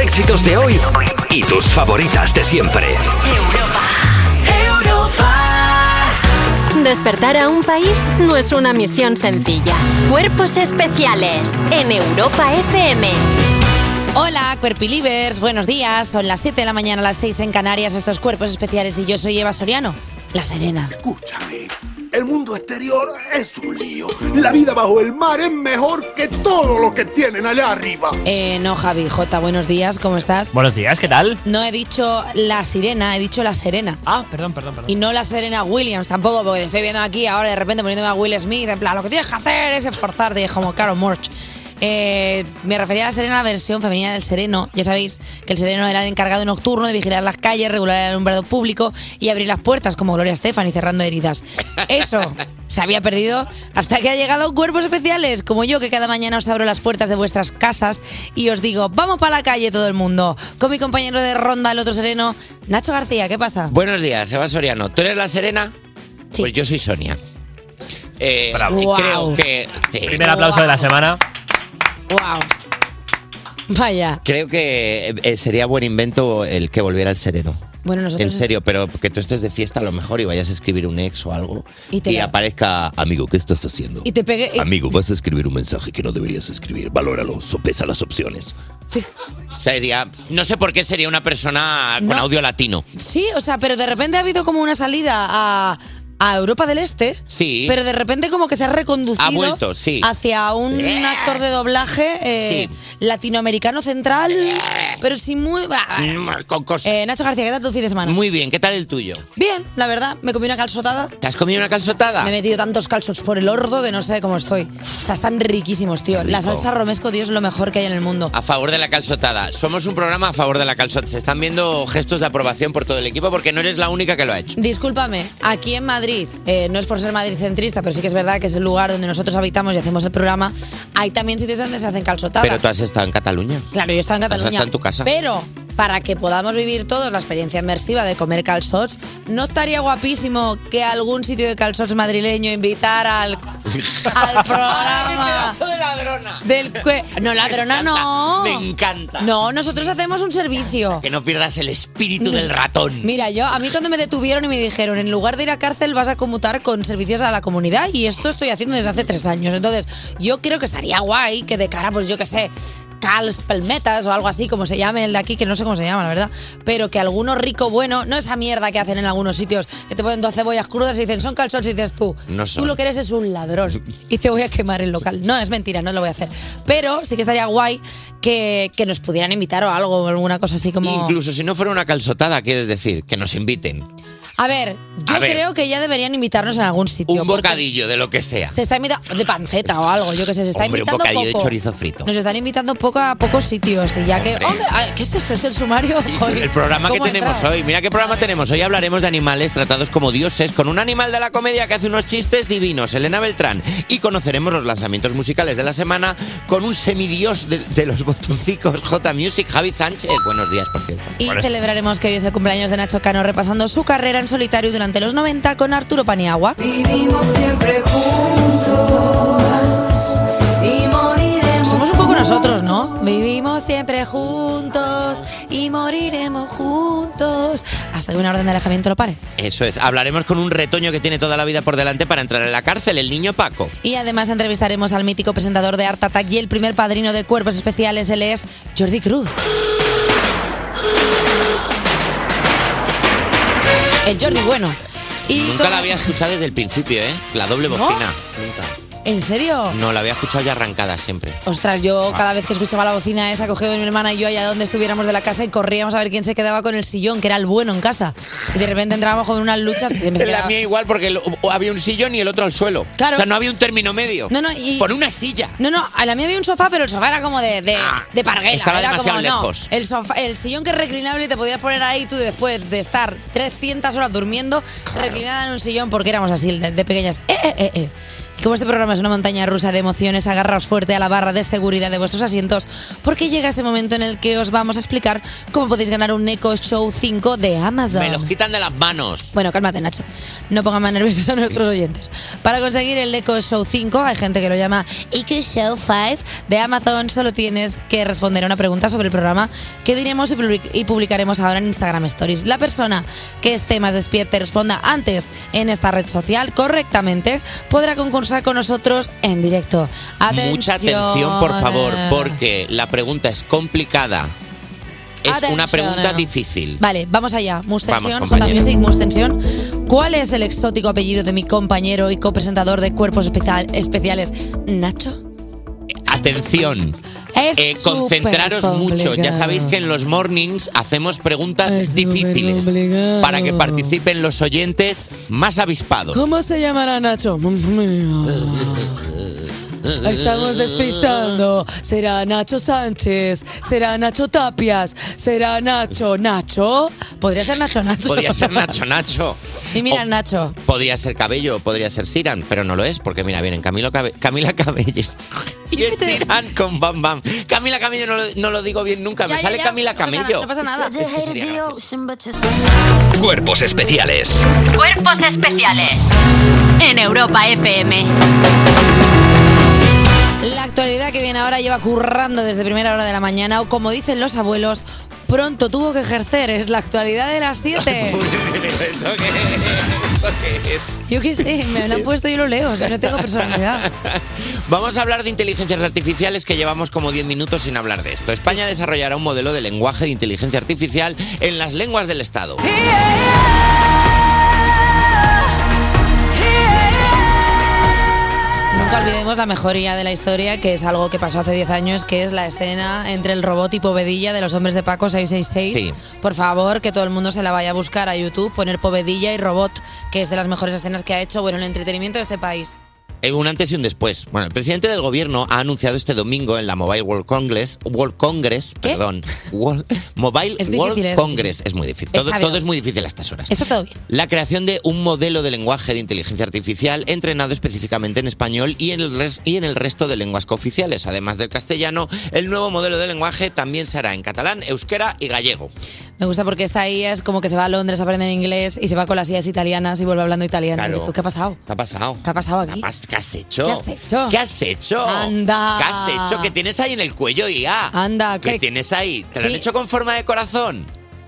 éxitos de hoy y tus favoritas de siempre. Despertar a un país no es una misión sencilla. Cuerpos especiales en Europa FM. Hola, Cuerpilivers, buenos días. Son las 7 de la mañana, las 6 en Canarias, estos cuerpos especiales y yo soy Eva Soriano, la Serena. Escúchame, el mundo exterior es un lío. La vida bajo el mar es mejor que todo lo que tienen allá arriba. Eh, no, Javi, J, buenos días, ¿cómo estás? Buenos días, ¿qué tal? No he dicho la sirena, he dicho la serena. Ah, perdón, perdón, perdón. Y no la Serena Williams tampoco, porque te estoy viendo aquí ahora de repente poniéndome a Will Smith, en plan, lo que tienes que hacer es esforzarte, y es como, claro, Morch. Eh, me refería a la Serena, la versión femenina del Sereno. Ya sabéis que el Sereno era el encargado nocturno de vigilar las calles, regular el alumbrado público y abrir las puertas, como Gloria Estefan, y cerrando heridas. Eso se había perdido hasta que ha llegado cuerpos especiales, como yo, que cada mañana os abro las puertas de vuestras casas y os digo, vamos para la calle todo el mundo. Con mi compañero de ronda, el otro Sereno, Nacho García, ¿qué pasa? Buenos días, Eva Soriano. ¿Tú eres la Serena? Pues yo soy Sonia. Eh, Bravo. y Guau. Creo que. sí. Primer aplauso de la semana. Wow. Vaya. Creo que eh, eh, sería buen invento el que volviera el sereno. Bueno, nosotros. En serio, pero que tú estés de fiesta a lo mejor y vayas a escribir un ex o algo Y y, te la- aparezca, amigo, ¿qué estás haciendo? Y te pegué. y- Amigo, vas a escribir un mensaje que no deberías escribir. Valóralo, sopesa las opciones. Fij- Sería, no sé por qué sería una persona con No. audio latino. Sí, o sea, pero de repente ha habido como una salida a, a Europa del Este. Sí. Pero de repente como que se ha reconducido Ha vuelto, sí. Eh. hacia un actor de doblaje eh, latinoamericano central, Eh. pero sí muy... Mm, Con cosas. Eh, Nacho García, ¿qué tal tu fin de semana? Muy bien, ¿qué tal el tuyo? Bien, la verdad, me comí una calzotada. ¿Te has comido una calzotada? Me he metido tantos calzos por el ordo que no sé cómo estoy. O sea, están riquísimos, tío. La rico. salsa romesco, Dios, es lo mejor que hay en el mundo. A favor de la calzotada. Somos un programa a favor de la calzotada. Se están viendo gestos de aprobación por todo el equipo porque no eres la única que lo ha hecho. Discúlpame, aquí en Madrid, eh, no es por ser Madrid centrista, pero sí que es verdad que es el lugar donde nosotros habitamos y hacemos el programa. Hay también sitios donde se hacen calzotadas. Pero tú has estado en Cataluña. Claro, yo estaba en has Cataluña. estado en tu casa. Pero para que podamos vivir todos la experiencia inmersiva de comer calzots, ¿no estaría guapísimo que algún sitio de calzots madrileño invitara al, al programa? de ladrona! Del cue- no, ladrona no. Me encanta. No, nosotros hacemos un servicio. Que no pierdas el espíritu del ratón. Mira, yo a mí cuando me detuvieron y me dijeron, en lugar de ir a cárcel vas a conmutar con servicios a la comunidad y esto estoy haciendo desde hace tres años. Entonces, yo creo que estaría guay que de cara, pues yo qué sé, Cals Pelmetas o algo así, como se llame el de aquí, que no sé cómo se llama, la verdad, pero que alguno rico bueno, no esa mierda que hacen en algunos sitios, que te ponen dos cebollas crudas y dicen, son calzones y dices tú, No son. tú lo que eres es un ladrón y te voy a quemar el local. No, es mentira, no lo voy a hacer. Pero sí que estaría guay que, que nos pudieran invitar o algo, o alguna cosa así como... Incluso si no fuera una calzotada, quieres decir, que nos inviten. A ver, yo A ver. creo que ya deberían invitarnos en algún sitio. un porque bocadillo de lo que sea. Se está invitando de panceta o algo, yo que sé, se está Hombre, un invitando bocadillo de poco. chorizo frito. Nos están invitando poco a pocos sitios y ya que Hombre. Hombre, ay, ¿qué es esto? ¿Es el sumario? Joder, El programa que ¿cómo ha tenemos entrado? hoy, mira qué programa tenemos. Hoy hablaremos de animales tratados como dioses, con un animal de la comedia que hace unos chistes divinos, Elena Beltrán. Y conoceremos los lanzamientos musicales de la semana con un semidios de, de los botoncicos J Music, Javi Sánchez. Buenos días, por cierto. Y Vale. celebraremos que hoy es el cumpleaños de Nacho Cano repasando su carrera en solitario durante los 90 con Arturo Paniagua. Vivimos siempre juntos y moriremos. Somos un poco nosotros, ¿no? Vivimos siempre juntos y moriremos juntos hasta que una orden de alejamiento lo pare. Eso es. Hablaremos con un retoño que tiene toda la vida por delante para entrar en la cárcel, el niño Paco. Y además entrevistaremos al mítico presentador de Art Attack y el primer padrino de cuerpos especiales, él es Jordi Cruz. El Jordi bueno. Y Nunca con- la había escuchado desde el principio, ¿eh? La doble ¿No? bocina. Nunca. ¿En serio? No, la había escuchado ya arrancada siempre. Ostras, Ah. yo cada vez que escuchaba la bocina esa, cogía mi hermana y yo allá donde estuviéramos de la casa y corríamos a ver quién se quedaba con el sillón, que era el bueno en casa. Y de repente entrábamos con unas luchas que siempre se La quedaba- mía igual porque el- o- había un sillón y el otro al suelo. Claro. O sea, no había un término medio. No, no, y- Por una silla. No, no, a la mía había un sofá, pero el sofá era como de, de, Ah, de parguela. estaba era demasiado como, no, lejos. el, sofá- el sillón que es reclinable y te podías poner ahí tú después de estar 300 horas durmiendo, reclinada en un sillón, porque éramos así de, de pequeñas. Eh, eh, eh, eh. Y como este programa es una montaña rusa de emociones, agarraos fuerte a la barra de seguridad de vuestros asientos, porque llega ese momento en el que os vamos a explicar cómo podéis ganar un Echo Show 5 de Amazon. Me los quitan de las manos. Bueno, cálmate, Nacho. No pongan más nerviosos a nuestros oyentes. Para conseguir el Echo Show 5, hay gente que lo llama Echo Show 5 de Amazon. Solo tienes que responder a una pregunta sobre el programa que diremos y public- y publicaremos ahora en Instagram Stories. La persona que esté más despierta y responda antes en esta red social correctamente podrá concursar con nosotros en directo. Atención. Mucha atención, por favor, porque la pregunta es complicada. Es una Atención. eh. pregunta difícil. Vale, vamos allá. Vamos, Mustensión, J compañero. Music, Mustensión. ¿Cuál es el exótico apellido de mi compañero y copresentador de Cuerpos Especial- Especiales, Nacho? Atención. Es Eh, concentraros mucho. Ya supercomplicado. sabéis que en los mornings hacemos preguntas Es difíciles supercomplicado. para que participen los oyentes más avispados. ¿Cómo se llamará Nacho? Estamos despistando. ¿Será Nacho Sánchez? ¿Será Nacho Tapias? ¿Será Nacho Nacho? Podría ser Nacho Nacho. Podría ser Nacho Nacho. Oh. Y mira, O- Nacho. Podría ser Cabello, podría ser Siran, pero no lo es, porque mira, vienen Camilo Cabe- Camila Cabello. Y es Siran con Bam Bam. Camila Cabello no lo, no lo digo bien nunca, Ya, me ya, sale ya, Camila no pasa nada, Camello. no pasa nada. Es que sería gracioso. Cuerpos especiales. Cuerpos especiales en Europa FM. La actualidad que viene ahora lleva currando desde primera hora de la mañana o como dicen los abuelos, pronto tuvo que ejercer. Es la actualidad de las 7. ¿Esto qué es? ¿Esto qué es? Yo qué sé, me lo han puesto y yo lo leo, si no tengo personalidad. Vamos a hablar de inteligencias artificiales que llevamos como 10 minutos sin hablar de esto. España desarrollará un modelo de lenguaje de inteligencia artificial en las lenguas del Estado. Nunca olvidemos la mejoría de la historia, que es algo que pasó hace 10 años, que es la escena entre el robot tipo Povedilla de los hombres de Paco 666. Por favor, que todo el mundo se la vaya a buscar a YouTube, poner Povedilla y robot, que es de las mejores escenas que ha hecho, bueno, el entretenimiento de este país. Eh, Un antes y un después. Bueno, el presidente del gobierno ha anunciado este domingo en la Mobile World Congress, World Congress, ¿Qué? perdón, World- Mobile Es difícil, World es difícil. Congress, es muy difícil. Todo, Está bien. todo es muy difícil a estas horas. Está todo bien. La creación de un modelo de lenguaje de inteligencia artificial entrenado específicamente en español y en, el res- y en el resto de lenguas cooficiales. Además del castellano, el nuevo modelo de lenguaje también se hará en catalán, euskera y gallego. Me gusta porque esta IA es como que se va a Londres, aprende en inglés y se va con las IAs italianas y vuelve hablando italiano. Claro. Y dices, "Pues, ¿Qué ha pasado? ¿Qué ha pasado? ¿Qué ha pasado aquí? ¿Qué has- ¿Qué has hecho? ¿Qué has hecho? ¿Qué has hecho? Anda. ¿Qué has hecho? ¿Qué tienes ahí en el cuello, IA? Anda, ¿Qué ¿qué- tienes ahí? ¿Te lo han Sí. hecho con forma de corazón?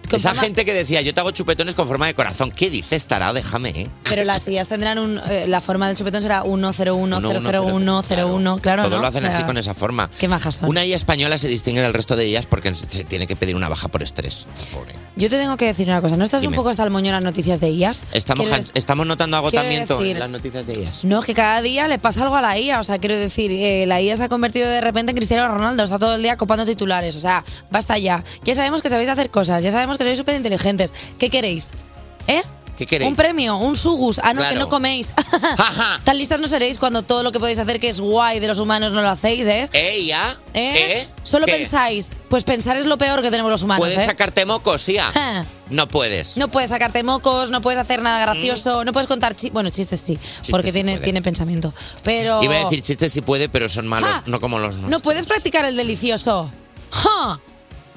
Con Esa forma- gente que decía, yo te hago chupetones con forma de corazón. ¿Qué dices, tarado? Déjame, ¿eh? Pero las IAs tendrán un, eh, la forma del chupetón será 101, 001, 01, claro, Todos ¿no? lo hacen O sea, así con esa forma. Qué majas son. Una IA española se distingue del resto de ellas porque se se tiene que pedir una baja por estrés. Pobre. Yo te tengo que decir una cosa, ¿no estás Dime. un poco hasta el moño en las noticias de IAS? Estamos, Quiero jan- decir- estamos notando agotamiento decir- en las noticias de ellas. No, es que cada día le pasa algo a la IA, o sea, quiero decir, eh, la IA se ha convertido de repente en Cristiano Ronaldo, está todo el día copando titulares, o sea, basta ya. Ya sabemos que sabéis hacer cosas, ya sabemos que sois súper inteligentes. ¿Qué queréis? ¿Eh? ¿Qué queréis? Un premio, un sugus, ah, no, Claro. que no coméis. Ajá. Tan listas no seréis cuando todo lo que podéis hacer que es guay de los humanos no lo hacéis, ¿eh? ¿Eh, IA? ¿Eh? Solo ¿Qué? pensáis, pues pensar es lo peor que tenemos los humanos, ¿Puedes ¿eh? sacarte mocos, IA? Ah. No puedes. No puedes sacarte mocos, no puedes hacer nada gracioso, no puedes contar chistes. Bueno, chistes sí, Mm. porque sí tiene, puede. tiene pensamiento. Pero. Iba a decir chistes si puede, pero son malos, ¡Ja! no como los No nuestros. puedes practicar el delicioso. ¡Ja!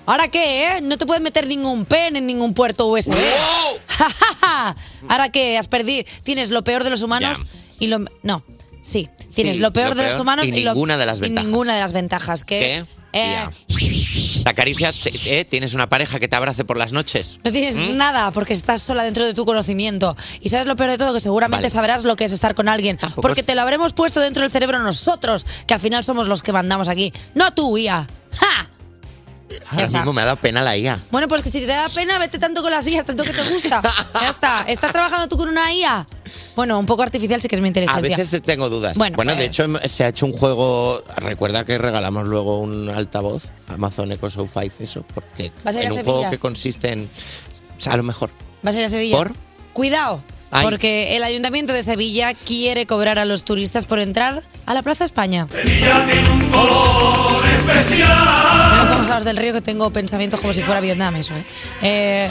¿Ahora qué, eh? No te puedes meter ningún pen en ningún puerto USB. ¡Wow! ¡Ja, ja, ja! ¿Ahora qué? Has perdido. Tienes lo peor de los humanos Ya. y lo. No, sí. Tienes Sí, lo, peor lo de los peor humanos y y, lo- ninguna de las y ventajas. ninguna de las ventajas. Que ¿Qué? es, eh, IA. ¿Te acaricias? Te- eh, ¿Tienes una pareja que te abrace por las noches? No tienes ¿Mm? nada porque estás sola dentro de tu conocimiento. Y sabes lo peor de todo, que seguramente Vale. sabrás lo que es estar con alguien. Tampoco Porque es- te lo habremos puesto dentro del cerebro nosotros, que al final somos los que mandamos aquí. No tú, IA. ¡Ja! Ahora está. mismo me ha dado pena la IA. Bueno, pues que si te da pena, vete tanto con las IAs, tanto que te gusta. Ya está. ¿Estás trabajando tú con una IA? Bueno, un poco artificial sí que es mi A inteligencia. veces te- tengo dudas. Bueno, Bueno, de eh. hecho em- se ha hecho un juego. Recuerda que regalamos luego un altavoz, Amazon Echo Show 5, eso, porque ¿Vas a ir en a un Sevilla? juego que consiste en. o sea, a lo mejor. ¿Vas a ir a Sevilla? ¿Por? Cuidado. Ay. Porque el Ayuntamiento de Sevilla quiere cobrar a los turistas por entrar a la Plaza España. No como sabes del río que tengo pensamientos como si fuera Vietnam eso, ¿eh? Eh,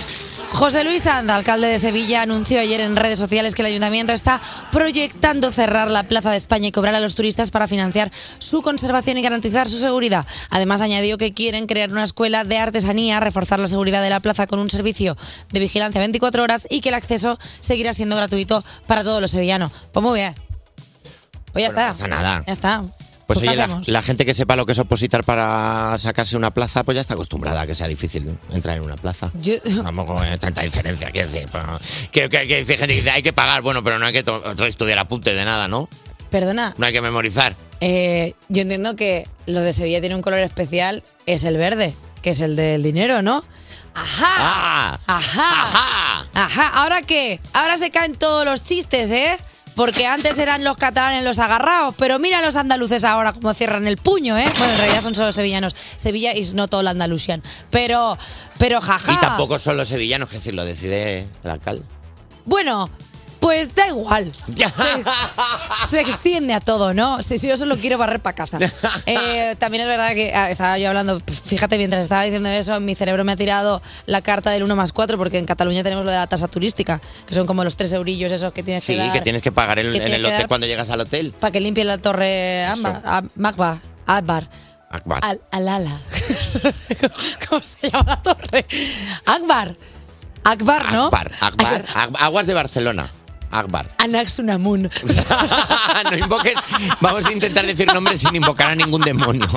José Luis Sanz, alcalde de Sevilla, anunció ayer en redes sociales que el ayuntamiento está proyectando cerrar la Plaza de España y cobrar a los turistas para financiar su conservación y garantizar su seguridad. Además, añadió que quieren crear una escuela de artesanía, reforzar la seguridad de la plaza con un servicio de vigilancia 24 horas y que el acceso seguirá siendo gratuito para todos los sevillanos. Pues muy bien. Pues ya está. no pasa nada. Ya está. Pues, ¿qué oye, la, hacemos? la gente que sepa lo que es opositar para sacarse una plaza, pues ya está acostumbrada a que sea difícil entrar en una plaza. Yo- Tampoco hay tanta diferencia, quiero decir. pues, que, que- que dice gente que dice, hay que pagar, bueno, pero no hay que to- estudiar apuntes de nada, ¿no? Perdona, No hay que memorizar. Eh, yo entiendo que lo de Sevilla tiene un color especial, es el verde, que es el del dinero, ¿no? ¡Ajá! ¡Ah! ¡Ajá! ¡Ajá! Ajá, ¿ahora qué? Ahora se caen todos los chistes, ¿eh? Porque antes eran los catalanes los agarrados, pero mira los andaluces ahora como cierran el puño, ¿eh? Bueno, en realidad son solo sevillanos. Sevilla is not all Andalusian. Pero, pero jaja. Y tampoco son los sevillanos, que decir, lo decide el alcalde. Bueno, pues da igual. Ya. Se, se extiende a todo, ¿no? Si si yo solo quiero barrer para casa. Eh, también es verdad que ah, estaba yo hablando, fíjate, mientras estaba diciendo eso, mi cerebro me ha tirado la carta del 1 más 4, porque en Cataluña tenemos lo de la tasa turística, que son como los tres eurillos esos que tienes Sí, que dar. que tienes que pagar en, que en tiene el que hotel dar- cuando llegas al hotel. Para que limpie la torre Amba- Eso. a- Macba, Akbar. Akbar. Al, al ala. ¿Cómo se llama la torre? Akbar. Akbar, ¿no? Akbar, Akbar, Ag- Aguas de Barcelona. Akbar. Anaxunamun. no invoques. Vamos a intentar decir nombres sin invocar a ningún demonio.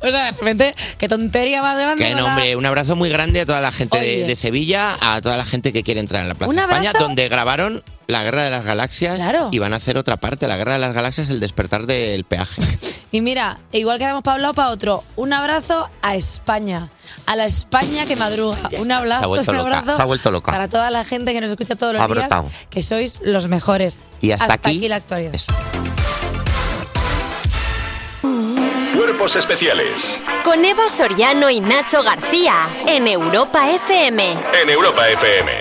O sea, de repente, qué tontería más grande. Que ¿verdad? nombre. Un abrazo muy grande a toda la gente de, Oye. de Sevilla, a toda la gente que quiere entrar en la Plaza Un de España, abrazo. donde grabaron la Guerra de las Galaxias Claro. y van a hacer otra parte. La Guerra de las Galaxias, el despertar del peaje. Y mira, igual quedamos para un lado para otro. Un abrazo a España. A la España que madruga. Un Se ha abrazo, vuelto un loca, abrazo se ha vuelto loca. Para toda la gente que nos escucha todos los Ha días. brotado. Que sois los mejores. Y hasta aquí- la actualidad. Cuerpos especiales Con Eva Soriano y Nacho García en Europa FM. en Europa FM.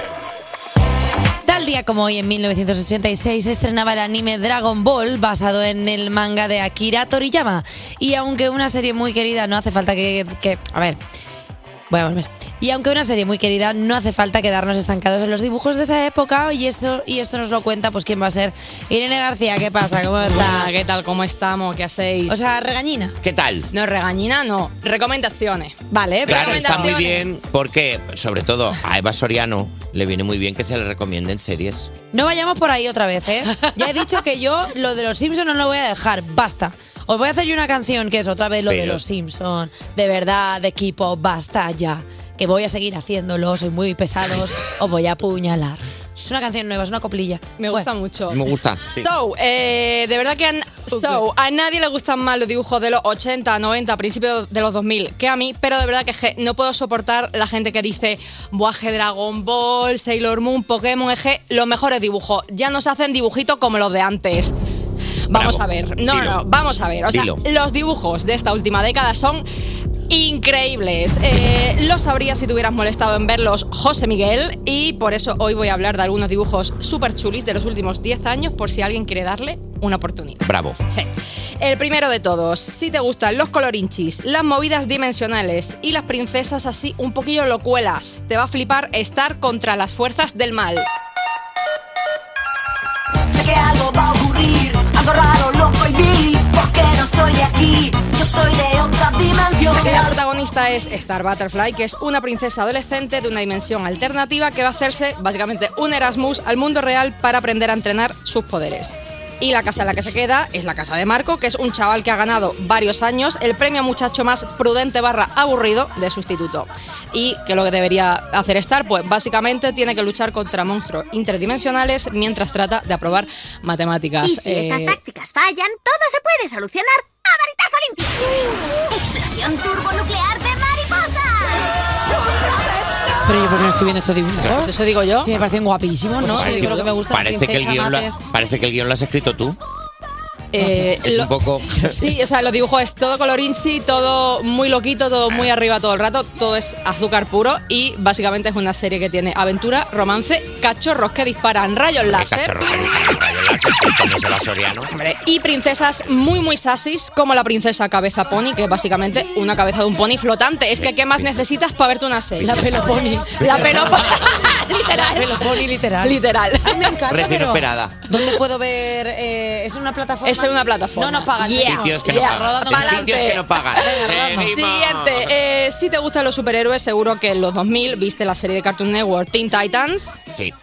Tal día como hoy, en 1986, se estrenaba el anime Dragon Ball, basado en el manga de Akira Toriyama. Y aunque una serie muy querida, no hace falta que... que- a ver... Voy a volver. Y aunque una serie muy querida, no hace falta quedarnos estancados en los dibujos de esa época y eso y esto nos lo cuenta, pues quién va a ser Irene García. ¿Qué pasa? ¿Cómo está? Hola, ¿qué tal? ¿Cómo estamos? ¿Qué hacéis? O sea, regañina. ¿Qué tal? no, regañina no. Recomendaciones. Vale, pero Claro, está muy recomendaciones. bien porque, sobre todo, a Eva Soriano le viene muy bien que se le recomienden series. no vayamos por ahí otra vez, ¿eh? Ya he dicho que yo lo de los Simpsons no lo voy a dejar. Basta. Os voy a hacer yo una canción que es otra vez lo de Pero- los Simpson, de verdad, de equipo, basta ya. Que voy a seguir haciéndolo, soy muy pesados, os voy a apuñalar. Es una canción nueva, es una coplilla. Me gusta mucho. Me gusta. So, eh, de verdad que a, n- so, a nadie le gustan más los dibujos de los 80, 90, principios de los 2000 que a mí, pero de verdad que je, no puedo soportar la gente que dice Buaje Dragon Ball, Sailor Moon, Pokémon, eje, los mejores dibujos. Ya no se hacen dibujitos como los de antes. Vamos Bravo. a ver. No, Dilo. no, vamos a ver. O sea, Dilo. los dibujos de esta última década son increíbles. Eh, lo sabrías si te hubieras molestado en verlos, José Miguel, y por eso hoy voy a hablar de algunos dibujos súper chulis de los últimos 10 años por si alguien quiere darle una oportunidad. Bravo. Sí. El primero de todos, si te gustan los colorinchis, las movidas dimensionales y las princesas así un poquillo locuelas, te va a flipar estar contra las fuerzas del mal. Sé que algo va a ocurrir, algo raro, loco y vil, porque no soy de aquí, yo soy de otra dimensión. La protagonista es Star Butterfly, que es una princesa adolescente de una dimensión alternativa que va a hacerse básicamente un Erasmus al mundo real para aprender a entrenar sus poderes. Y la casa en la que se queda es la casa de Marco, que es un chaval que ha ganado varios años el premio muchacho más prudente barra aburrido de su instituto. Y que lo que debería hacer Star, pues básicamente tiene que luchar contra monstruos interdimensionales mientras trata de aprobar matemáticas. Y si estas Eh, tácticas fallan, todo se puede solucionar a varitazo limpio. Explosión turbonuclear de mariposa. Pero yo porque no estoy viendo estos pues dibujos. eso digo yo. Oh. Sí, me parecen guapísimos, ¿no? Pues Yo sí, creo que me gustan parece, que el princesas, guión lo, mates. parece que el guión lo has escrito tú. Eh, Es lo- un poco. Sí, o sea, los dibujos es todo colorinchi, todo muy loquito, todo muy arriba todo el rato, todo es azúcar puro y básicamente es una serie que tiene aventura, romance, cachorros que disparan, rayos láser hombre, y princesas muy muy sasis como la princesa cabeza pony, que es básicamente una cabeza de un pony flotante. Es que ¿qué más necesitas para verte una serie? La peloponi. La peloponi. literal. La peloponi, literal. Literal. Ay, me encanta, Recién pero- operada. ¿Dónde puedo ver? eh, ¿Es en una plataforma? Es en una plataforma. No nos pagan. Yeah. seguimos. Sitios que no Ya, pagan. rodando para Sitios adelante. que no pagan. Venga, rodando. Venimos. Siguiente, eh, si te gustan los superhéroes, seguro que en los 2000 viste la serie de Cartoon Network Teen Titans. Sí,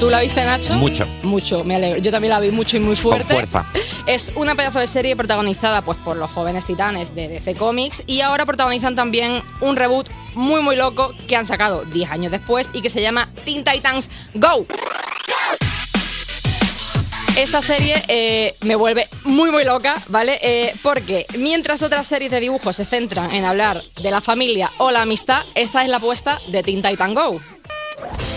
¿Tú la viste, Nacho? mucho. Mucho, me alegro. Yo también la vi mucho y muy Con fuerte. fuerza. Es una pedazo de serie protagonizada pues, por los jóvenes titanes de DC Comics y ahora protagonizan también un reboot muy muy loco que han sacado 10 años después y que se llama Teen Titans Go. Esta serie eh, me vuelve muy, muy loca, ¿vale? Eh, porque mientras otras series de dibujos se centran en hablar de la familia o la amistad, esta es la apuesta de Teen Titan Go.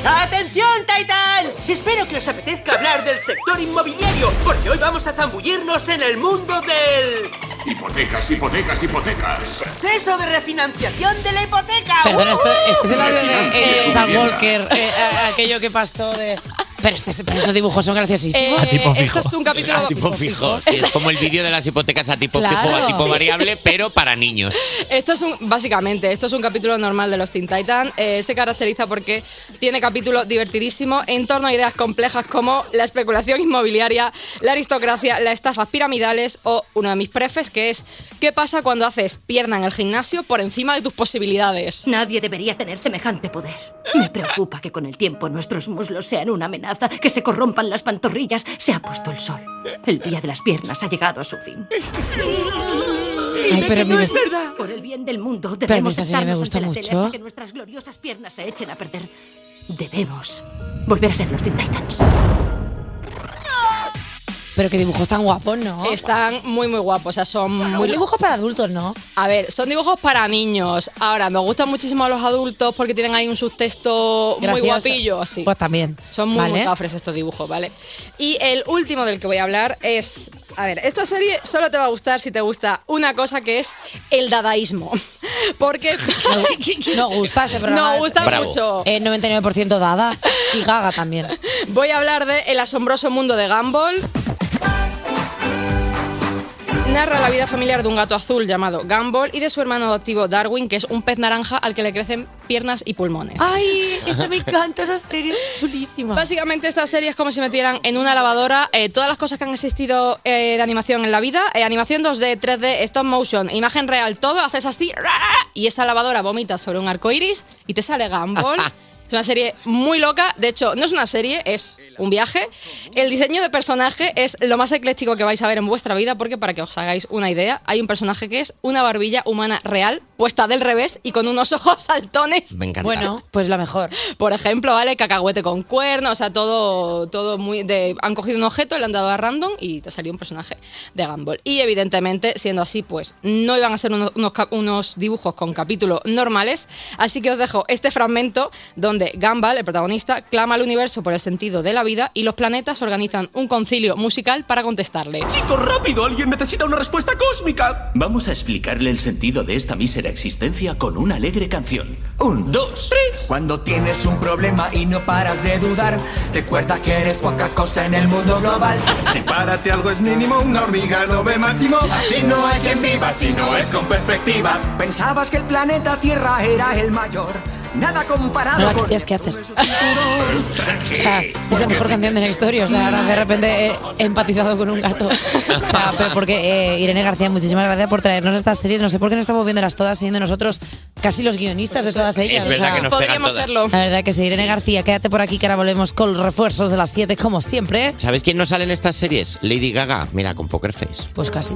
¡Atención, Titans! Espero que os apetezca hablar del sector inmobiliario, porque hoy vamos a zambullirnos en el mundo del Hipotecas, hipotecas, hipotecas. proceso de refinanciación de la hipoteca. Perdón, esto, ¡Uhú! este es el audio de Eh, eh, Sam vivienda. Walker, eh, a- aquello que pastó de... Pero, este, pero esos dibujos son graciosísimos. Eh, esto es un capítulo... A tipo fijo. Sí, es como el vídeo de las hipotecas a tipo Claro. fijo o a tipo variable, pero para niños. Esto es un, básicamente, esto es un capítulo normal de los Teen Titans. Eh, se caracteriza porque tiene capítulos divertidísimos en torno a ideas complejas como la especulación inmobiliaria, la aristocracia, las estafas piramidales o uno de mis prefes que es ¿qué pasa cuando haces pierna en el gimnasio por encima de tus posibilidades? Nadie debería tener semejante poder. Me preocupa que con el tiempo nuestros muslos sean una amenaza, que se corrompan las pantorrillas. Se ha puesto el sol. El día de las piernas ha llegado a su fin. Ay, pero mira, es- Por el bien del mundo Pero debemos esta serie me sentarnos gusta ante la tele mucho. hasta que nuestras gloriosas piernas se echen a perder. Debemos volver a ser los Teen Titans. pero qué dibujos tan guapos, ¿no? Están muy muy guapos, o sea, son muy Son dibujos para adultos, ¿no? A ver, son dibujos para niños. Ahora, me gustan muchísimo los adultos porque tienen ahí un subtexto muy Graciosos. guapillo, así. Pues también. Son muy ¿Vale? cafres estos dibujos, ¿vale? Y el último del que voy a hablar es. A ver, esta serie solo te va a gustar si te gusta una cosa que es el dadaísmo. Porque. Nos gusta este programa. Nos gusta Bravo. mucho. Eh, 99% dada y gaga también. Voy a hablar de El asombroso mundo de Gumball. Narra la vida familiar de un gato azul llamado Gumball y de su hermano adoptivo Darwin, que es un pez naranja al que le crecen piernas y pulmones. Ay, eso me encanta, esa serie es chulísima. Básicamente esta serie es como si metieran en una lavadora eh, todas las cosas que han existido eh, de animación en la vida, eh, animación 2D, 3D, stop motion, imagen real, todo, haces así ra, ra, ra, y esa lavadora vomita sobre un arco iris y te sale Gumball. Es una serie muy loca, de hecho no es una serie, es un viaje. El diseño de personaje es lo más ecléctico que vais a ver en vuestra vida porque para que os hagáis una idea, hay un personaje que es una barbilla humana real puesta del revés y con unos ojos saltones Me encanta. Bueno, pues la mejor. por ejemplo, ¿vale? Cacahuete con cuernos, o sea, todo, todo muy de... Han cogido un objeto, le han dado a random y te salió un personaje de Gumball. Y evidentemente, siendo así, pues no iban a ser unos, unos cap- unos dibujos con capítulos normales, así que os dejo este fragmento donde Gumball, el protagonista, clama al universo por el sentido de la vida y los planetas organizan un concilio musical para contestarle. Chicos, rápido, alguien necesita una respuesta cósmica. Vamos a explicarle el sentido de esta mísera existencia con una alegre canción. Un, dos, tres. Cuando tienes un problema y no paras de dudar, recuerda que eres poca cosa en el mundo global. Sepárate, algo es mínimo, una hormiga no ve máximo. Así no hay quien viva, si no es con perspectiva. Pensabas que el planeta Tierra era el mayor. Nada comparado No, con... tienes que haces. O sea, es la mejor canción de la historia. O sea, ahora de repente he empatizado con un gato. O sea, pero porque eh, Irene García, muchísimas gracias por traernos estas series. No sé por qué no estamos viéndolas todas, siendo nosotros casi los guionistas de todas ellas. Es verdad o sea, que nos pegan Podríamos todas. serlo. La verdad que sí, Irene García, quédate por aquí que ahora volvemos con los refuerzos de las 7 como siempre. ¿Sabes quién no sale en estas series? Lady Gaga. Mira, con Poker Face. Pues casi.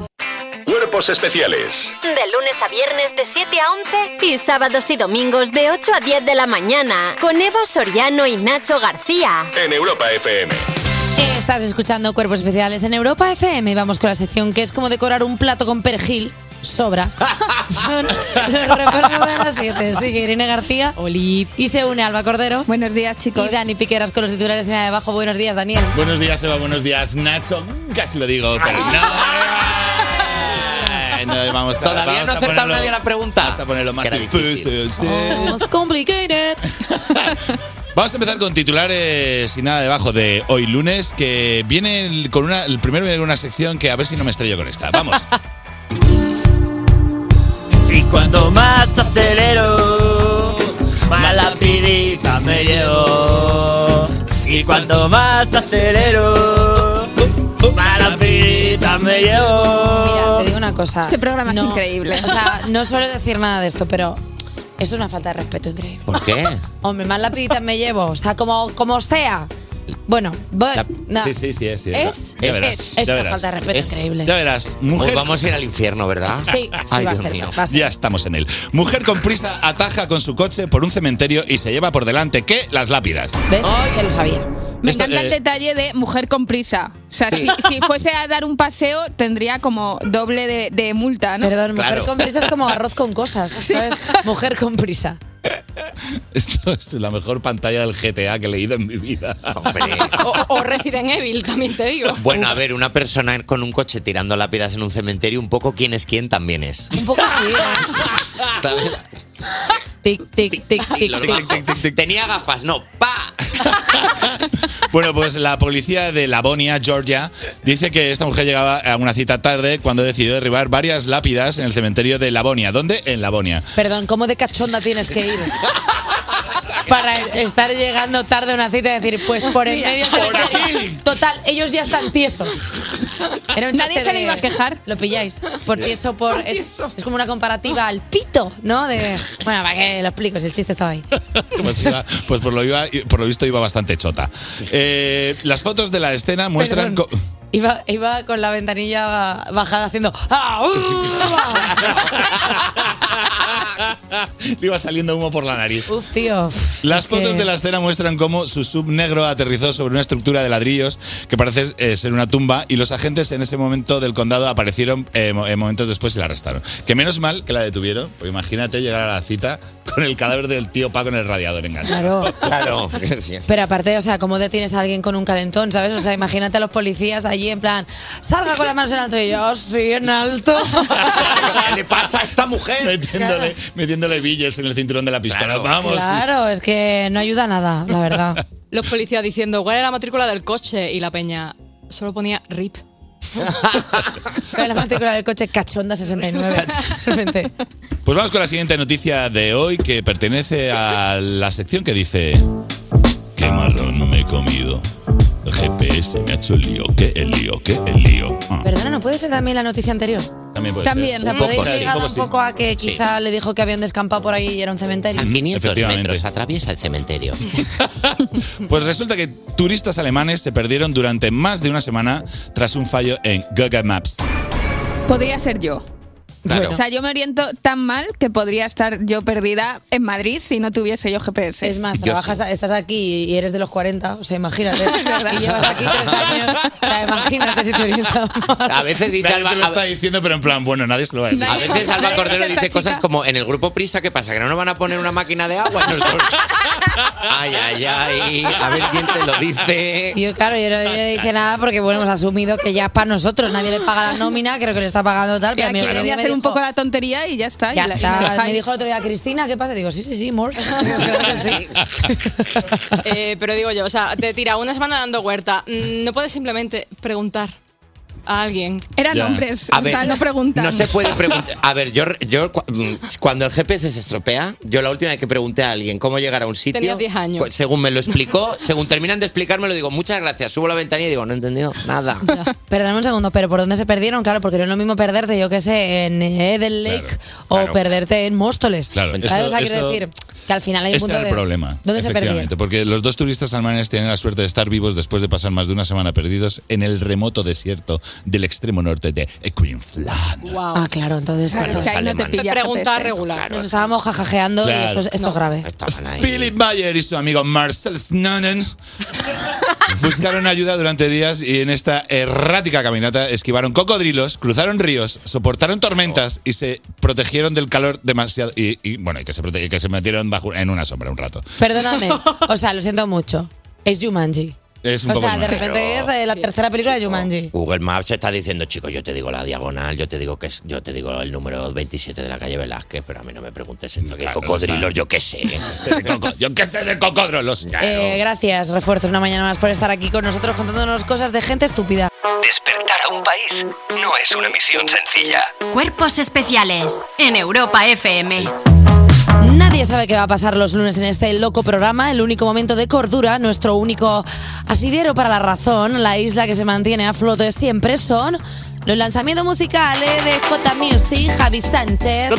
Cuerpos especiales De lunes a viernes de 7 a 11 y sábados y domingos de 8 a 10 de la mañana con Evo Soriano y Nacho García. en Europa FM. Estás escuchando Cuerpos Especiales en Europa FM. Vamos con la sección que es como decorar un plato con perejil sobra. Son los recuerdos de las 7. Sigue Irene García. Oli. Y se une Alba Cordero. Buenos días, chicos. Y Dani Piqueras con los titulares en abajo. Buenos días, Daniel. Buenos días, Eva. Buenos días, Nacho. Casi lo digo, pero no. Eh, no, vamos a, Todavía vamos no ha a acertado ponerlo- nadie la pregunta. Vamos a ponerlo más difícil. sí. Most complicated. Vamos a empezar con titulares y nada debajo de hoy lunes, que viene el- con una. El primero viene con una sección que a ver si no me estrello con esta. Vamos. Y cuando más acelero, más rapidita me llevo. Y cuando más acelero, más rapidita me Mira, llevo. te digo una cosa. Este programa es increíble. O sea, no suelo decir nada de esto, pero eso es una falta de respeto increíble. ¿Por qué? Hombre, más lapiditas me llevo. O sea, como, como sea. Bueno, voy- no. Sí, sí, sí, es. sí, Es- Ya es- verás, es ya una verás. falta de respeto Es- increíble. Ya verás, mujer. Hoy Pues vamos a ir al infierno, ¿verdad? Sí, sí, Ay, va a Dios ser, mío. va a ser. Ya estamos en él. Mujer con prisa ataja con su coche por un cementerio y se lleva por delante, ¿qué? Las lápidas. ¿Ves? Ya lo sabía. Me Esto, encanta el eh, detalle de mujer con prisa. O sea, Sí. si, si fuese a dar un paseo, tendría como doble de, de multa, ¿no? Perdón, mujer Claro. con prisa es como arroz con cosas. ¿sabes? Mujer con prisa. Esto es la mejor pantalla del GTA que he leído en mi vida. O, o Resident Evil, también te digo. Bueno, a ver, una persona con un coche tirando lápidas en un cementerio, un poco quién es quién también es. Un poco así. ¿eh? ¿Sabes? Tic, tic, tic, Y los bajos. Tenía gafas, no. Bueno, pues la policía de Lavonia, Georgia, dice que esta mujer llegaba a una cita tarde cuando decidió derribar varias lápidas en el cementerio de Lavonia. ¿Dónde? En Lavonia. Perdón, ¿cómo de cachonda tienes que ir? Para estar llegando tarde a una cita y decir, pues por en Mira, medio por cementerio. Total, ellos ya están tiesos. Era un Nadie chiste se le de- iba a quejar. Lo pilláis. Por tieso, por. Es, es como una comparativa al pito, ¿no? De, bueno, para que lo explico, si el chiste estaba ahí. Pues, iba- pues por, lo iba- por lo visto iba bastante chota. Eh, las fotos de la escena muestran... co- Iba, iba con la ventanilla bajada haciendo. "Ah, Le iba saliendo humo por la nariz. uh". Uf, tío. Las Es que- fotos de la escena muestran cómo su sub negro aterrizó sobre una estructura de ladrillos que parece eh, ser una tumba y los agentes en ese momento del condado aparecieron eh, mo- eh, momentos después y la arrestaron. Que menos mal que la detuvieron, porque imagínate llegar a la cita con el cadáver del tío Paco en el radiador enganchado. Claro. Pero aparte, o sea, ¿cómo detienes a alguien con un calentón, sabes? O sea, imagínate a los policías allí en plan, salga con las manos en alto y yo, "Oh, sí, en alto. ¿Qué le pasa a esta mujer? Metiéndole, metiéndole billes en el cinturón de la pistola. Vamos. Claro, es que no ayuda nada, la verdad. Los policías diciendo, ¿cuál era la matrícula del coche? Y la peña solo ponía RIP. Pero la matrícula del coche cachonda 69. Realmente. Pues vamos con la siguiente noticia de hoy que pertenece a la sección que dice... Qué marrón me he comido. El GPS me ha hecho el lío, que el lío, que el lío. Ah, Perdona, ¿no puede ser también la noticia anterior? también puede También, la ser. podéis eh, Sí, llegar un sí. poco a que Sí. quizá le dijo que había un descampado por ahí y era un cementerio. 500 metros atraviesa el cementerio. Pues resulta que turistas alemanes se perdieron durante más de una semana tras un fallo en Google Maps. Podría ser yo. Claro. O sea, yo me oriento tan mal que podría estar yo perdida en Madrid si no tuviese yo GPS. Es más, Yo trabajas, estás aquí y eres de los 40, o sea, imagínate. y llevas aquí tres años. O sea, imagínate si tuviese A veces dice Nadie te lo Alba, está diciendo, pero en plan, Ah, bueno, nadie se lo va a decir. a, a veces Alba Cordero dice cosas como en el grupo Prisa, ¿qué pasa? ¿Que no nos van a poner una máquina de agua? Y nosotros, ay, ay, ay, a ver quién te lo dice. Y Yo, claro, yo no le dije nada porque, bueno, hemos asumido que ya es para nosotros. Nadie le paga la nómina, creo que le está pagando tal. Pero a mí aquí otro quería día me hacer un dijo- poco la tontería y ya está. y Ya la- y la está. Me dejáis. dijo el otro día, Cristina, ¿qué pasa? Digo, sí, sí, sí, more. Digo, claro que sí. Eh, pero digo yo, o sea, te tira una semana dando huerta. Mm, No puedes simplemente preguntar a alguien. Eran Ya. hombres, A o ver, sea, no preguntan. No se puede preguntar. A ver, yo, yo cu- mm, cuando el GPS se estropea, yo la última vez que pregunté a alguien cómo llegar a un sitio. pues. Tenía 10 años. cu- Según me lo explicó, según terminan de explicarme, lo digo, muchas gracias. Subo la ventanilla y digo, no he entendido nada. Perdóname un segundo, pero ¿por dónde se perdieron? Claro, porque no es lo mismo perderte, yo qué sé, en eh, Eden Lake o claro. perderte en Móstoles. Claro, ¿Sabes? esto- O sea, quiero esto- decir que al final hay un Este punto era el de- problema. ¿Dónde se efectivamente, perdían? Porque los dos turistas alemanes tienen la suerte de estar vivos después de pasar más de una semana perdidos en el remoto desierto del extremo norte de Queensland. Ah, claro, entonces. Claro, es que ahí no te pilla Pregunta ¿eh? GPS. regular. Nos estábamos jajajeando y Claro. esto, es- esto es grave. Philip Mayer y su amigo Marcel Nonen Buscaron ayuda durante días y en esta errática caminata esquivaron cocodrilos, cruzaron ríos, soportaron tormentas y se protegieron del calor demasiado. Y, y, bueno, y que se, prote- que se metieron bajo, en una sombra un rato. Perdóname, o sea, lo siento mucho. Es Jumanji. Es o sea, de repente es eh, la tercera película de Jumanji. Google Maps está diciendo, chicos, yo te digo la diagonal, yo te digo que es, yo te digo el número 27 de la calle Velázquez, pero a mí no me preguntes esto, que cocodrilos, yo qué sé. Este yo qué sé de cocodrilos. Eh, gracias, refuerzo, una mañana más por estar aquí con nosotros contándonos cosas de gente estúpida. Despertar a un país no es una misión sencilla. Cuerpos especiales en Europa FM. Nadie sabe qué va a pasar los lunes en este loco programa, el único momento de cordura, nuestro único asidero para la razón, la isla que se mantiene a flote siempre son los lanzamientos musicales de J Music, Javi Sánchez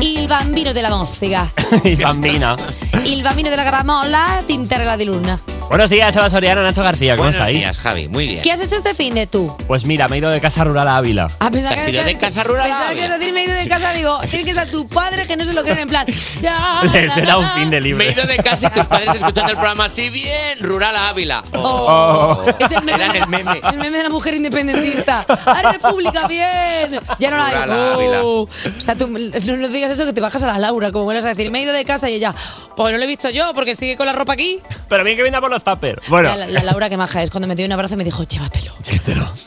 y el bambino de la música, y Bambina. y el bambino de la gramola, Tintarela de Luna. Buenos días, Eva Soriano, Nacho García, ¿cómo Buenos estáis? días, Javi, muy bien. ¿Qué has hecho este fin de tú? Pues mira, me he ido de casa rural a Ávila. Ah, pensaba ¿Te has que- ido de casa rural a Pensaba que ibas a decir, me he ido de casa, digo, tiene que estar tu padre que no se lo creen en plan. ya, Les era un fin de libre. Me he ido de casa y tus padres escuchando el programa así bien, rural a Ávila. Oh. Es el meme, Eran el meme. el meme de la mujer independentista. ¡A República, bien! Ya no la Rural a hay. Ávila. Oh. O sea, tú no nos digas eso que te bajas a la Laura, como vuelves a decir, me he ido de casa y ella, pues no lo he visto yo porque sigue con la ropa aquí. Pero bien que venga por los tuppers. Bueno, Ya, La, la Laura que maja es cuando me dio un abrazo me dijo, llévatelo.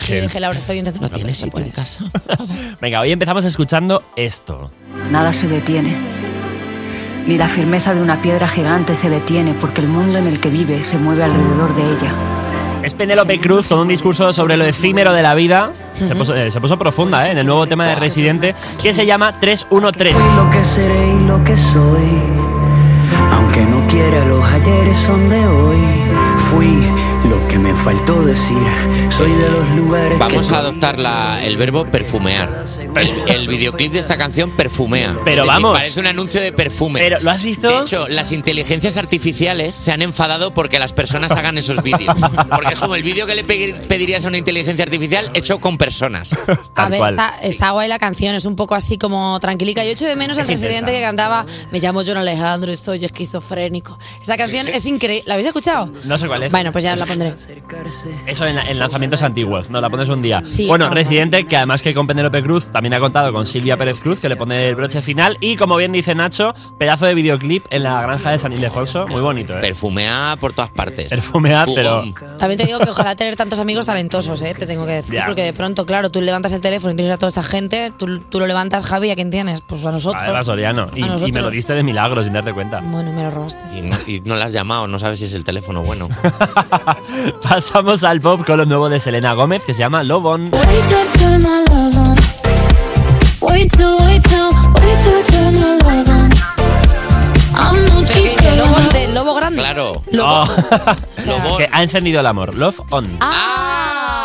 Y le dije, Laura, estoy intentando. No tienes sitio en casa. venga, hoy empezamos escuchando esto. Nada se detiene. Ni la firmeza de una piedra gigante se detiene porque el mundo en el que vive se mueve alrededor de ella. Es Penélope Cruz con un discurso sobre lo efímero de la vida. Se puso, eh, se puso profunda, ¿eh? En el nuevo tema de Residente, que se llama 313. Lo que seré y lo que soy. Aunque no quiera, los ayeres son de hoy. Fui lo que me faltó decir. Soy de los lugares que Vamos tú- a adoptar la- el verbo perfumear. El, el videoclip de esta canción perfumea. Pero Es decir, vamos. Parece un anuncio de perfume. Pero, ¿lo has visto? De hecho, las inteligencias artificiales se han enfadado porque las personas hagan esos vídeos. Porque es como el vídeo que le pe- pedirías a una inteligencia artificial hecho con personas. A ver, está, está guay la canción, es un poco así como tranquilica. Yo echo de menos Es al presidente intensa. que cantaba Me llamo John Alejandro, estoy esquizofrénico. Esa canción es increíble. ¿La habéis escuchado? No sé cuál es. Bueno, pues ya la pondré. Eso en, la- en lanzamientos antiguos, no la pones un día. Sí, bueno, ajá. Residente, que además que con Penélope Cruz, también ha contado con Silvia Pérez Cruz, que le pone el broche final. Y como bien dice Nacho, pedazo de videoclip en la granja de San Ildefonso. Muy bonito, ¿eh? Perfumea por todas partes. Perfumea, pero. También te digo que ojalá tener tantos amigos talentosos, ¿eh? te tengo que decir. Ya. Porque de pronto, claro, tú levantas el teléfono y tienes a toda esta gente, tú, tú lo levantas, Javi, ¿a quién tienes? Pues a nosotros. A Eva Soriano. Y, A y nosotros. me lo diste de milagro, sin darte cuenta. Bueno, me lo robaste. Y no, y no la has llamado, no sabes si es el teléfono bueno. Pasamos al pop con lo nuevo de Selena Gómez, que se llama Love On. Wait till I turn my love on. Wait till, wait till, wait till I turn my love on. I'm no cheater. lobos de lobo grande. Claro. Lobo. Oh. que ha encendido el amor. Love On.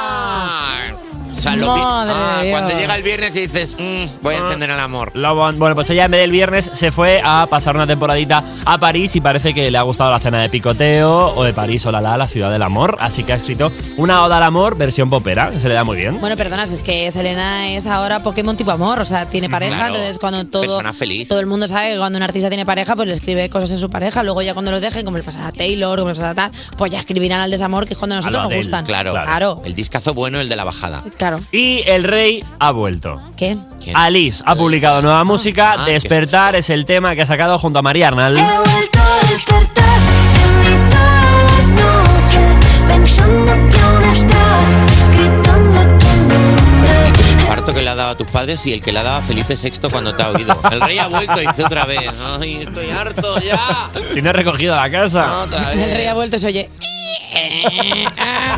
O sea, lo vi- Madre Ah, de cuando Dios. llega el viernes y dices, "Mm, Ah, voy a encender el amor. Love On. Bueno, pues ella en vez del viernes se fue a pasar una temporadita a París y parece que le ha gustado la cena de picoteo o de París o la la, la ciudad del amor. Así que ha escrito una oda al amor versión popera, que se le da muy bien. Bueno, perdona, si es que Selena es ahora Pokémon tipo amor, o sea, Mm, tiene pareja, Claro. entonces cuando todo, Persona feliz. todo el mundo sabe que cuando un artista tiene pareja, pues le escribe cosas a su pareja, luego ya cuando lo dejen, como le pasa a Taylor, como le pasa a tal, pues ya escribirán al desamor, que es cuando a nosotros A lo nos Adele, gustan. Claro. eh, Claro. El discazo bueno, el de la bajada. Claro. Y el rey ha vuelto. ¿Qué? Alice ha publicado Ah, nueva música. Despertar es el tema que ha sacado junto a María Arnal. Noche, pensando que aún estás gritando que Parto que le ha dado a tus padres y el que le ha dado a Felipe VI cuando te ha oído. El rey ha vuelto y dice otra vez. Ay, estoy harto ya. Si no he recogido la casa. El rey ha vuelto y se oye.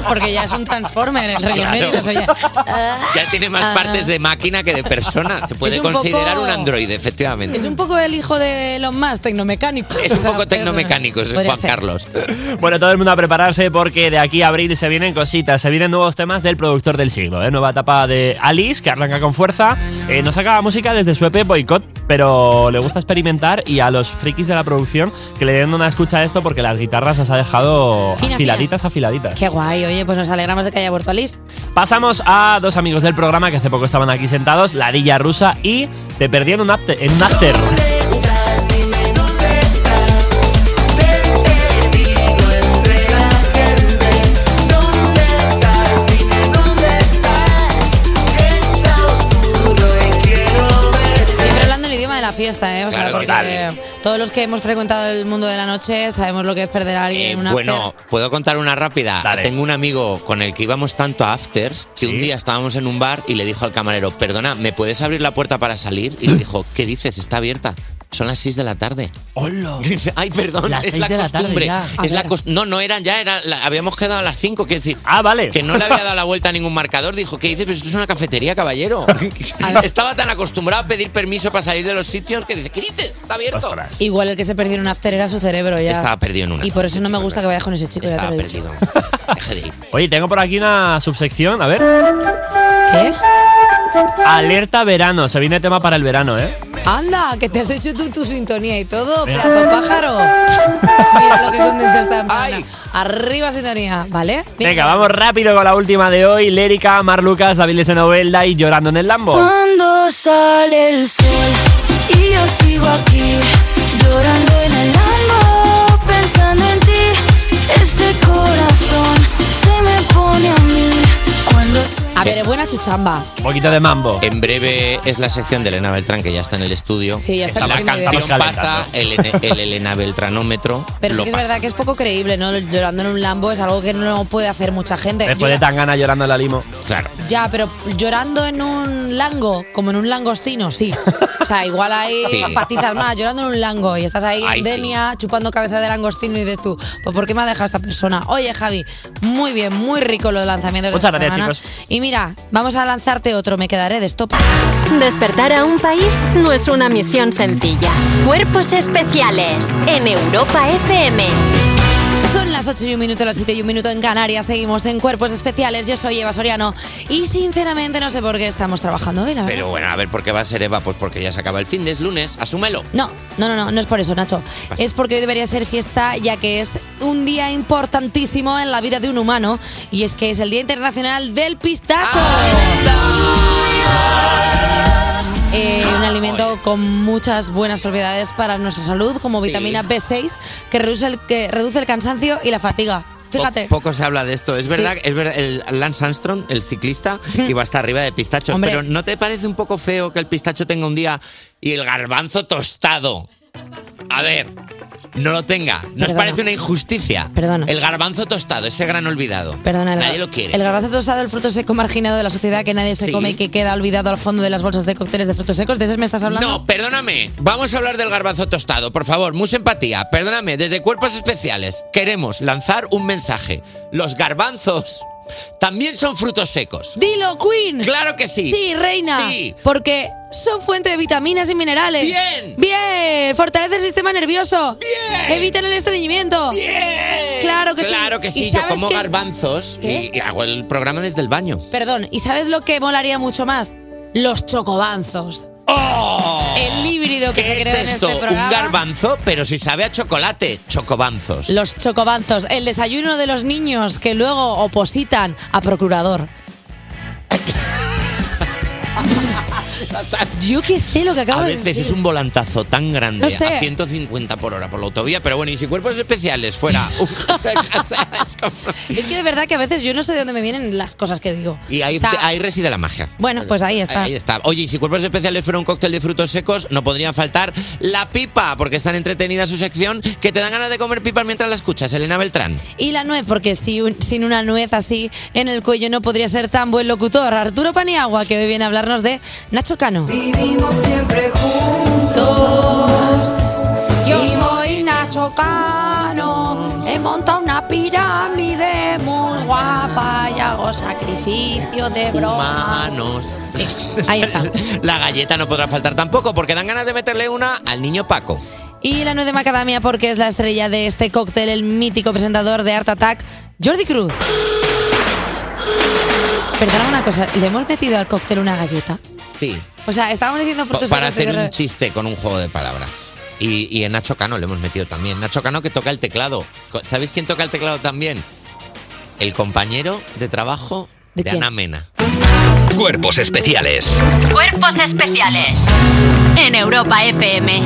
Porque ya es un transformer el rey Claro. emérito, se oye. Ya tiene más Ah. partes de máquina que de persona. Se puede Es un considerar poco- un androide, efectivamente. Es un poco el hijo de Elon Musk, tecnomecánico. Es un poco tecnomecánico, es podría Juan ser. Carlos. Bueno, todo el mundo a prepararse porque de aquí a abril se vienen cositas, se vienen nuevos temas del productor del siglo, ¿eh? nueva etapa de Alice que arranca con fuerza, Eh, nos saca música desde su EP Boycott, pero le gusta experimentar y a los frikis de la producción que le den una escucha a esto porque las guitarras las ha dejado Fina, afiladitas, afiladitas. Qué guay, oye, pues nos alegramos de que haya vuelto Alice. Pasamos a dos amigos del programa que hace poco estaban aquí sentados, la Dilla Rusa y te perdí en un after. En un after. Te he perdido entre la gente. fiesta, ¿eh? O sea, Claro, porque total. todos los que hemos frecuentado el mundo de la noche sabemos lo que es perder a alguien en una Eh, Bueno, puedo contar una rápida. Tengo un amigo con el que íbamos tanto a afters que un día estábamos en un bar y le dijo al camarero, perdona, ¿me puedes abrir la puerta para salir? Y le dijo, ¿qué dices? Está abierta. Son las 6 de la tarde. ¡Hola! Dice, Ay, perdón, Las es seis la de la tarde costumbre. ya. Es A la ver. cos- no, no eran ya, era la- habíamos quedado a las 5, quiero decir. Ah, vale. Que no le había dado la vuelta a ningún marcador. Dijo, ¿qué dices? Pero esto es una cafetería, caballero. Estaba tan acostumbrado a pedir permiso para salir de los sitios que dice, ¿qué dices? Está abierto. fiesta. Igual el que se perdió en un after era su cerebro ya. Estaba perdido en una. Y por eso no me gusta que vayas con ese chico. ya te lo he dicho. Oye, tengo por aquí una subsección, a ver. ¿Qué? Alerta verano, se viene tema para el verano, ¿eh? Anda, que te has hecho tú tu sintonía y todo, Mira. pedazo pájaro. Mira lo que contento está en Arriba sintonía, ¿vale? Mira. Venga, vamos rápido con la última de hoy. Lérica, Mar Lucas, David de Novelda y Llorando en el Lambo. Ah, Cuando sale el sol y yo sigo aquí, llorando en el alma, pensando en ti. Este corazón se me pone a mí cuando. A ver, es buena su chamba. Un poquito de mambo. En breve es la sección de Elena Beltrán que ya está en el estudio. Sí, ya está la cogiendo canción ideas. pasa el, el Elena Beltranómetro. Pero lo sí que es pasa. verdad que es poco creíble, ¿no? Llorando en un Lambo es algo que no puede hacer mucha gente. Después de Llora- tan gana llorando en la limo. Claro. ya, pero llorando en un lango, como en un langostino, sí. O sea, igual hay Sí. más patizas más, llorando en un lango y estás ahí, Ahí sí. Denia, chupando cabeza de langostino y dices tú, pues ¿por qué me ha dejado esta persona? Oye, Javi, muy bien, muy rico los lanzamientos Muchas de esta gracias, semana. Y mira, vamos a lanzarte otro, me quedaré de stop. Despertar a un país no es una misión sencilla. Cuerpos especiales en Europa FM. Son las 8 y un minuto, las 7 y un minuto en Canarias. Seguimos en Cuerpos Especiales. Yo soy Eva Soriano y sinceramente no sé por qué estamos trabajando hoy, la verdad. Pero bueno, a ver por qué va a ser Eva, pues porque ya se acaba el fin de es lunes, asúmelo. No, no, no, no, no es por eso, Nacho. Pasa. Es porque hoy debería ser fiesta, ya que es un día importantísimo en la vida de un humano y es que es el Día Internacional del Pistacho. Eh, un alimento con muchas buenas propiedades para nuestra salud, como vitamina B6, que reduce el, que reduce el cansancio y la fatiga. Fíjate. Po- poco se habla de esto. Es verdad, Sí. es verdad, el Lance Armstrong, el ciclista, iba hasta arriba de pistachos. Hombre. Pero ¿no te parece un poco feo que el pistacho tenga un día y el garbanzo tostado? A ver, no lo tenga. Nos Perdona. parece una injusticia. Perdona. El garbanzo tostado, ese gran olvidado. Perdona, el, Nadie gar- lo quiere. el garbanzo tostado, el fruto seco marginado de la sociedad que nadie se Sí. come y que queda olvidado al fondo de las bolsas de cócteles de frutos secos. ¿De ese me estás hablando? No, perdóname. Vamos a hablar del garbanzo tostado, por favor. Mucha empatía. Perdóname, desde Cuerpos Especiales queremos lanzar un mensaje. Los garbanzos también son frutos secos. ¡Dilo, Queen! Claro que sí. Sí, reina. Sí. Porque son fuente de vitaminas y minerales. ¡Bien! ¡Bien! Fortalece el sistema nervioso. ¡Bien! Evitan el estreñimiento. ¡Bien! Claro que sí. Claro que ¿Y sí, yo sabes como qué? garbanzos y, y hago el programa desde el baño. Perdón, ¿y sabes lo que molaría mucho más? Los chocobanzos. El híbrido que se creó en Esto, este un programa. garbanzo, pero si sabe a chocolate, chocobanzos. Los chocobanzos, el desayuno de los niños que luego opositan a procurador. Yo qué sé lo que acabo A de veces decir. es un volantazo tan grande No sé. a 150 por hora por la autovía, pero bueno, y si cuerpos especiales fuera. Es que de verdad que a veces yo no sé de dónde me vienen las cosas que digo. y ahí, O sea, ahí reside la magia. Bueno, pues ahí está. Ahí está. Oye, y si cuerpos especiales fuera un cóctel de frutos secos, no podría faltar la pipa, porque es tan entretenida su sección que te dan ganas de comer pipas mientras la escuchas, Elena Beltrán. Y la nuez, porque si un- sin una nuez así en el cuello no podría ser tan buen locutor. Arturo Paniagua, que hoy viene a hablarnos de Nacho Cano. Vivimos siempre juntos. Yo soy Nacho Cano, he montado una pirámide muy guapa y hago sacrificio de broma. Humanos. Ahí está. La galleta no podrá faltar tampoco, porque dan ganas de meterle una al niño Paco. Y la nuez de macadamia, porque es la estrella de este cóctel, el mítico presentador de Art Attack, Jordi Cruz. Perdona una cosa, ¿le hemos metido al cóctel una galleta? Sí. O sea, estábamos diciendo Pa- frutos para secos y hacer de un re- chiste con un juego de palabras. Y, y en Nacho Cano le hemos metido también. Nacho Cano que toca el teclado. Co- ¿Sabéis quién toca el teclado también? El compañero de trabajo de, Ana Mena. Cuerpos especiales. Cuerpos especiales en Europa FM.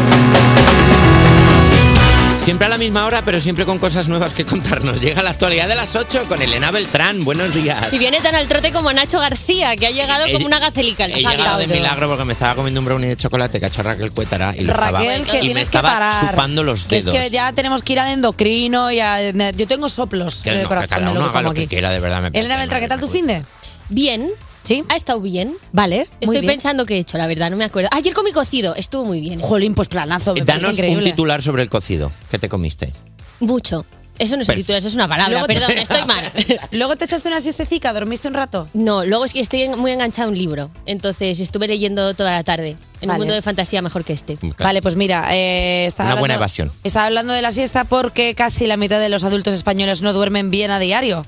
Siempre a la misma hora, pero siempre con cosas nuevas que contarnos. Llega la actualidad de las 8 con Elena Beltrán. Buenos días. Y viene tan al trote como Nacho García, que ha llegado He- como una gacelica. He llegado de milagro porque me estaba comiendo un brownie de chocolate que ha hecho Raquel Cuétara y, lo estaba- Raquel, que y me tienes que estaba parar. chupando los Que es dedos. que ya tenemos que ir al endocrino y a- Yo tengo soplos Que de no, que corazón cada de lo uno que haga como lo que aquí. quiera, de verdad. Me Elena Beltrán, ¿qué tal tu fin de? Bien. ¿Sí? ¿Ha estado bien? Vale, muy Estoy bien. pensando qué he hecho, la verdad, no me acuerdo. Ayer comí cocido, estuvo muy bien. Jolín, pues planazo, me Eh, Danos un titular sobre el cocido que te comiste. Mucho. Eso no es un Perf- titular, eso es una palabra, Luego te- perdón, estoy mal. ¿Luego te echaste una siestecica? ¿Dormiste un rato? No, luego es que estoy en- muy enganchada a un libro, entonces estuve leyendo toda la tarde. En Vale. un mundo de fantasía mejor que Mm, este. Vale, pues mira, eh, estaba Una buena hablando- evasión. Estaba hablando de la siesta porque casi la mitad de los adultos españoles no duermen bien a diario.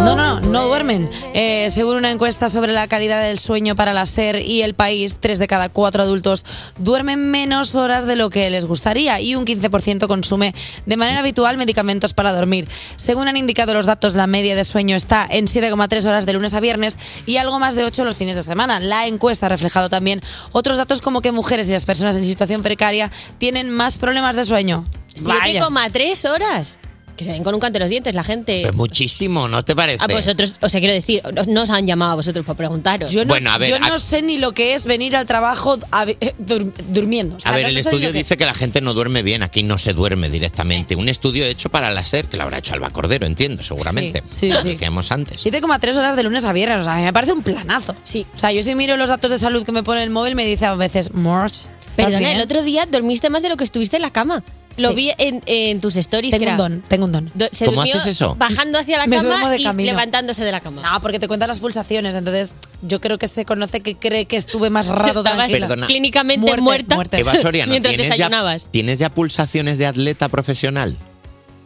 No, no, no duermen. Eh, según una encuesta sobre la calidad del sueño para la SER y el país, tres de cada cuatro adultos duermen menos horas de lo que les gustaría y un 15% consume de manera habitual medicamentos para dormir. Según han indicado los datos, la media de sueño está en 7,3 horas de lunes a viernes y algo más de 8 los fines de semana. La encuesta ha reflejado también otros datos como que mujeres y las personas en situación precaria tienen más problemas de sueño. Vaya. 7,3 horas. Que se den con un canto de los dientes la gente. Eh, Pues muchísimo, ¿no te parece? Ah, A pues vosotros, o sea, quiero decir, no- no os han llamado a vosotros para preguntaros. Yo no- Bueno, a ver, yo no a- sé ni lo que es venir al trabajo eh, durmiendo. A ver, el estudio dice que la gente no duerme bien, aquí no se duerme directamente. Un estudio hecho para la SER, que lo habrá hecho Alba Cordero, entiendo, seguramente. Sí, sí, Lo sí. decíamos antes. 7,3 horas de lunes a viernes, o sea, me parece un planazo. Sí. O sea, yo si miro los datos de salud que me pone el móvil, me dice a veces, Morch, Perdona, el otro día dormiste más de lo que estuviste en la cama. Lo Sí. vi en, en tus stories. Tengo que un era- don, tengo un don. do- se ¿Cómo durmió haces eso? Bajando hacia la Me cama duermo de y camino. levantándose de la cama. No, porque te cuentan las pulsaciones, entonces yo creo que se conoce que cree que estuve más rato Estabas tranquila. Perdona. clínicamente Muerte, muerta muerte. Eva Soriano, mientras ¿tienes ya, desayunabas. ¿tienes ya pulsaciones de atleta profesional?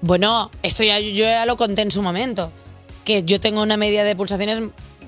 Bueno, esto ya yo ya lo conté en su momento, que yo tengo una media de pulsaciones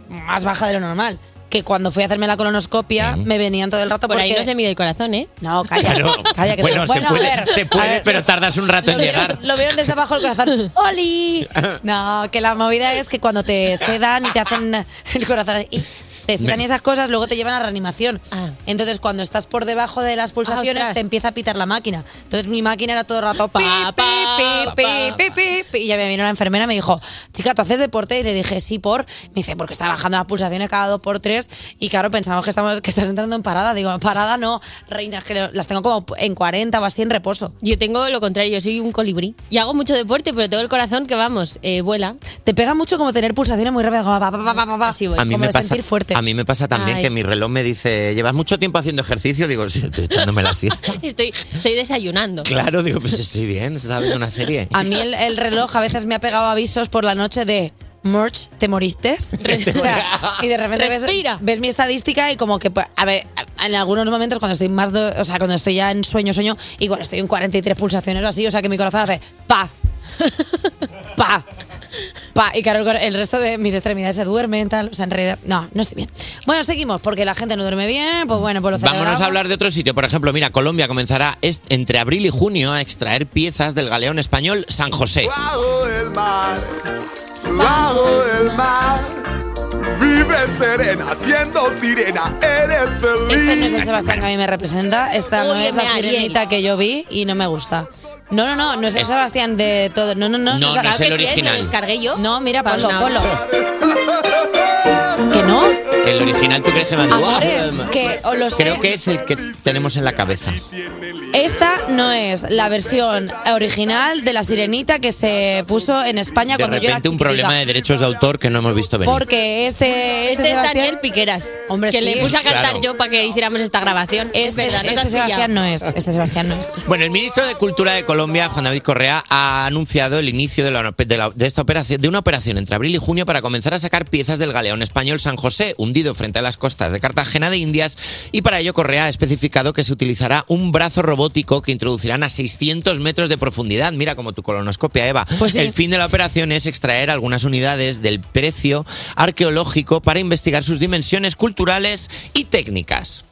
más baja de lo normal, que cuando fui a hacerme la colonoscopia me venían todo el rato Por ahí porque no se mide el corazón, ¿eh? No, calla. Calla, que bueno, se, se- bueno, a puede, ver, se puede, pero tardas un rato en llegar. Lo vieron desde abajo el corazón. ¡Oli! No, que la movida es que cuando te sedan y te hacen el corazón. Y te sedan y esas cosas, luego te llevan a reanimación. Entonces, cuando estás por debajo de las pulsaciones, ostras. te empieza a pitar la máquina. Entonces, mi máquina era todo el rato. pi, pi, pi, pi, pi, pi, pi. Y ya me vino la enfermera y me dijo, chica, ¿tú haces deporte? Y le dije, sí, por. Me dice, porque está bajando las pulsaciones cada dos por tres. Y claro, pensamos que, estamos, que estás entrando en parada. Digo, parada no, reina, que lo- las tengo como en 40 o así en reposo. Yo tengo lo contrario, yo soy un colibrí. Y hago mucho deporte, pero tengo el corazón que, vamos, eh, vuela. Te pega mucho como tener pulsaciones muy rápidas, como pa, pa, pa, pa, pa, pa. como de sentir fuerte. a mí me pasa también Ay. que mi reloj me dice, llevas mucho tiempo haciendo ejercicio, digo, sí, estoy echándome la siesta. Estoy, estoy desayunando. Claro, digo, pues estoy bien, estaba viendo una serie. A mí el, el reloj a veces me ha pegado avisos por la noche de... Merch, ¿te moriste? O sea, y de repente ves, ves mi estadística y como que, pues, a ver, a- en algunos momentos cuando estoy más, do- o sea, cuando estoy ya en sueño, sueño, igual estoy en 43 pulsaciones o así, o sea que mi corazón hace pa, pa, pa, y claro, el cor- el resto de mis extremidades se duermen, tal, o sea, en realidad, no, no estoy bien. Bueno, seguimos, porque la gente no duerme bien, pues bueno, pues lo Vámonos celebramos. a hablar de otro sitio. Por ejemplo, mira, Colombia comenzará est- entre abril y junio a extraer piezas del galeón español San José. Bajo el mar, bajo el mar, vive serena, siendo sirena, eres feliz. Este no es el Sebastián que a mí me representa. Esta no es la Óyeme, Ariel. sirenita que yo vi y no me gusta. No, no, no, no es el Sebastián de todo. No, no, no. No, no es el Claro que sí es, me lo original. descargué yo. ¿eh? No, mira, Para ponlo, una ponlo. El original, ¿tú crees que me Amores, Ah, que os lo sé. Creo que es el que tenemos en la cabeza. Esta no es la versión original de la sirenita que se puso en España De cuando yo era repente un chiquitica. problema de derechos de autor que no hemos visto venir. Porque este, Este es Daniel Piqueras, Hombre, que le sí. puse a cantar Claro. yo para que hiciéramos esta grabación. es verdad, no este es así ya. Sebastián no es. Este Sebastián no es. Bueno, el ministro de Cultura de Colombia, Juan David Correa, ha anunciado el inicio de, la- de la- de esta operación, de una operación entre abril y junio para comenzar a sacar piezas del galeón español San José, hundido frente a las costas de Cartagena de Indias, y para ello Correa ha especificado que se utilizará un brazo robótico que introducirán a 600 metros de profundidad. Mira, como tu colonoscopia, Eva. El fin de la operación es extraer algunas unidades del precio arqueológico para investigar sus dimensiones culturales y técnicas.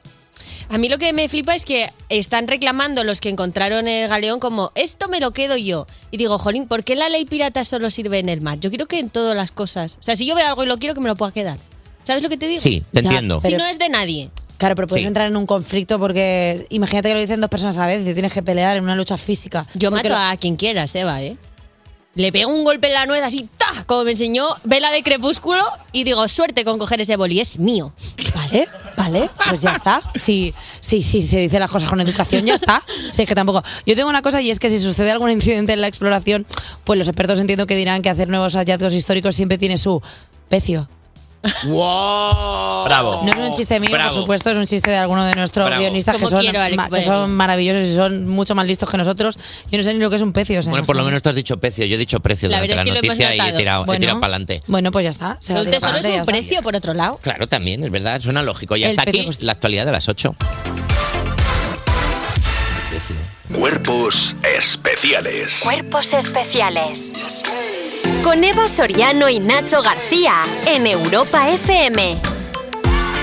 A mí lo que me flipa es que están reclamando los que encontraron el galeón como esto me lo quedo yo. Y digo, jolín, ¿por qué la ley pirata solo sirve en el mar? Yo quiero que en todas las cosas. O sea, si yo veo algo y lo quiero, que me lo pueda quedar. ¿Sabes lo que te digo? Sí, te entiendo. Si pero- no es de nadie. Claro, pero puedes Sí. entrar en un conflicto porque imagínate que lo dicen dos personas a la vez y te tienes que pelear en una lucha física. Yo mato a quien quiera, Seba, ¿eh? Le pego un golpe en la nuez así, ¡ta! Como me enseñó Vela de Crepúsculo y digo, suerte con coger ese boli, es mío. Vale, vale, pues ya está. Si, si, si se dice las cosas con educación, ya está. Si es que tampoco. Yo tengo una cosa y es que si sucede algún incidente en la exploración, pues los expertos entiendo que dirán que hacer nuevos hallazgos históricos siempre tiene su precio. ¡Wow! Bravo. No es un chiste mío, Bravo. por supuesto, es un chiste de alguno de nuestros Oh, Bravo. guionistas que Como son, quiero, Alex ma- que Bueno. son maravillosos y son mucho más listos que nosotros. Yo no sé ni lo que es un pecio. o sea, Bueno, por lo menos tú has dicho precio. Yo he dicho precio La durante verdad la es que lo hemos noticia y he notado. tirado, Bueno. para adelante. Bueno, pues ya está. Se Pero lo el digo tesoro pa'lante, es ya un está. precio, por otro lado. Claro, también, es verdad, suena lógico. Ya El está precio aquí la actualidad de las 8. Cuerpos especiales. Cuerpos especiales. Con Eva Soriano y Nacho García en Europa FM.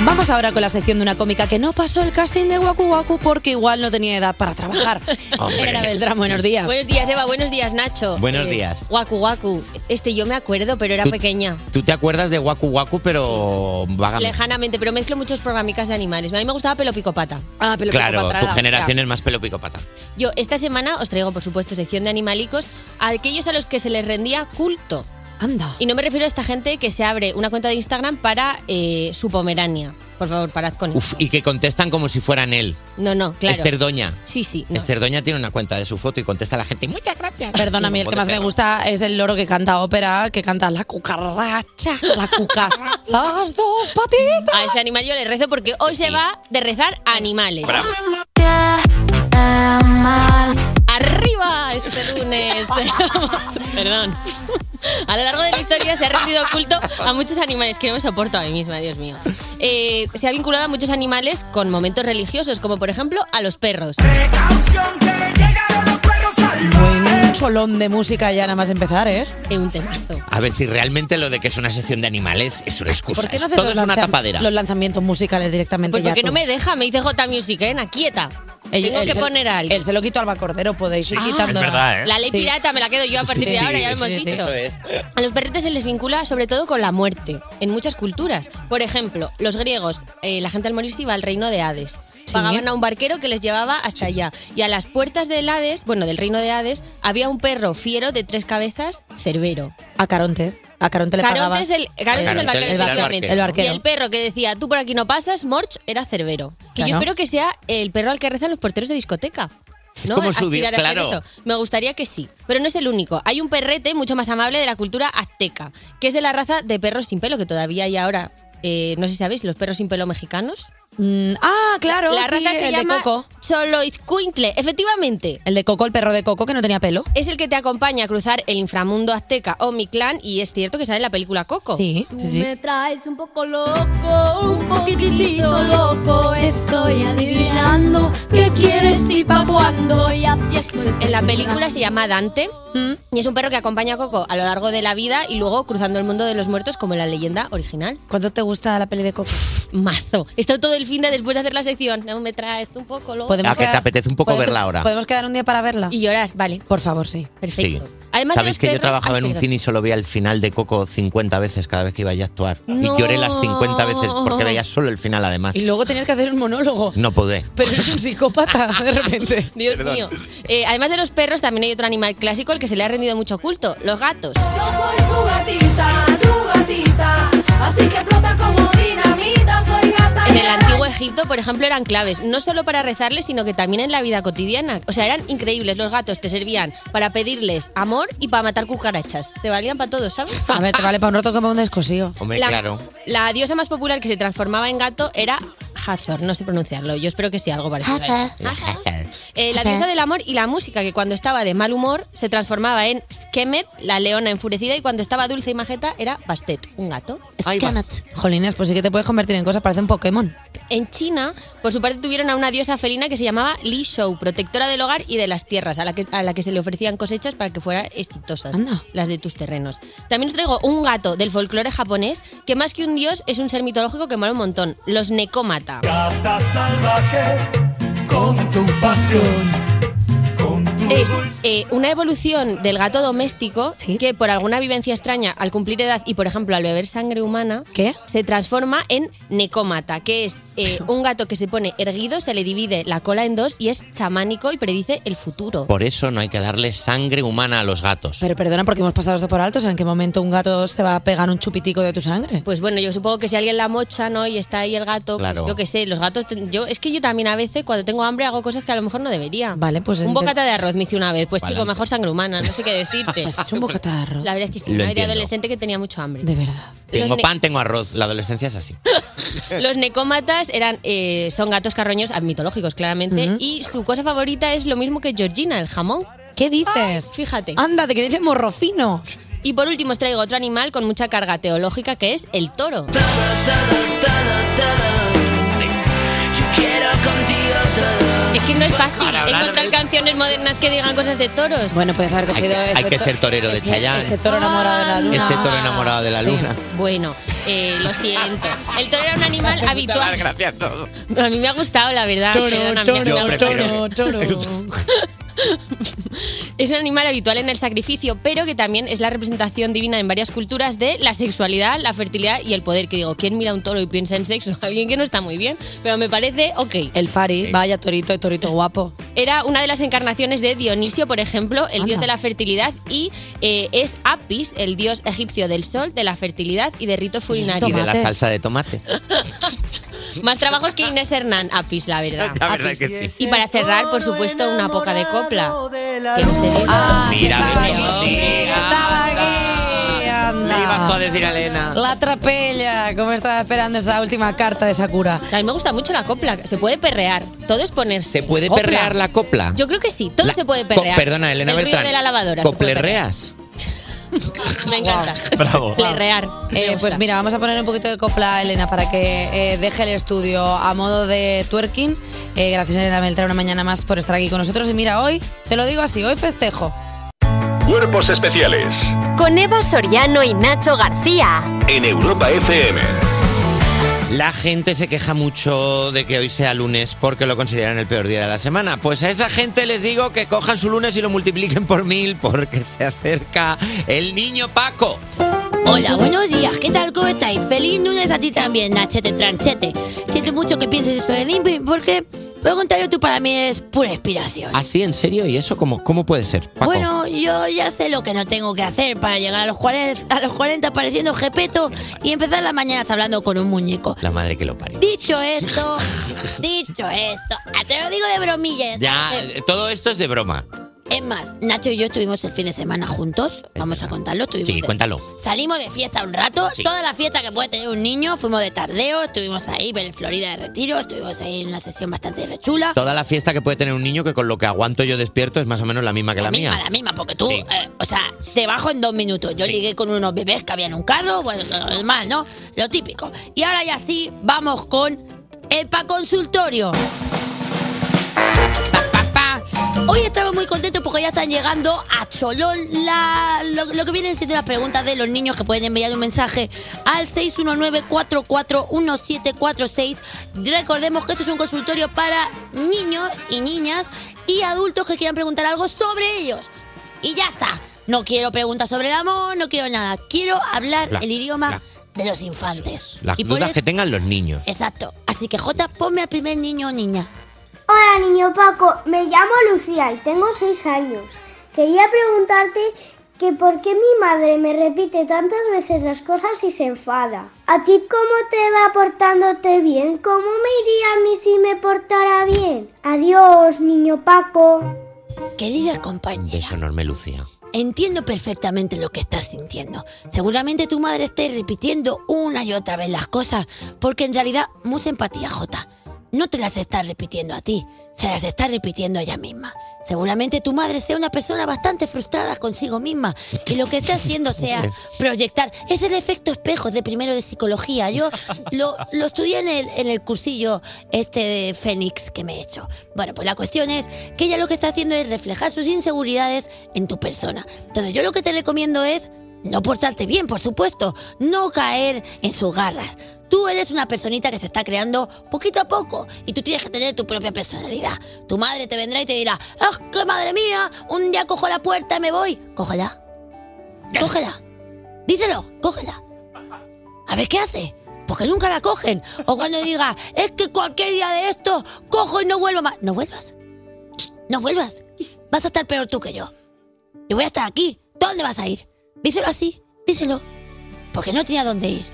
Vamos ahora con la sección de una cómica que no pasó el casting de Waku Waku porque igual no tenía edad para trabajar. Hombre. Elena Beltrán, buenos días. Buenos días, Eva. Buenos días, Nacho. Eh, Buenos días. Guacu, guacu. Este yo me acuerdo, pero era Tú- pequeña. Tú te acuerdas de Waku Waku, pero vagamente. Lejanamente, pero mezclo muchos programicas de animales. A mí me gustaba Pelo Pico Pata. Ah, Claro, tu generación es más pelo pico pata. Yo esta semana os traigo, por supuesto, sección de animalicos a aquellos a los que se les rendía culto. Anda. Y no me refiero a esta gente que se abre una cuenta de Instagram para eh, su pomerania. Por favor, parad con Uf, esto. y que contestan como si fueran él. No, no, claro. Esther Doña. Sí, sí. no. Esther Doña tiene una cuenta de su foto y contesta a la gente. Muchas gracias. Perdona, a mí el que más me gusta es el loro que canta ópera, que canta la cucaracha, la cucaracha, las dos patitas. A ese animal yo le rezo porque hoy se va de rezar a animales. ¡Arriba este lunes! Perdón. A lo largo de la historia se ha rendido culto a muchos animales que no me soporto a mí misma, Dios mío. Eh, se ha vinculado a muchos animales con momentos religiosos, como por ejemplo a los perros. Buen cholón de música ya nada más empezar, ¿eh? un temazo. A ver si realmente lo de que es una sección de animales es una excusa. ¿Por qué no Es- haces todo los, es una lanzam- tapadera. los lanzamientos musicales directamente Pues ya porque tú? no me deja, me dice J Music, ¿eh? Na, quieta. Él- Tengo él que se- poner a alguien. Él se lo quito al bacordero, podéis ir Ah, quitando. es verdad, ¿eh? La ley pirata me la quedo yo a partir de Sí, ahora, ya lo hemos sí, sí, dicho. eso es. Ah, A los perretes se les vincula sobre todo con la muerte, en muchas culturas. Por ejemplo, los griegos, eh, la gente al morirse iba al reino de Hades. Pagaban a un barquero que les llevaba hasta allá. Y a las puertas del Hades, bueno, del reino de Hades, había un perro fiero de tres cabezas, Cerbero. A Caronte. A Caronte le Caronte pagabas. es el, Caronte es el barquero, El efectivamente. El barquero. Y el perro que decía, tú por aquí no pasas, Morch, era Cerbero. Que yo Claro. espero que sea el perro al que rezan los porteros de discoteca. Es ¿no? como su di- Aspirar a hacer claro. eso. Me gustaría que sí, pero no es el único. Hay un perrete mucho más amable de la cultura azteca, que es de la raza de perros sin pelo, que todavía hay ahora, eh, no sé si sabéis, los perros sin pelo mexicanos. Mm, ah, claro. La sí, raza se el llama de Coco. Choloizcuintle, efectivamente. Eh, El de Coco, el perro de Coco que no tenía pelo. Es el que te acompaña a cruzar el inframundo azteca o mi clan y es cierto que sale en la película Coco. Sí, sí, sí. Me traes un poco loco, un poquitito loco. Estoy adivinando qué quieres y pa' cuándo. Y así estoy. En la película se llama Dante ¿Mm? y es un perro que acompaña a Coco a lo largo de la vida y luego cruzando el mundo de los muertos como en la leyenda original. ¿Cuánto te gusta la peli de Coco? Mazo. Esto todo el fin de después de hacer la sección. No me traes un poco loco. A Ah, que te apetece un poco podemos- verla ahora. Podemos quedar un día para verla. Y llorar, vale. Por favor, sí. Perfecto. Sí. Además de ¿Sabéis los que yo perros- trabajaba Ay, en un perdón. cine y solo veía el final de Coco 50 veces cada vez que iba yo a actuar? No. Y lloré las 50 veces porque veía solo el final además. Y luego tenías que hacer un monólogo. No pude. Pero eres un psicópata de repente. Dios mío. Eh, además de los perros, también hay otro animal clásico al que se le ha rendido mucho culto, los gatos. Tu gatita, tu gatita. Así que explota como dinamita. Soy gata. En el antiguo Egipto, por ejemplo, eran claves, no solo para rezarles, sino que también en la vida cotidiana. O sea, eran increíbles. Los gatos te servían para pedirles amor y para matar cucarachas. Te valían para todo, ¿sabes? A ver, te vale para un rato que para un descosío. Hombre, La- claro. La diosa más popular que se transformaba en gato era Hathor. No sé pronunciarlo. Yo espero que sea algo parecido. a eso. Eh, la diosa del amor y la música, que cuando estaba de mal humor se transformaba en Skemet, la leona enfurecida, y cuando estaba dulce y majeta era Bastet, un gato. Jolines, pues sí que te puedes convertir en cosas, parece un Pokémon. En China, por su parte, tuvieron a una diosa felina que se llamaba Li Shou, protectora del hogar y de las tierras, a la que, a la que se le ofrecían cosechas para que fueran exitosas, las de tus terrenos. También os traigo un gato del folclore japonés que más que un dios es un ser mitológico que mola un montón, los necómata. Gata salvaje, con tu pasión, con tu es eh, una evolución del gato doméstico que por alguna vivencia extraña al cumplir edad y por ejemplo al beber sangre humana se transforma en necómata, que es eh, un gato que se pone erguido, se le divide la cola en dos y es chamánico y predice el futuro. Por eso no hay que darle sangre humana a los gatos. Pero perdona, porque hemos pasado esto por altos. ¿En qué momento un gato se va a pegar un chupitico de tu sangre? Pues bueno, yo supongo que si alguien la mocha, ¿no? Y está ahí el gato, pues Claro. yo qué sé, los gatos. ten- Yo, es que yo también a veces cuando tengo hambre hago cosas que a lo mejor no debería. Vale, pues Un ente- bocata de arroz me hice una vez, pues Vale. chico, mejor sangre humana, no sé qué decirte. un bocata de arroz? La verdad es que sí, Lo una era entiendo. adolescente que tenía mucho hambre. De verdad. Los Tengo ne- pan, tengo arroz. La adolescencia es así. Los necómatas eran, eh, son gatos carroños mitológicos, claramente. Y su cosa favorita es lo mismo que Georgina, el jamón. ¿Qué dices? fíjate. Ándate, que dices morrocino. Y por último os traigo otro animal con mucha carga teológica que es el toro. Es que no es fácil Para hablar encontrar canciones modernas que digan cosas de toros. Bueno, puedes haber Hay que, cogido este hay que to- ser torero de Chayanne. Este toro enamorado de la luna. Este toro enamorado de la luna. Bueno, eh, lo siento. El toro era un animal habitual. Gracias a todos. A mí me ha gustado, la verdad. Toro, perdona, toro, me ha gustado. Yo prefiero Es un animal habitual en el sacrificio, pero que también es la representación divina en varias culturas de la sexualidad, la fertilidad y el poder. Que digo, ¿quién mira un toro y piensa en sexo? Alguien que no está muy bien, pero me parece ok. El Fari, vaya torito, torito guapo. Era una de las encarnaciones de Dionisio, por ejemplo, el dios de la fertilidad, y eh, es Apis, el dios egipcio del sol, de la fertilidad y de ritos funerarios. Y de la salsa de Pues tomate. Más trabajos que Inés Hernán, Apis, la verdad. La verdad Apis. que sí. Y para cerrar, por supuesto, una poca de copla. Que no se diga. Ah, Mira, venimos. Ah, Estaba aquí, anda. Le ibas tú a decir a Elena. La trapella, como estaba esperando esa última carta de Sakura. A mí me gusta mucho la copla, se puede perrear, todo es ponerse. ¿Se ¿Puede perrear la copla? Yo creo que sí, todo La- se puede Co- perrear. Perdona, Elena El ruido Beltrán. de la lavadora. se puede perrear. ¿Coplerreas? Me encanta. Bravo. Perrear. Eh, pues mira, vamos a poner un poquito de copla a Elena para que eh, deje el estudio a modo de twerking. Eh, gracias Elena Beltrán una mañana más por estar aquí con nosotros. Y mira, hoy, te lo digo así, hoy festejo. Cuerpos especiales Con Eva Soriano y Nacho García. en Europa FM. La gente se queja mucho de que hoy sea lunes porque lo consideran el peor día de la semana. Pues a esa gente les digo que cojan su lunes y lo multipliquen por mil porque se acerca el niño Paco. Hola, buenos días, ¿qué tal? ¿Cómo estáis? Feliz lunes a ti también, Nachete Tranchete. Siento mucho que pienses eso de mí porque, por el contrario, tú para mí eres pura inspiración. ¿Ah, sí? ¿En serio? ¿Y eso cómo, cómo puede ser, Paco? Bueno, yo ya sé lo que no tengo que hacer para llegar a los 40, a los 40 pareciendo jepeto y empezar las mañanas hablando con un muñeco. La madre que lo parió. Dicho esto, dicho esto, ah, te lo digo de bromillas. Ya, eh, todo esto es de broma. Es más, Nacho y yo estuvimos el fin de semana juntos. Vamos a contarlo. Estuvimos Sí, de- cuéntalo. Salimos de fiesta un rato, Sí. toda la fiesta que puede tener un niño, fuimos de tardeo, estuvimos ahí en Florida de retiro, estuvimos ahí en una sesión bastante rechula. Toda la fiesta que puede tener un niño que con lo que aguanto yo despierto es más o menos la misma que la, misma, mía. la misma, porque tú, Sí. eh, o sea, te bajo en dos minutos. Yo ligué con unos bebés que había en un carro, bueno, lo normal, ¿no? Lo típico. Y ahora ya sí, vamos con el pa consultorio. Hoy estamos muy contentos porque ya están llegando a Cholón la- lo, lo que vienen siendo las preguntas de los niños que pueden enviar un mensaje al 619-441746. Recordemos que esto es un consultorio para niños y niñas y adultos que quieran preguntar algo sobre ellos. Y ya está. No quiero preguntas sobre el amor, no quiero nada. Quiero hablar La- el idioma de los infantes. Las Y Eh, por dudas eso- que tengan los niños. Exacto. Así que Jota, ponme al primer niño o niña. Hola niño Paco, me llamo Lucía y tengo 6 años. Quería preguntarte que por qué mi madre me repite tantas veces las cosas y se enfada. ¿A ti cómo te va portándote bien? ¿Cómo me iría a mí si me portara bien? Adiós, niño Paco. Querida compañera. Un beso enorme, Lucía. Entiendo perfectamente lo que estás sintiendo. Seguramente tu madre esté repitiendo una y otra vez las cosas, porque en realidad, mucha empatía, Jota. No te las está repitiendo a ti, se las está repitiendo a ella misma. Seguramente tu madre sea una persona bastante frustrada consigo misma y lo que está haciendo sea proyectar. Es el efecto espejo de primero de psicología. Yo lo, lo estudié en el, en el cursillo este de Fénix que me he hecho. Bueno, pues la cuestión es que ella lo que está haciendo es reflejar sus inseguridades en tu persona. Entonces yo lo que te recomiendo es No portarte bien, por supuesto. No caer en sus garras. Tú eres una personita que se está creando poquito a poco y tú tienes que tener tu propia personalidad. Tu madre te vendrá y te dirá, ¡ah, qué madre mía! Un día cojo la puerta y me voy. Cógela. Cógela. Díselo, cógela. A ver qué hace. Porque nunca la cogen. O cuando diga, es que cualquier día de esto cojo y no vuelvo más. No vuelvas. No vuelvas. Vas a estar peor tú que yo. Yo voy a estar aquí. ¿Dónde vas a ir? Díselo así, díselo. Porque no tiene a dónde ir.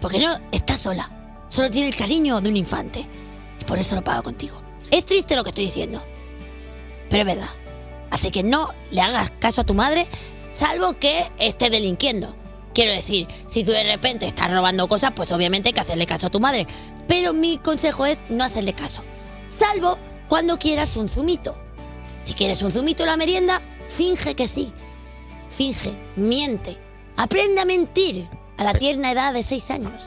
Porque no está sola. Solo tiene el cariño de un infante. Y por eso lo pago contigo. Es triste lo que estoy diciendo. Pero es verdad. Así que no le hagas caso a tu madre, salvo que esté delinquiendo. Quiero decir, si tú de repente estás robando cosas, pues obviamente hay que hacerle caso a tu madre. Pero mi consejo es no hacerle caso. Salvo cuando quieras un zumito. Si quieres un zumito en la merienda, finge que sí. Finge, miente. Aprende a mentir a la tierna edad de 6 años.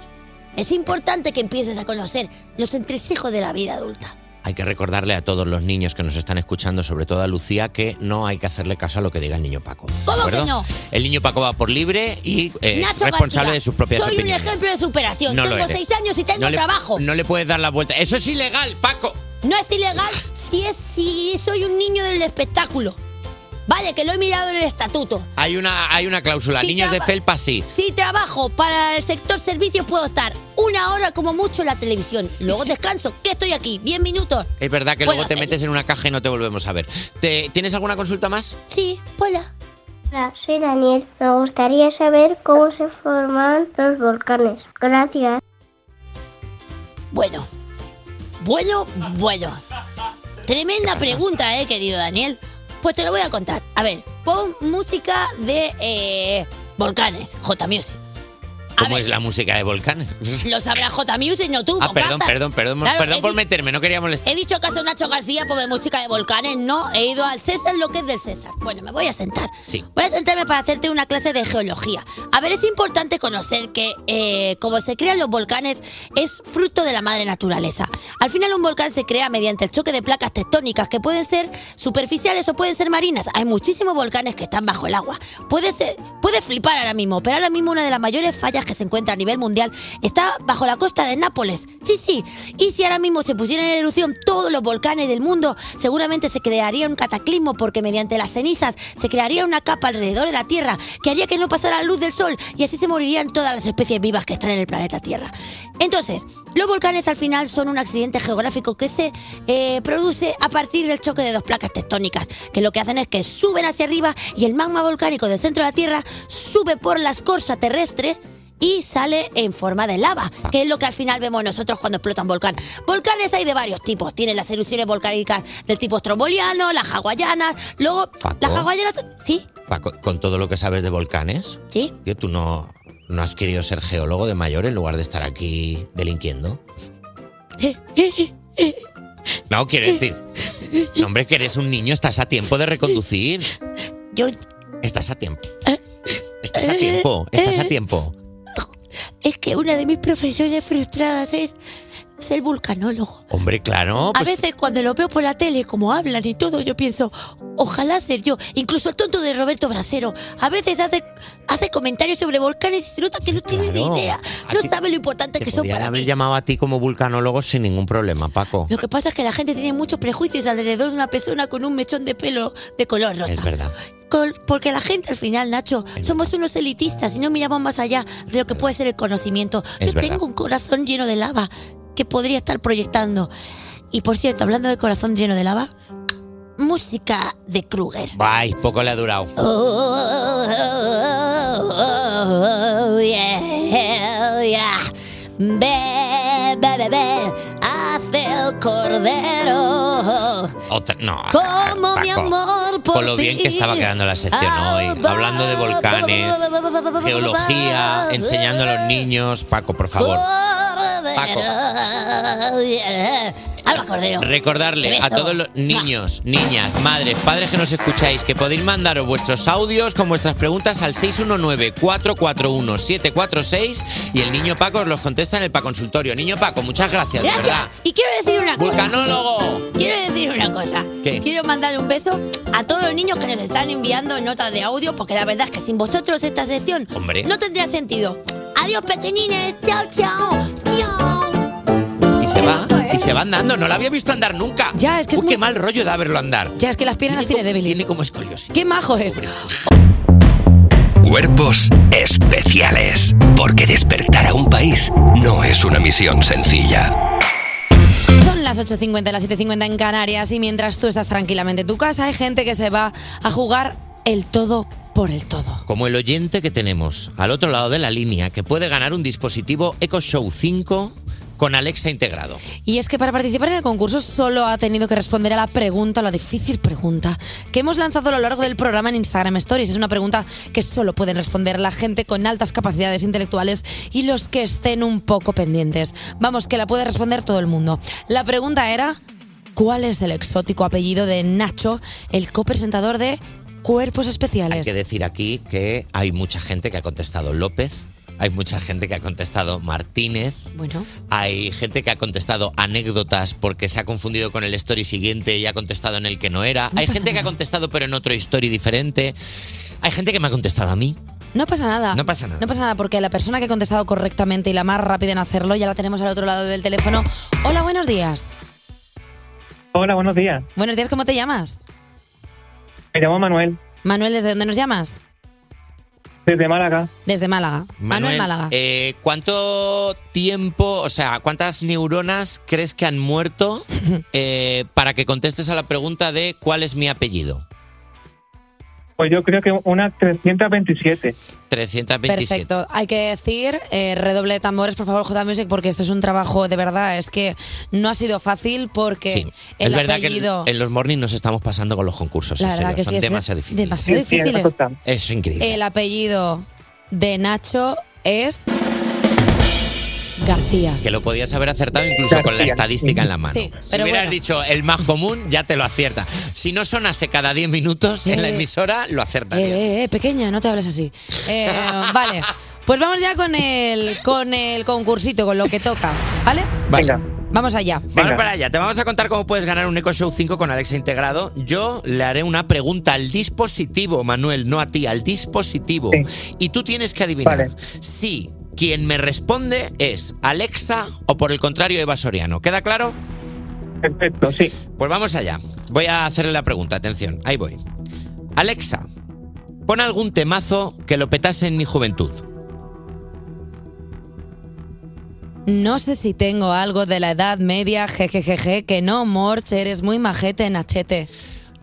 Es importante que empieces a conocer los entrecejos de la vida adulta. Hay que recordarle a todos los niños que nos están escuchando, sobre todo a Lucía, que no hay que hacerle caso a lo que diga el niño Paco. ¿de ¿Cómo acuerdo? que no? El niño Paco va por libre y eh, es Nacho responsable García, de sus propias soy opiniones. un ejemplo de superación. No lo tengo eres. 6 años y tengo no le, trabajo. No le puedes dar la vuelta. Eso es ilegal, Paco. No es ilegal si, es, si soy un niño del espectáculo. Vale, que lo he mirado en el estatuto. Hay una, hay una cláusula. Sí, Niños de traba- felpa, sí. Si trabajo para el sector servicios, puedo estar una hora como mucho en la televisión. Luego descanso, que estoy aquí, 10 minutos. Es verdad que Puedo luego te hacerlo. metes en una caja y no te volvemos a ver. Te- ¿Tienes alguna consulta más? Sí, hola. Hola, soy Daniel. Me gustaría saber cómo se forman los volcanes. Gracias. Bueno, bueno, bueno. Tremenda pregunta, eh, querido Daniel. Pues te lo voy a contar. A ver, pon música de eh, volcanes, J Music. ¿Cómo es la música de volcanes? Lo sabrá J Music, no tú. Ah, con perdón, Casta. perdón, perdón, Claro, perdón he por di- meterme, no quería molestar. He dicho acaso Nacho García porque música de volcanes no. He ido al César lo que es del César. Bueno, me voy a sentar. Sí. Voy a sentarme para hacerte una clase de geología. A ver, es importante conocer que eh, como se crean los volcanes es fruto de la madre naturaleza. Al final un volcán se crea mediante el choque de placas tectónicas que pueden ser superficiales o pueden ser marinas. Hay muchísimos volcanes que están bajo el agua. Puede, ser, puede flipar ahora mismo, pero ahora mismo una de las mayores fallas que se encuentra a nivel mundial está bajo la costa de Nápoles. Sí, sí. Y si ahora mismo se pusieran en erupción todos los volcanes del mundo, seguramente se crearía un cataclismo porque mediante las cenizas se crearía una capa alrededor de la Tierra que haría que no pasara la luz del Sol y así se morirían todas las especies vivas que están en el planeta Tierra. Entonces, los volcanes al final son un accidente geográfico que se eh, produce a partir del choque de dos placas tectónicas, que lo que hacen es que suben hacia arriba y el magma volcánico del centro de la Tierra sube por la escorza terrestre y sale en forma de lava, que es lo que al final vemos nosotros cuando explota un volcán. Volcanes hay de varios tipos. Tienen las erupciones volcánicas del tipo estromboliano, las hawaianas, luego las hawaianas... Sí, Paco, con todo lo que sabes de volcanes, sí. tío, tú no, no has querido ser geólogo de mayor en lugar de estar aquí delinquiendo. Eh, No, quiero decir. No, hombre, que eres un niño, estás a tiempo de reconducir. Yo... Estás a tiempo. Estás Eh, a tiempo, estás a tiempo. Es que una de mis profesiones frustradas es ser vulcanólogo. Hombre, claro. A Pues, veces cuando lo veo por la tele, como hablan y todo, yo pienso, ojalá ser yo. Incluso el tonto de Roberto Brasero. A veces hace, hace comentarios sobre volcanes y se nota que no tiene Claro. ni idea. A No ti- sabe lo importante que son podrían para haber mí. llamado a ti como vulcanólogo sin ningún problema, Paco. Lo que pasa es que la gente tiene muchos prejuicios alrededor de una persona con un mechón de pelo de color rosa. Es verdad. Col- porque la gente al final, Nacho, somos unos elitistas y no miramos más allá de lo que puede ser el conocimiento. Es Yo verdad. tengo un corazón lleno de lava que podría estar proyectando. Y por cierto, hablando de corazón lleno de lava, música de Kruger. Bye, poco le ha durado. Oh, yeah, yeah. Ve, ve, ve, ve, hace el cordero. Otra, no. Como mi Ah, Paco, amor por Con lo bien que ti. Ah, estaba quedando la sección hoy. Hablando de volcanes, geología, Oh. enseñando a los niños. Paco, por favor. Paco. Yeah. Alba Cordero. Recordarle a Beso. todos los niños, niñas, madres, padres que nos escucháis que podéis mandaros vuestros audios con vuestras preguntas al 619-441-746 y el niño Paco os los contesta en el Paconsultorio. Niño Paco, muchas gracias, de Gracias. verdad. Y quiero decir una cosa. ¡Vulcanólogo! Quiero decir una cosa. ¿Qué? Quiero mandar un beso a todos los niños que nos están enviando notas de audio, porque la verdad es que sin vosotros esta sección Hombre. no tendría sentido. Adiós, pequeñines. Chao, chao. Y se va, y se va andando. No la había visto andar nunca. ¿eh? Ya, es que qué mal rollo da verlo andar. Ya, es que las piernas tiene débiles. Tiene como escoliosis. ¡Qué majo es! Cuerpos especiales. Porque despertar a un país no es una misión sencilla. Son las 8.50, las 7.50 en Canarias y mientras tú estás tranquilamente en tu casa hay gente que se va a jugar el todo por el todo. Como el oyente que tenemos al otro lado de la línea que puede ganar un dispositivo Echo Show 5 con Alexa integrado. Y es que para participar en el concurso solo ha tenido que responder a la pregunta, la difícil pregunta, que hemos lanzado a lo largo del programa en Instagram Stories. Es una pregunta que solo pueden responder la gente con altas capacidades intelectuales y los que estén un poco pendientes. Vamos, que la puede responder todo el mundo. La pregunta era, ¿cuál es el exótico apellido de Nacho, el copresentador de Cuerpos Especiales? Hay que decir aquí que hay mucha gente que ha contestado López, hay mucha gente que ha contestado Martínez, Bueno. hay gente que ha contestado anécdotas porque se ha confundido con el story siguiente y ha contestado en el que no era. hay gente que ha contestado pero en otro story diferente. Hay gente que me ha contestado a mí. No pasa nada. No pasa nada. Ah. No pasa nada porque la persona que ha contestado correctamente y la más rápida en hacerlo ya la tenemos al otro lado del teléfono. Hola, buenos días. Hola, buenos días. Buenos días, ¿cómo te llamas? Me llamo Manuel, Manuel, ¿desde dónde nos llamas? desde Málaga. Desde Málaga. Manuel, Málaga. eh, ¿cuánto tiempo, o sea, cuántas neuronas crees que han muerto eh, para que contestes a la pregunta de cuál es mi apellido? Pues yo creo que una 327. 327. Perfecto. Hay que decir, eh, redoble de tambores, por favor, J Music, porque esto es un trabajo de verdad. Es que no ha sido fácil porque Sí. el es verdad apellido. que en- en los mornings nos estamos pasando con los concursos. La en verdad serio, que son sí, es demasiado de- difíciles. demasiado Sí, sí, difíciles. Eh, eso está. Es increíble. el apellido de Nacho es García. que lo podías haber acertado incluso con la estadística en la mano. Sí, si pero hubieras bueno. dicho el más común, ya te lo acierta. Si no sonase cada 10 minutos en la Eh. emisora, lo acierta. Eh, eh, eh, pequeña, no te hables así. Eh, vale. Pues vamos ya con el, con el concursito, con lo que toca. ¿Vale? Venga. Vamos allá. Vamos para allá, te vamos a contar cómo puedes ganar un Echo Show 5 con Alexa integrado. Yo le haré una pregunta al dispositivo, Manuel, no a ti, al dispositivo. Y tú tienes que adivinar si quien me responde es Alexa o por el contrario Eva Soriano. ¿Queda claro? Perfecto, sí. Pues vamos allá. Voy a hacerle la pregunta, atención, ahí voy. Alexa, pon algún temazo que lo petase en mi juventud. No sé si tengo algo de la edad media, jejejeje, que no, Morch, eres muy majete en HT.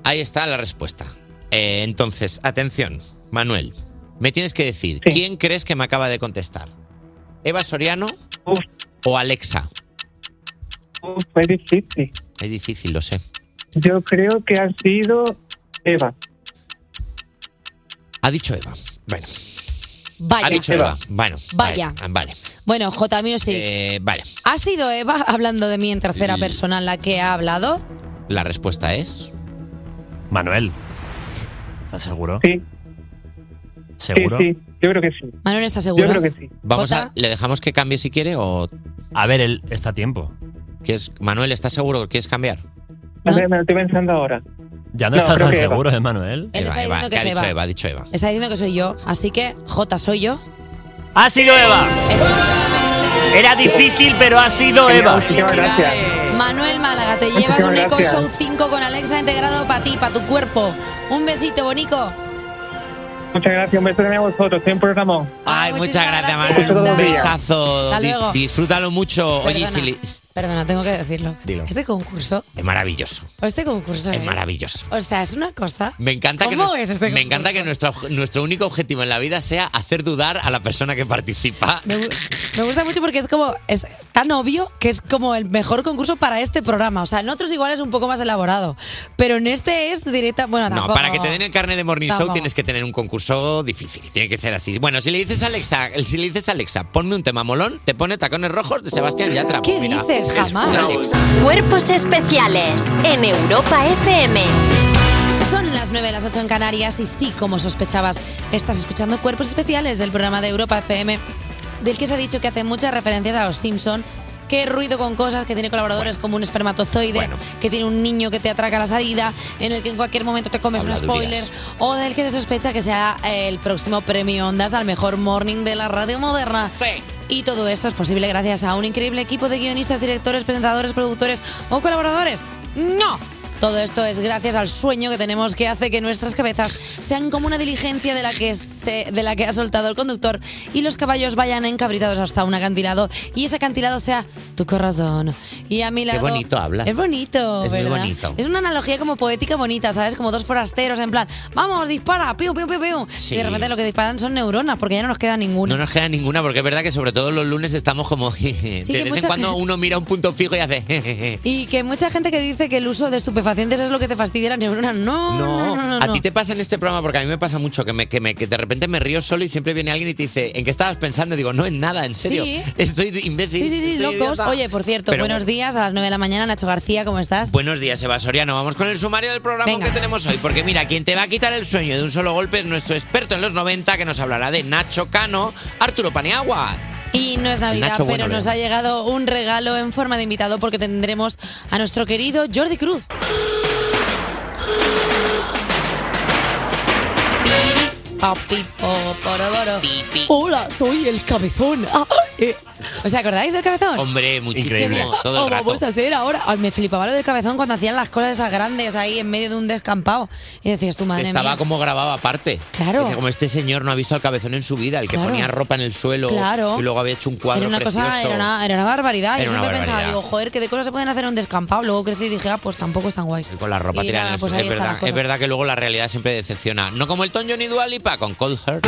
Ahí está la respuesta. Eh, entonces, atención, Manuel, me tienes que decir, ¿quién crees que me acaba de contestar? ¿Eva Soriano o Alexa? Uf, es difícil. Es difícil, lo sé. Yo creo que ha sido Eva. Ha dicho Eva. Bueno. Vaya. Ha dicho Eva. Bueno. Vaya. Vale. Vale. Bueno, J Music, Eh, vale. ¿ha sido Eva, hablando de mí en tercera L- persona, la que ha hablado? La respuesta es. Manuel. ¿Estás seguro? Sí. ¿Seguro? Sí, sí, yo creo que sí. Manuel, ¿estás seguro? Yo creo que sí. Vamos a. ¿Le dejamos que cambie si quiere o.? A ver, él está a tiempo. Manuel, ¿estás seguro que quieres cambiar? A ver, me lo estoy pensando ahora. Ya no, No, estás creo tan que Eva. seguro, ¿eh, Manuel? Él está diciendo que ha es dicho Eva. Eva, ha dicho Eva. Está diciendo que soy yo, así que J soy yo. ¡Ha sido Eva! Era difícil, pero ha sido Eva. gracias. Manuel Málaga, te Muchísimas llevas un Eco gracias. Show 5 con Alexa integrado para ti, para tu cuerpo. Un besito, bonico. Muchas gracias, un beso también a vosotros. Estoy en programa. Ay, muchas, Beso gracias, Manuel. todo Un el día. besazo. Hasta Di- luego. Disfrútalo mucho. Oye, Perdona. si li- Perdona, tengo que decirlo. Dilo. Este concurso, Es maravilloso. o este concurso, Es ¿eh? maravilloso. o sea, es una cosa. Me encanta que, ¿Cómo nos- es este me encanta que nuestro, nuestro único objetivo en la vida sea hacer dudar a la persona que participa. Me, gu- me gusta mucho porque es como es tan obvio que es como el mejor concurso para este programa. O sea, en otros igual es un poco más elaborado, pero en este es directa. Bueno, No, tampoco- para que te den el carnet de Morning Show Tampoco. tienes que tener un concurso difícil. Tiene que ser así. Bueno, si le dices a Alexa, si le dices a Alexa, ponme un tema molón, te pone tacones rojos de Sebastián Yatra. ¿Qué Pues mira, dices? Alex, jamás. Cuerpos especiales en Europa FM. Son las 9 de las 8 en Canarias y sí, como sospechabas, estás escuchando Cuerpos Especiales del programa de Europa FM, del que se ha dicho que hace muchas referencias a los Simpson. Qué ruido con cosas, que tiene colaboradores como un espermatozoide, que tiene un niño que te atraca a la salida, en el que en cualquier momento te comes un spoiler, Habladurías. o del que se sospecha que sea eh, el próximo premio Ondas al mejor morning de la radio moderna. Y todo esto es posible gracias a un increíble equipo de guionistas, directores, presentadores, productores o colaboradores. ¡No! Todo esto es gracias al sueño que tenemos que hace que nuestras cabezas sean como una diligencia de la que, se- de la que ha soltado el conductor y los caballos vayan encabritados hasta un acantilado y ese acantilado sea tu corazón. Y a mi Qué lado... bonito hablas. Es bonito, Es muy ¿verdad? bonito. Es una analogía como poética bonita, ¿sabes? Como dos forasteros en plan, vamos, dispara, piu, piu, piu, piu. Sí. Y de repente lo que disparan son neuronas porque ya no nos queda ninguna. No nos queda ninguna porque es verdad que sobre todo los lunes estamos como... de que vez en mucha- cuando uno mira un punto fijo y hace... Y que mucha gente que dice que el uso de estupefacientes es lo que te fastidia las neuronas. No, no, no, no. a no. ti te pasa en este programa porque a mí me pasa mucho que, me, que, me- que de repente me río solo y siempre viene alguien y te dice, ¿en qué estabas pensando? Digo, no, en nada, en serio. Sí. Estoy imbécil. Sí, sí, sí, estoy locos. idiota". Oye, por cierto, Pero buenos bueno. días a las 9 de la mañana, Nacho García, ¿cómo estás? Buenos días, Eva Soriano. Vamos con el sumario del programa Venga. que tenemos hoy. Porque mira, quien te va a quitar el sueño de un solo golpe es nuestro experto en los 90 que nos hablará de Nacho Cano, Arturo Paniagua. Y no es Navidad, Nacho pero Bueno nos León. ha llegado un regalo en forma de invitado porque tendremos a nuestro querido Jordi Cruz. Papi, po, poroboro. Hola, soy el cabezón. Ah, eh. ¿Os acordáis del cabezón? Hombre, muchísimo. Increíble. Todo el Ah, rato. vamos a hacer ahora. Ay, me flipaba lo del cabezón cuando hacían las cosas esas grandes ahí en medio de un descampado. Y decías, tu madre Estaba mía. como grabado aparte. Claro. Dice, como este señor no ha visto al cabezón en su vida, el que Claro. ponía ropa en el suelo Claro. y luego había hecho un cuadro Era una precioso. cosa, era una, era una barbaridad. Era Yo una siempre pensaba, barbaridad. digo, joder, que de cosas se pueden hacer en un descampado. Luego crecí y dije, ah, pues tampoco es tan guay. Con la ropa Y tirada nada, en el pues suelo. ahí Es está la verdad, cosa. es verdad que luego la realidad siempre decepciona. No como el Toño ni Dualipa con Cold Heart.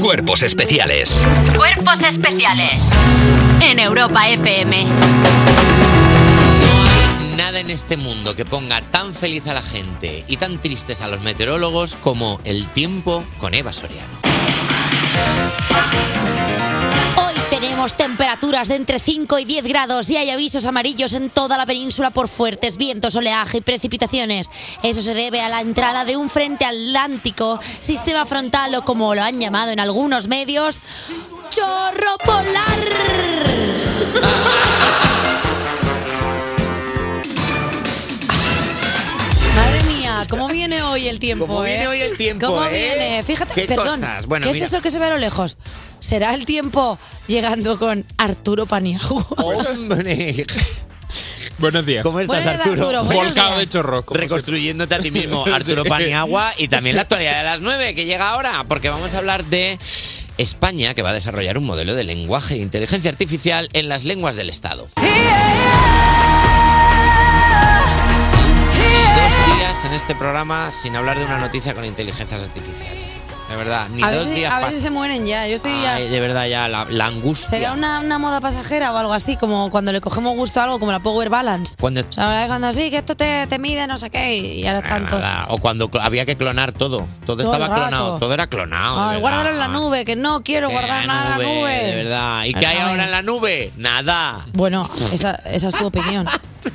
Cuerpos especiales. Cuerpos especiales en Europa FM. Nada en este mundo que ponga tan feliz a la gente y tan tristes a los meteorólogos como el tiempo con Eva Soriano. Hoy tenemos temperaturas de entre 5 y 10 grados y hay avisos amarillos en toda la península por fuertes vientos, oleaje y precipitaciones. Eso se debe a la entrada de un frente atlántico, sistema frontal o como lo han llamado en algunos medios, chorro polar. Madre mía, ¿cómo viene hoy el tiempo? ¿Cómo viene hoy el tiempo, ¿Cómo eh? viene? Fíjate, ¿Qué perdón. cosas? Bueno, ¿Qué mira. es eso que se ve a lo lejos? Será el tiempo llegando con Arturo Paniagua. ¡Hombre! Buenos días. ¿Cómo estás, Buenos días, Arturo? Arturo, buenos Volcado días. de chorro. Reconstruyéndote a ti mismo, Arturo Paniagua, y también la actualidad de las 9 que llega ahora, porque vamos a hablar de España, que va a desarrollar un modelo de lenguaje de inteligencia artificial en las lenguas del Estado. Dos días en este programa sin hablar de una noticia con inteligencias artificiales. De verdad, ni a ver, dos si, días a ver si pasan. se mueren ya. Yo estoy ya- Ay, de verdad, ya la, la angustia. ¿Será una, una moda pasajera o algo así? Como cuando le cogemos gusto a algo, como la Power Balance. Cuando- O sea, ¿verdad? cuando sí, que esto te, te mide, no sé qué, y ahora tanto. Nada, O cuando cl- había que clonar todo. Todo, Todo el estaba rato. clonado. Todo era clonado. Ah, de Ay, verdad. guárdalo en la nube, que no quiero Que guardar nada en la nube. De verdad. ¿Y qué hay Está ahora bien. en la nube? Nada. Bueno, esa, esa es tu opinión.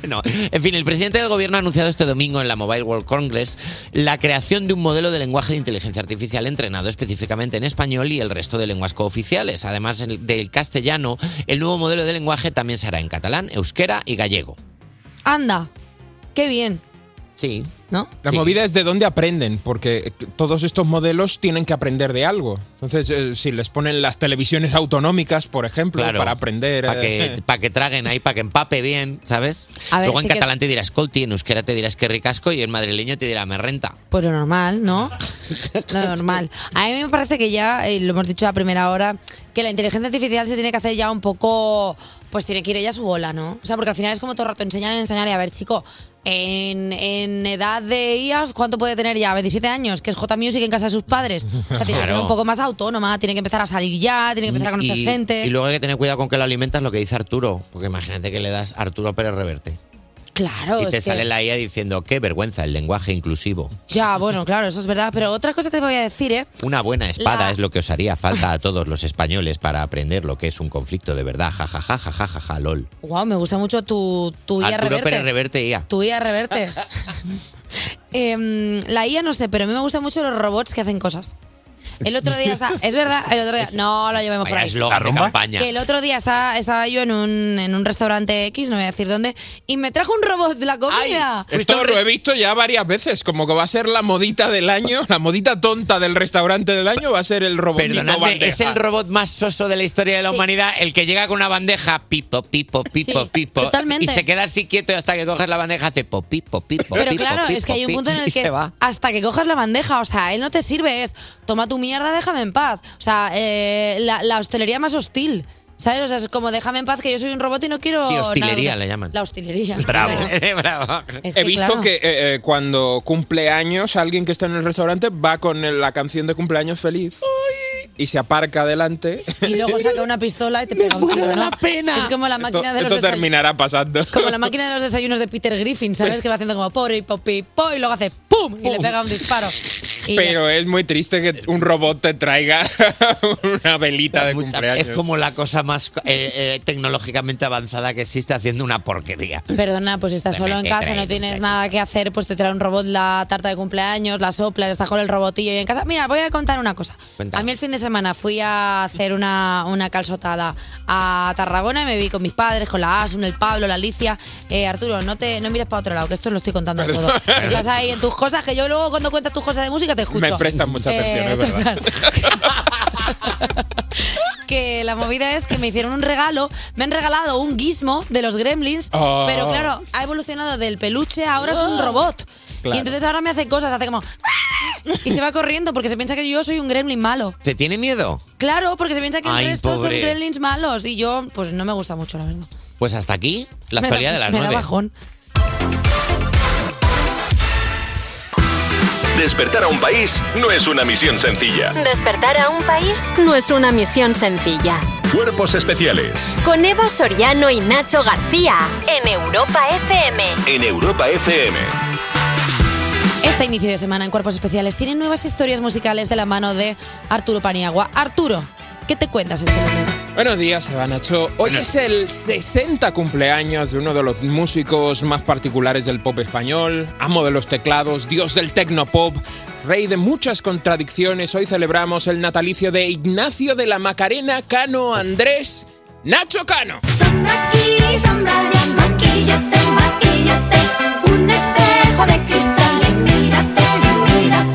No. En fin, el presidente del gobierno ha anunciado este domingo en la Mobile World Congress la creación de un modelo de lenguaje de inteligencia artificial entrenado específicamente en español y el resto de lenguas cooficiales. Además el- del castellano, el nuevo modelo de lenguaje también será en catalán, euskera y gallego. Anda, qué bien. Sí. ¿No? La movida es de dónde aprenden, porque eh, todos estos modelos tienen que aprender de algo. Entonces, eh, si les ponen las televisiones autonómicas, por ejemplo, Claro. para aprender. Para eh, que, pa' que traguen ahí, para que empape bien, ¿sabes? A ver, Luego en sí que- catalán te dirás colti, en euskera te dirás que ricasco y en madrileño te dirá me renta. Pues lo normal, ¿no? Lo normal. A mí me parece que ya, eh, lo hemos dicho a primera hora, que la inteligencia artificial se tiene que hacer ya un poco. Pues tiene que ir ella a su bola, ¿no? O sea, porque al final es como todo el rato enseñar, enseñar y a ver, chico. En, en edad de IAS, ¿cuánto puede tener ya? ¿27 años? Que es J Music en casa de sus padres. O sea, tiene que ser Claro. un poco más autónoma, tiene que empezar a salir ya, tiene que empezar a conocer y, gente. y luego hay que tener cuidado con que lo alimentas, lo que dice Arturo, porque imagínate que le das Arturo Pérez Reverte. Claro, y te es Pues que- sale la IA diciendo, qué vergüenza, el lenguaje inclusivo. Ya, bueno, claro, eso es verdad. Pero otra cosa que te voy a decir, ¿eh? Una buena espada La- es lo que os haría falta a todos los españoles para aprender lo que es un conflicto de verdad. Ja, ja, ja, ja, ja, ja, ja, lol. Wow, me gusta mucho tu, tu IA Arturo reverte. Pérez Reverte, IA. Tu IA reverte. Em, la IA no sé, pero a mí me gustan mucho los robots que hacen cosas. El otro día está. Es verdad, el otro día. No, lo llevemos por Vaya ahí. eslogan de campaña. Que el otro día estaba, estaba yo en un, en un restaurante X, no voy a decir dónde, y me trajo un robot de la comida. Esto lo he visto ya varias veces, como que va a ser la modita del año, la modita tonta del restaurante del año va a ser el robot. Perdonadme, es el robot más soso de la historia de la Sí. humanidad, el que llega con una bandeja, pipo, pipo, pipo, Sí, pipo. totalmente. Y se queda así quieto y hasta que coges la bandeja hace po, pipo, pipo, Pero pipo, claro, pipo, es que hay un pi, punto en y el que se es va. hasta que cojas la bandeja, o sea, él no te sirve, es toma tu mierda, déjame en paz. O sea, eh, la, la hostelería más hostil, ¿sabes? O sea, es como déjame en paz que yo soy un robot y no quiero. Sí, hostilería nada". le llaman. La hostilería. Bravo. Es He que, visto claro. que eh, eh, cuando cumple años, alguien que está en el restaurante va con el- la canción de cumpleaños feliz y se aparca adelante. Y luego saca una pistola y te pega un tiro, ¿no? Es como la Esto, máquina de los esto desay- terminará pasando. Como la máquina de los desayunos de Peter Griffin, ¿sabes? Que va haciendo como pori, popi, po, y luego hace ¡pum! y le pega un disparo. Y ya Pero es muy triste que un robot te traiga una velita de cumpleaños. Es como la cosa más eh, eh, tecnológicamente avanzada que existe haciendo una porquería. Perdona, pues si estás Te solo en mete casa, tres no tienes nada que hacer, pues te trae un robot la tarta de cumpleaños, la sopla, estás con el robotillo y en casa. Mira, voy a contar una cosa. Cuéntame. A mí el fin de semana fui a hacer una, una calzotada a Tarragona y me vi con mis padres, con la Asun, el Pablo, la Alicia. Eh, Arturo, no te no mires para otro lado, que esto lo estoy contando todo. Estás ahí en tus cosas, que yo luego cuando cuentas tus cosas de música te escucho. Eh, Me prestan Eh, mucha atención, es verdad. que la movida es que me hicieron un regalo, me han regalado un gizmo de los gremlins, Oh. pero claro, ha evolucionado del peluche, a ahora es un Oh. robot. Claro. Y entonces ahora me hace cosas, hace como... ¡Ah! Y se va corriendo porque se piensa que yo soy un gremlin malo. ¿Te tiene miedo? Claro, porque se piensa que el Ay, resto pobre. son gremlins malos y yo, pues no me gusta mucho, la verdad. Pues hasta aquí la Me da- actualidad de las me da nueve. bajón. Despertar a un país no es una misión sencilla. Despertar a un país no es una misión sencilla. Cuerpos especiales Con Evo Soriano y Nacho García en Europa FM. en Europa FM. Este inicio de semana en Cuerpos Especiales tiene nuevas historias musicales de la mano de Arturo Paniagua. Arturo, ¿qué te cuentas este lunes? Buenos días, Eva Nacho. Hoy es el 60 cumpleaños de uno de los músicos más particulares del pop español, amo de los teclados, dios del tecnopop, rey de muchas contradicciones. Hoy celebramos el natalicio de Ignacio de la Macarena Cano Andrés Nacho Cano. Aquí sandalia, maquillate, maquillate. Un espejo de cristal y mírate, y mírate.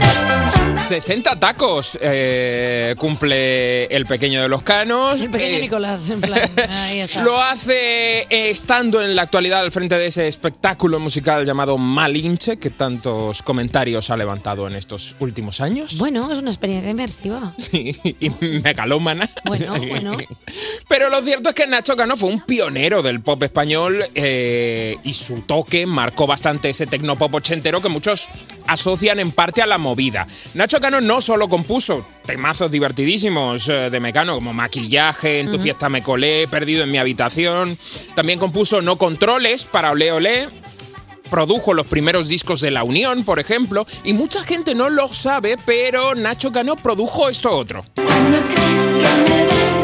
60 tacos eh, cumple el pequeño de los Canos. El pequeño Eh, Nicolás, en plan, ahí está. Lo hace eh, estando en la actualidad al frente de ese espectáculo musical llamado Malinche, que tantos comentarios ha levantado en estos últimos años. Bueno, es una experiencia inmersiva. Sí, y megalómana. Bueno, bueno. Pero lo cierto es que Nacho Cano fue un pionero del pop español eh, y su toque marcó bastante ese tecnopop ochentero que muchos asocian en parte a la movida. Nacho Cano no solo compuso temazos divertidísimos eh, de Mecano como Maquillaje, En tu Ujú. fiesta me colé, Perdido en mi habitación, también compuso No controles para Olé Olé, produjo los primeros discos de La Unión, por ejemplo, y mucha gente no lo sabe, pero Nacho Cano produjo esto otro.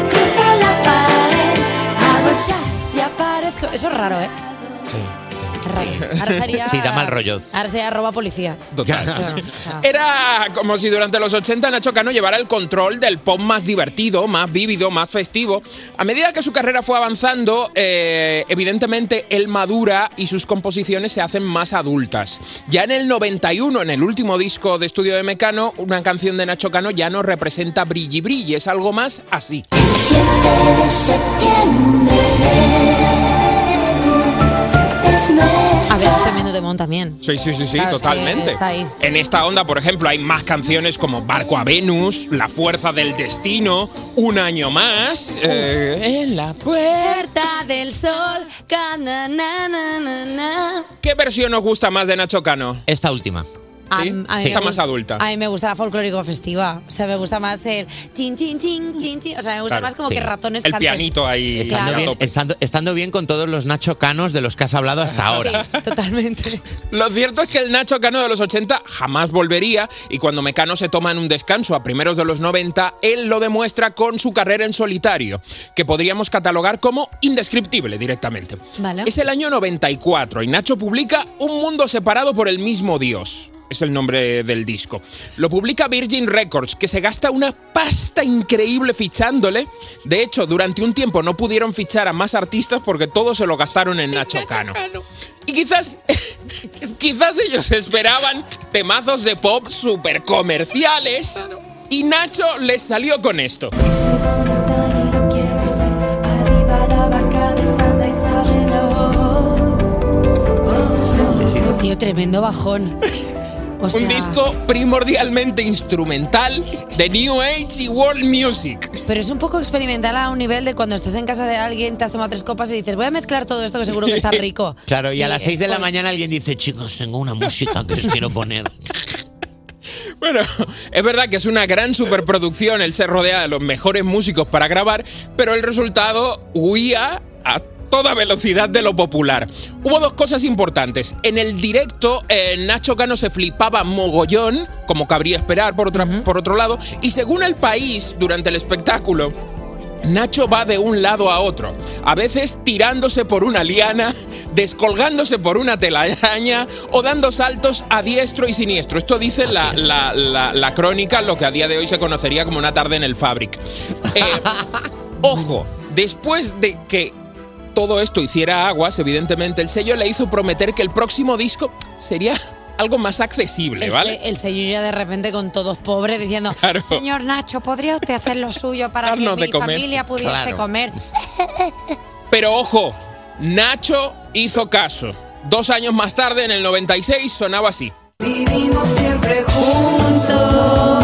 Cruza la pared, hago chas y aparezco. Eso es raro, ¿eh? Ahora sería. Sí, da mal rollo. Ahora sería arroba policía. Total. Era como si durante los 80 Nacho Cano llevara el control del pop más divertido, más vívido, más festivo. A medida que su carrera fue avanzando, eh, evidentemente él madura y sus composiciones se hacen más adultas. Ya en el 91, en el último disco de estudio de Mecano, una canción de Nacho Cano ya no representa brilli brilli, es algo más así. A ver, este es tremendo temón también. Sí, sí, sí, sí, Claro, es que totalmente. está ahí. En esta onda, por ejemplo, hay más canciones como Barco a Venus, La Fuerza del Destino, Un Año Más. eh, en la- Puerta del sol. ca- na- na- na- na- na. ¿Qué versión os gusta más de Nacho Cano? Esta última. A- Sí, a mí sí. me Está más gusta- adulta. A mí me gusta la folclórico festiva. O sea, me gusta más el chin, chin, chin, chin, chin. O sea, me gusta más como que ratones canten. ahí. Estando Estando, Claro. bien, bien- estando, bien con todos los Nacho Canos de los que has hablado hasta ahora. Totalmente. Lo cierto es que el Nacho Cano de los 80 jamás volvería y cuando Mecano se toma en un descanso a primeros de los 90, él lo demuestra con su carrera en solitario, que podríamos catalogar como indescriptible directamente. Vale. Es el año 94 y Nacho publica Un mundo separado por el mismo Dios. Es el nombre del disco. Lo publica Virgin Records, que se gasta una pasta increíble fichándole. De hecho, durante un tiempo no pudieron fichar a más artistas porque todos se lo gastaron en Nacho Cano. Y quizás, quizás ellos esperaban temazos de pop super comerciales. Y Nacho les salió con esto. Tío, tremendo bajón. Hostia. Un disco primordialmente instrumental de New Age y World Music. Pero es un poco experimental a un nivel de cuando estás en casa de alguien, te has tomado tres copas y dices, voy a mezclar todo esto que seguro que está rico. Claro, y a las es 6 de la por- mañana alguien dice, chicos, tengo una música que os quiero poner. Bueno, es verdad que es una gran superproducción, él se rodea de los mejores músicos para grabar, pero el resultado huía a toda velocidad de lo popular. Hubo dos cosas importantes. En el directo, eh, Nacho Cano se flipaba mogollón, como cabría esperar por, otra- por otro lado, y según el país, durante el espectáculo, Nacho va de un lado a otro, a veces tirándose por una liana, descolgándose por una telaraña o dando saltos a diestro y siniestro. Esto dice la, la- la- la crónica, lo que a día de hoy se conocería como una tarde en el Fabric. Eh, ojo, después de que todo esto hiciera aguas, evidentemente el sello le hizo prometer que el próximo disco sería algo más accesible, El, ¿vale? se- el sello ya de repente con todos pobres diciendo, Claro. señor Nacho, ¿podría usted hacer lo suyo para que Darnos de mi comer". familia pudiese Claro. comer? Pero ojo, Nacho hizo caso. Dos años más tarde, en el 96, sonaba así. Vivimos siempre juntos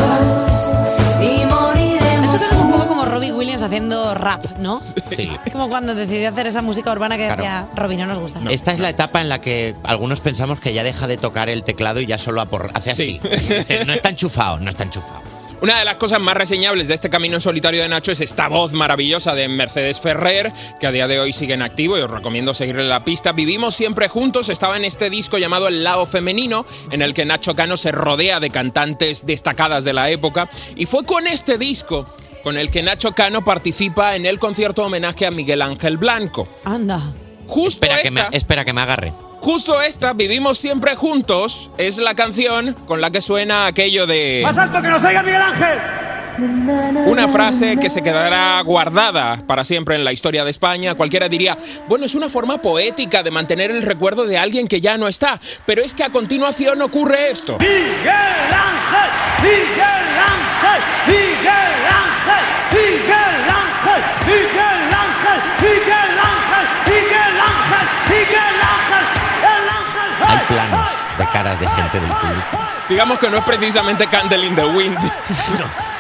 y moriremos. Nacho Cano es un poco como Robbie Williams haciendo rap, ¿no? Sí. Es como cuando decidió hacer esa música urbana que Claro. decía, Robbie, no nos gusta. Esta es la etapa en la que algunos pensamos que ya deja de tocar el teclado y ya solo apor- hace así. Dice, No está enchufado, no está enchufado. Una de las cosas más reseñables de este camino en solitario de Nacho es esta voz maravillosa de Mercedes Ferrer, que a día de hoy sigue en activo y os recomiendo seguirle la pista. Vivimos siempre juntos, estaba en este disco llamado El lado femenino, en el que Nacho Cano se rodea de cantantes destacadas de la época. Y fue con este disco con el que Nacho Cano participa en el concierto homenaje a Miguel Ángel Blanco. Anda. Justo espera, que me, esta- espera que me agarre. Justo esta, Vivimos siempre juntos, es la canción con la que suena aquello de... Más alto que nos oiga Miguel Ángel. Una frase que se quedará guardada para siempre en la historia de España. Cualquiera diría, bueno, es una forma poética de mantener el recuerdo de alguien que ya no está. Pero es que a continuación ocurre esto. Miguel Ángel, Miguel Ángel, Miguel Ángel, Miguel Ángel, Miguel Ángel, Miguel Ángel, Miguel Ángel, Miguel Ángel, el Ángel. Hay planos de caras de gente del público. Digamos que no es precisamente Candle in the Wind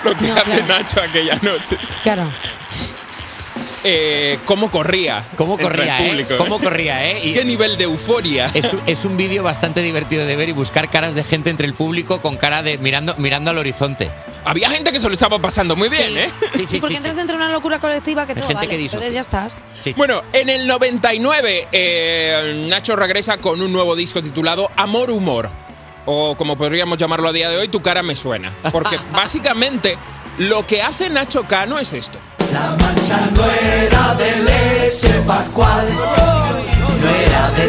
lo que hace Nacho aquella noche. Claro. Eh, ¿Cómo corría? ¿Cómo entre corría, el eh? público, ¿Cómo corría, eh? Y- ¿Qué nivel de euforia? Es, un- es un vídeo bastante divertido de ver y buscar caras de gente entre el público con cara de mirando, mirando al horizonte. Había gente que se lo estaba pasando muy bien, ¿eh? Sí, porque entras dentro de una locura colectiva que Hay todo gente vale. que disfruta. Entonces ya estás. Bueno, en el 99 eh, Nacho regresa con un nuevo disco titulado Amor Humor, o como podríamos llamarlo a día de hoy, Tu cara me suena. Porque básicamente lo que hace Nacho Cano es esto. No era de leche pascual, no era de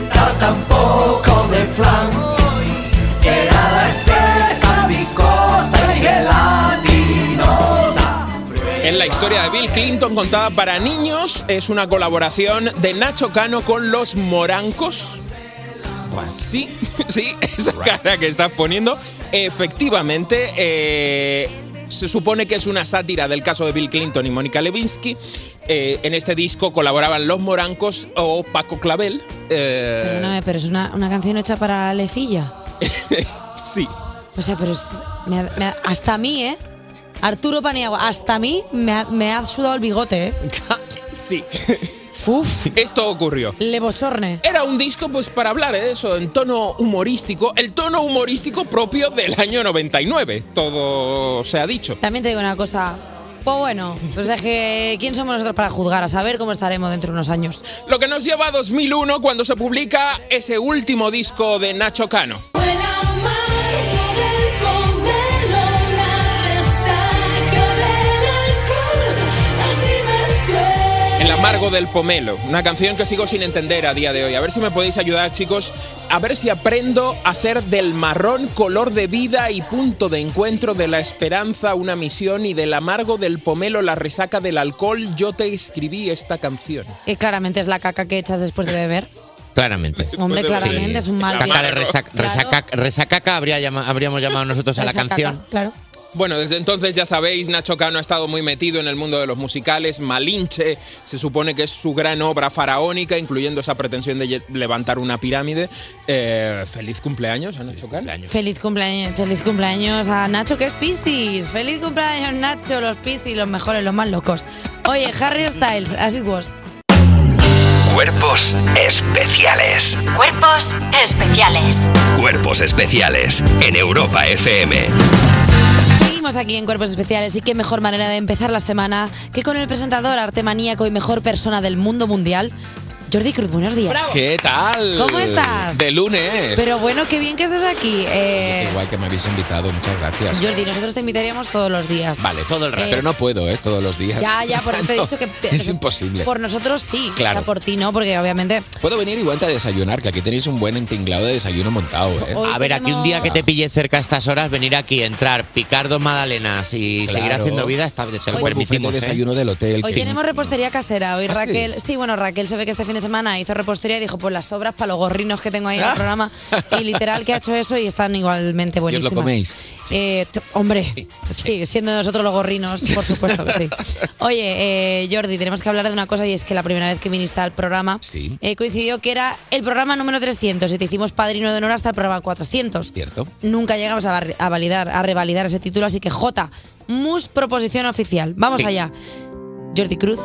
peta, tampoco de flan. Era la espesa viscosa y gelatinosa. En la historia de Bill Clinton contada para niños es una colaboración de Nacho Cano con los morancos. Sí, sí, esa cara que estás poniendo. Efectivamente, eh, se supone que es una sátira del caso de Bill Clinton y Mónica Lewinsky. Eh, en este disco colaboraban Los Morancos o Paco Clavel. Eh, Perdóname, pero es una, una canción hecha para Lefilla. sí. O sea, pero es- me ha- me ha- hasta a mí, ¿eh? Arturo Paniagua, hasta a mí me ha, me ha sudado el bigote, ¿eh? Sí. Esto ocurrió. Le bochorne. Era un disco, pues, para hablar de eso, en tono humorístico, el tono humorístico propio del año 99, todo se ha dicho. También te digo una cosa. Pues bueno, o sea que ¿quién somos nosotros para juzgar? A saber cómo estaremos dentro de unos años. Lo que nos lleva a 2001 cuando se publica ese último disco de Nacho Cano. El amargo del pomelo, una canción que sigo sin entender a día de hoy. A ver si me podéis ayudar, chicos. A ver si aprendo a hacer del marrón color de vida y punto de encuentro de la esperanza una misión y del amargo del pomelo la resaca del alcohol. Yo te escribí esta canción. Que claramente es la caca que echas después de beber. Claramente. Hombre, Pues claramente, es un mal Caca de día. resaca, Claro. resacaca- resacaca habría llama- habríamos llamado nosotros a la Resacaca, canción. Claro. Bueno, desde entonces ya sabéis, Nacho Cano ha estado muy metido en el mundo de los musicales. Malinche se supone que es su gran obra faraónica, incluyendo esa pretensión de lle- levantar una pirámide. Eh, feliz cumpleaños a Nacho Cano. Feliz cumpleaños, feliz cumpleaños a Nacho, que es Pistis. Feliz cumpleaños, Nacho, los Pistis, los mejores, los más locos. Oye, Harry Styles, as it was. Cuerpos especiales. Cuerpos especiales. Cuerpos especiales en Europa FM. Seguimos aquí en Cuerpos Especiales y qué mejor manera de empezar la semana que con el presentador arte maníaco y mejor persona del mundo mundial, Jordi Cruz. Buenos días. ¿Qué tal? ¿Cómo estás? De lunes. Pero bueno, qué bien que estés aquí. Eh, Igual que me habéis invitado, muchas gracias. Jordi, nosotros te invitaríamos todos los días. Vale, todo el rato. Eh, Pero no puedo, ¿eh? Todos los días. Ya, ya, por eso te he No, dicho que te- es imposible. por nosotros sí, Claro. o sea, por ti no, porque obviamente Puedo venir igual a desayunar, que aquí tenéis un buen entinglado de desayuno montado, ¿eh? Hoy A ver, aquí un día que te pille cerca a estas horas, venir aquí, entrar, picar dos magdalenas y Claro. seguir haciendo vida, está, se lo Hoy- permitimos. ¿eh? buffet de desayuno del hotel. Hoy tenemos repostería casera. Hoy ¿Ah, sí? Raquel, sí? bueno, Raquel se ve que este fin de semana hizo repostería y dijo, pues las sobras para los gorrinos que tengo ahí en el programa. Y literal que ha hecho eso y están igualmente os lo buenísimas. coméis? Eh, t- hombre, sí, siendo nosotros los gorrinos, por supuesto que sí. Oye, eh, Jordi, tenemos que hablar de una cosa y es que la primera vez que viniste al programa eh, coincidió que era el programa número 300 y te hicimos padrino de honor hasta el programa 400. Cierto. Nunca llegamos a, barri- a validar, a revalidar ese título, así que J, mus proposición oficial. Vamos Sí. allá. Jordi Cruz,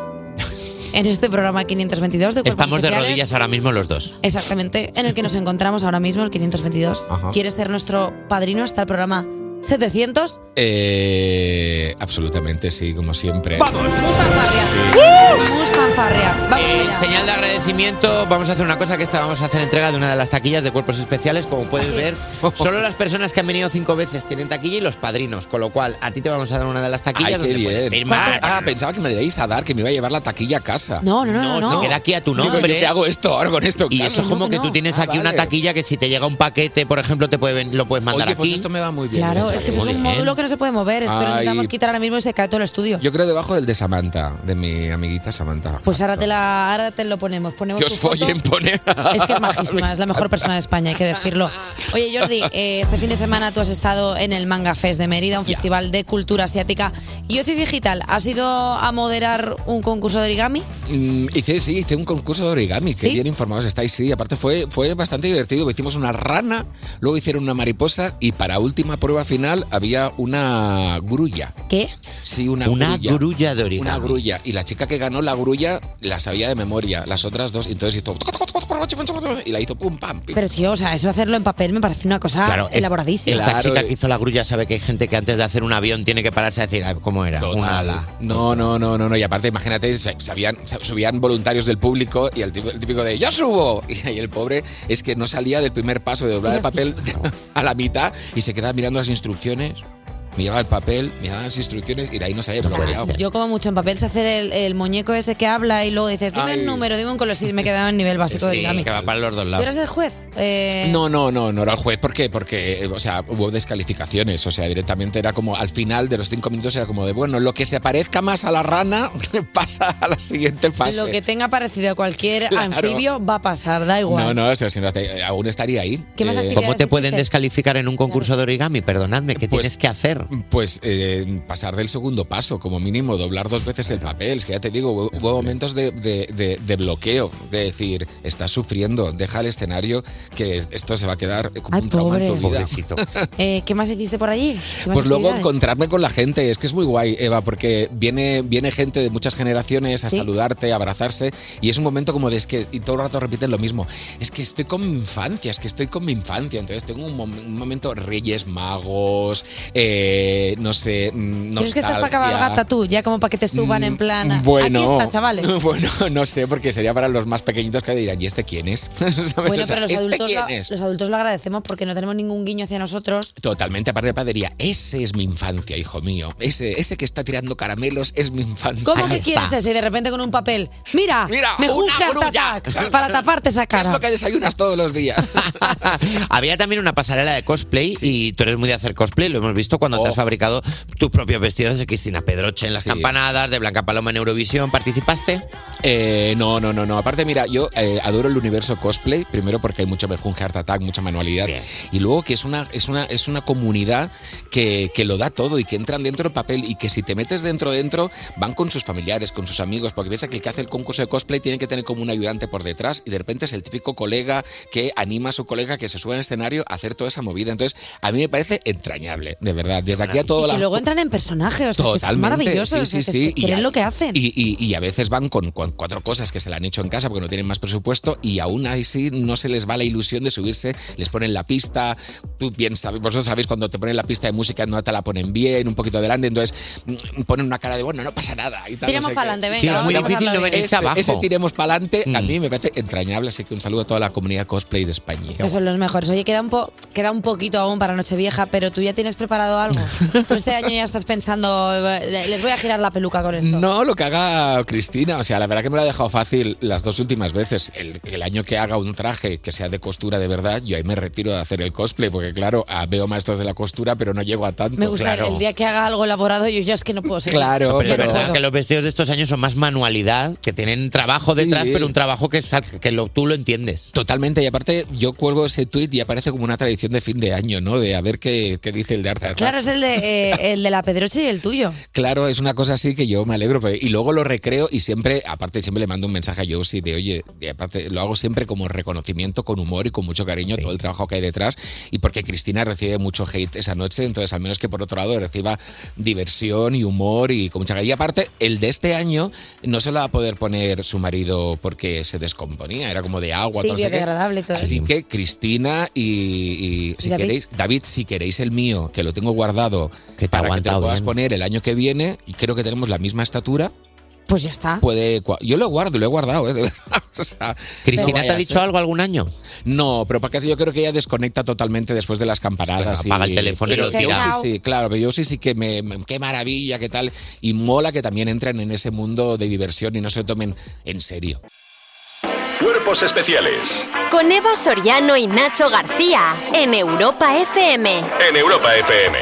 en este programa 522 de Cuerpos Estamos de Especiales. rodillas ahora mismo los dos. Exactamente, en el que nos encontramos ahora mismo, el 522. Ajá. ¿Quieres ser nuestro padrino hasta el programa 700? Eh, absolutamente sí, como siempre. ¡Vamos! Uh. Mus fanfarria. Vamos Eh, allá. en señal de agradecimiento, vamos a hacer una cosa que esta vamos a hacer entrega de una de las taquillas de cuerpos especiales, como puedes Así es. ver. Solo las personas que han venido cinco veces tienen taquilla y los padrinos, con lo cual a ti te vamos a dar una de las taquillas Ay, qué donde puedes bien. firmar. Ah, pensaba que me le ibais a dar, que me iba a llevar la taquilla a casa. No, no, no, no, no. se queda aquí a tu Digo, nombre. yo, ¿qué hago esto ahora con esto? Y Claro, eso es como no, que no. tú tienes Ah, aquí una vale. taquilla que si te llega un paquete, por ejemplo, te puede, ven- lo puedes mandar Oye, pues aquí. esto me va muy bien. Claro, es que esto es un módulo que no se puede mover, esto lo Ay. intentamos quitar ahora mismo y se cae todo el estudio. Yo creo debajo del de Samantha, de mi amiguita Samantha. Pues ahora te, la, ahora te lo ponemos. ponemos que tu os foto. follen, pone. Es que es majísima, es la mejor persona de España, hay que decirlo. Oye, Jordi, eh, este fin de semana tú has estado en el Manga Fest de Mérida, un festival de cultura asiática. Y Ocio Digital, ¿has ido a moderar un concurso de origami? Mm, hice, sí, hice un concurso de origami, que bien informados estáis, sí. Aparte fue, fue bastante divertido. Vestimos una rana, luego hicieron una mariposa y para última prueba final había una grulla. ¿Qué? Sí, una, Una grulla. grulla de origami. Una grulla. Y la chica que ganó la grulla la sabía de memoria. Las otras dos, entonces hizo... Y la hizo pum, pam, pim. Pero tío, o sea, eso hacerlo en papel me parece una cosa Claro, es- elaboradísima. Esta chica que hizo la grulla sabe que hay gente que antes de hacer un avión tiene que pararse a decir, "Ah, ¿cómo era? Una ala. No, no, no, no, no. Y aparte, imagínate, se- sabían- se- subían voluntarios del público y el típico, el típico de ¡Yo subo! Y, ahí el pobre es que no salía del primer paso de doblar el papel a la mitad y se quedaba mirando las instrucciones. Miraba el papel, miraba las instrucciones y de ahí no sabía. pero bueno, Yo como mucho en papel sé hacer el, el muñeco ese que habla y luego dices, dime Ay. el número, dime un color, sí, me quedaba en nivel básico de origami. que va para los dos ¿Tú eres el juez? Eh, No, no, no, no era el juez. ¿Por qué? Porque, eh, o sea, hubo descalificaciones. O sea, directamente era como al final de los cinco minutos era como de, bueno, lo que se parezca más a la rana pasa a la siguiente fase. Lo que tenga parecido a cualquier Claro. anfibio va a pasar, da igual. No, no, o sea, si no, eh, aún estaría ahí. ¿Qué más actividades ¿Cómo te pueden hiciste? descalificar en un concurso de origami? Perdonadme, ¿qué tienes que hacer? hacerlo? Pues eh, pasar del segundo paso, como mínimo, doblar dos veces el papel. Es que ya te digo, hubo, hubo momentos de, de- de- de bloqueo, de decir, estás sufriendo, deja el escenario, que esto se va a quedar como Ay, un trauma en tu pobre. vida. Eh, ¿Qué más hiciste por allí? ¿Qué más Pues luego actividades? encontrarme con la gente, es que es muy guay, Eva, porque viene, viene gente de muchas generaciones a Sí. saludarte, a abrazarse, y es un momento como de es que, y todo el rato repiten lo mismo, es que estoy con mi infancia, es que estoy con mi infancia, entonces tengo un, mom- un momento Reyes Magos, eh, no sé, mm, ¿Crees que estás para nostalgia. Mm, cabalgata tú? Ya como para que te suban en plan. a- Bueno, Aquí está, chavales. bueno, no sé, porque sería para los más pequeñitos que dirán, ¿y este quién es? ¿Sabes? Bueno, O sea, pero los ¿este adultos, lo, quién es? los adultos lo agradecemos porque no tenemos ningún guiño hacia nosotros. Totalmente, aparte de padería. Ese es mi infancia, hijo mío. Ese, ese que está tirando caramelos es mi infancia. ¿Cómo que quieres ese de repente con un papel? Mira, Mira, me una juzgas grulla. tatac, para taparte esa cara. Es lo que desayunas todos los días. Ah, Había también una pasarela de cosplay y tú eres muy de hacer cosplay, lo hemos visto cuando te Oh. has fabricado tus propios vestidos de Cristina Pedroche en las campanadas, de Blanca Paloma en Eurovisión. ¿Participaste? Eh, no, no, no, no. Aparte, mira, yo eh, adoro el universo cosplay, primero porque hay mucho mejunje, heart attack, mucha manualidad. Y luego que es una, es una, es una comunidad que, que lo da todo y que entran dentro del papel y que si te metes dentro, dentro, van con sus familiares, con sus amigos, porque piensa que el que hace el concurso de cosplay tiene que tener como un ayudante por detrás y de repente es el típico colega que anima a su colega que se sube al escenario a hacer toda esa movida. Entonces, a mí me parece entrañable, de verdad. Desde aquí a Y toda que la luego entran en personaje, o sea, que es Totalmente, maravilloso. sí, o sea, sí, que es- sí, y creen a- lo que hacen. y, y- y a veces van con, con cuatro cosas que se le han hecho en casa porque no tienen más presupuesto y aún así no se les va la ilusión de subirse, les ponen la pista, tú piensas, vosotros sabéis cuando te ponen la pista de música no te la ponen bien, un poquito adelante, entonces mm, ponen una cara de bueno, no pasa nada. Y tal, Tiremos no sé pa'lante, qué. venga, Sí, vamos muy a difícil pasarlo no bien. venirse Ese- abajo. Ese tiremos para adelante a mí me parece entrañable, así que un saludo a toda la comunidad cosplay de España. Que son los mejores. Oye, queda un, po- queda un poquito aún para Nochevieja, pero tú ya tienes preparado algo. Tú este año ya estás pensando, eh, les voy a girar la peluca con esto. No, lo que haga Cristina. O sea, la verdad que me lo ha dejado fácil las dos últimas veces. El, el año que haga un traje que sea de costura de verdad, yo ahí me retiro de hacer el cosplay, porque claro, ah, veo maestros de la costura, pero no llego a tanto. Me gusta el- claro. el día que haga algo elaborado, yo ya es que no puedo seguir. Mm, Claro, pero, es pero- verdad que los vestidos de estos años son más manualidad, que tienen trabajo detrás, Sí. pero un trabajo que, sa- que lo- tú lo entiendes. Totalmente, y aparte yo cuelgo ese tuit y aparece como una tradición de fin de año, ¿no? De a ver qué, qué dice el de arte. Claro, es el de, eh, el de la Pedroche y el tuyo. Claro, es una cosa así que yo me alegro. pero- y luego lo recreo y siempre, aparte, siempre le mando un mensaje a Josie de, oye, de aparte, lo hago siempre como reconocimiento, con humor y con mucho cariño todo el trabajo que hay detrás. Y porque Cristina recibe mucho hate esa noche, entonces al menos que por otro lado reciba diversión y humor y con mucha cariño. Y aparte, el de este año no se lo va a poder poner su marido porque se descomponía, era como de agua, Sí, tal, no sé qué. biodegradable y todo. Así que Cristina y, y si ¿Y David? queréis, David, si queréis el mío, que lo tengo guardado, que para que te lo puedas poner el año que viene, y creo que tenemos la misma estatura. Pues ya está. Puede, cua- yo lo guardo, lo he guardado. ¿eh? de verdad, o sea, ¿Cristina te ha vaya a dicho ser. algo algún año? No, pero porque así yo creo que ella desconecta totalmente después de las campanadas. Espera, apaga el teléfono y pero lo yo tira. sí, sí, claro, pero yo sí, sí que me, me- Qué maravilla, qué tal. Y mola que también entren en ese mundo de diversión y no se lo tomen en serio. Cuerpos especiales Con Evo Soriano y Nacho García en Europa FM. en Europa FM.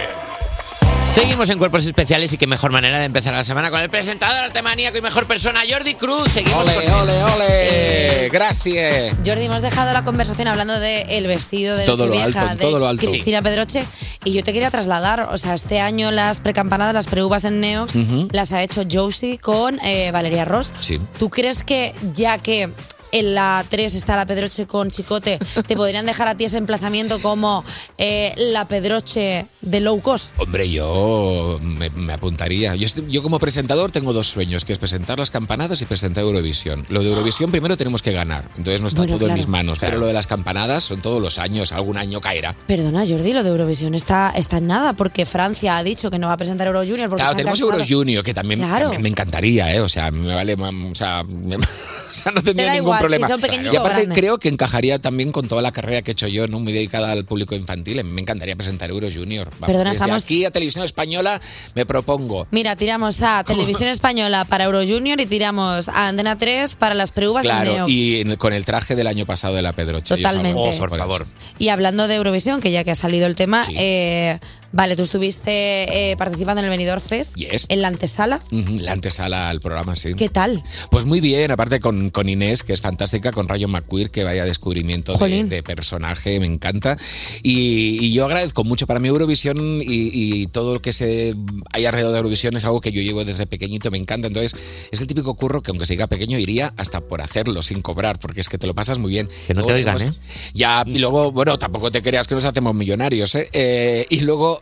Seguimos en Cuerpos Especiales y qué mejor manera de empezar la semana con el presentador artemaníaco y mejor persona, Jordi Cruz. Seguimos Ole, con Eh. ole, ole. Gracias. Jordi, hemos dejado la conversación hablando del vestido de Todo lo Nochevieja alto, en todo de lo alto. Cristina Pedroche. Y yo te quería trasladar, o sea, este año las precampanadas, las preuvas en Neox, Ujú. las ha hecho Josie con eh, Valeria Ross. Sí. ¿Tú crees que ya que en la 3 está la Pedroche con Chicote, te podrían dejar a ti ese emplazamiento como eh, la Pedroche de low cost? Hombre, yo me, me apuntaría. Yo, estoy- yo como presentador tengo dos sueños, que es presentar las campanadas y presentar Eurovisión. Lo de Eurovisión primero tenemos que ganar, entonces no está Ah. Bueno, todo claro. en mis manos. Claro. Pero lo de las campanadas son todos los años, algún año caerá. Perdona, Jordi, lo de Eurovisión está, está en nada, porque Francia ha dicho que no va a presentar Euro Junior. porque Claro, se han tenemos cansado. Euro Junior, que también, Claro. también me encantaría, ¿eh? O sea, me vale, mam, o sea, me- o sea, no tendría Te da ningún igual, si problema. son pequeñitos Y o aparte grandes. creo que encajaría también con toda la carrera que he hecho yo, ¿no? Muy dedicada al público infantil. Me encantaría presentar Euro Junior. Vamos, Perdona, desde estamos- aquí a Televisión Española me propongo. Mira, tiramos a Televisión Española para Euro Junior y tiramos a Antena 3 para las preuvas en Claro, Neox. y en- con el traje del año pasado de la Pedroche. yo salgo Totalmente. con Oh, eso, por eso. Y hablando de Eurovisión, que ya que ha salido el tema, eh, Vale, tú estuviste eh, participando en el Benidorm Fest, Yes. en la antesala. Ujú, La antesala al programa, sí. ¿Qué tal? Pues muy bien, aparte con, con Inés, que es fantástica, con Rayo McQueer, que vaya descubrimiento de, Jolín. de personaje, me encanta. Y, y yo agradezco mucho. Para mí Eurovisión y, y todo lo que se hay alrededor de Eurovisión es algo que yo llevo desde pequeñito, me encanta. Entonces, es el típico curro que aunque siga pequeño, iría hasta por hacerlo, sin cobrar, porque es que te lo pasas muy bien. Que no te oigan, ¿eh? Ya, y luego, bueno, tampoco te creas que nos hacemos millonarios, ¿eh? Eh, y luego...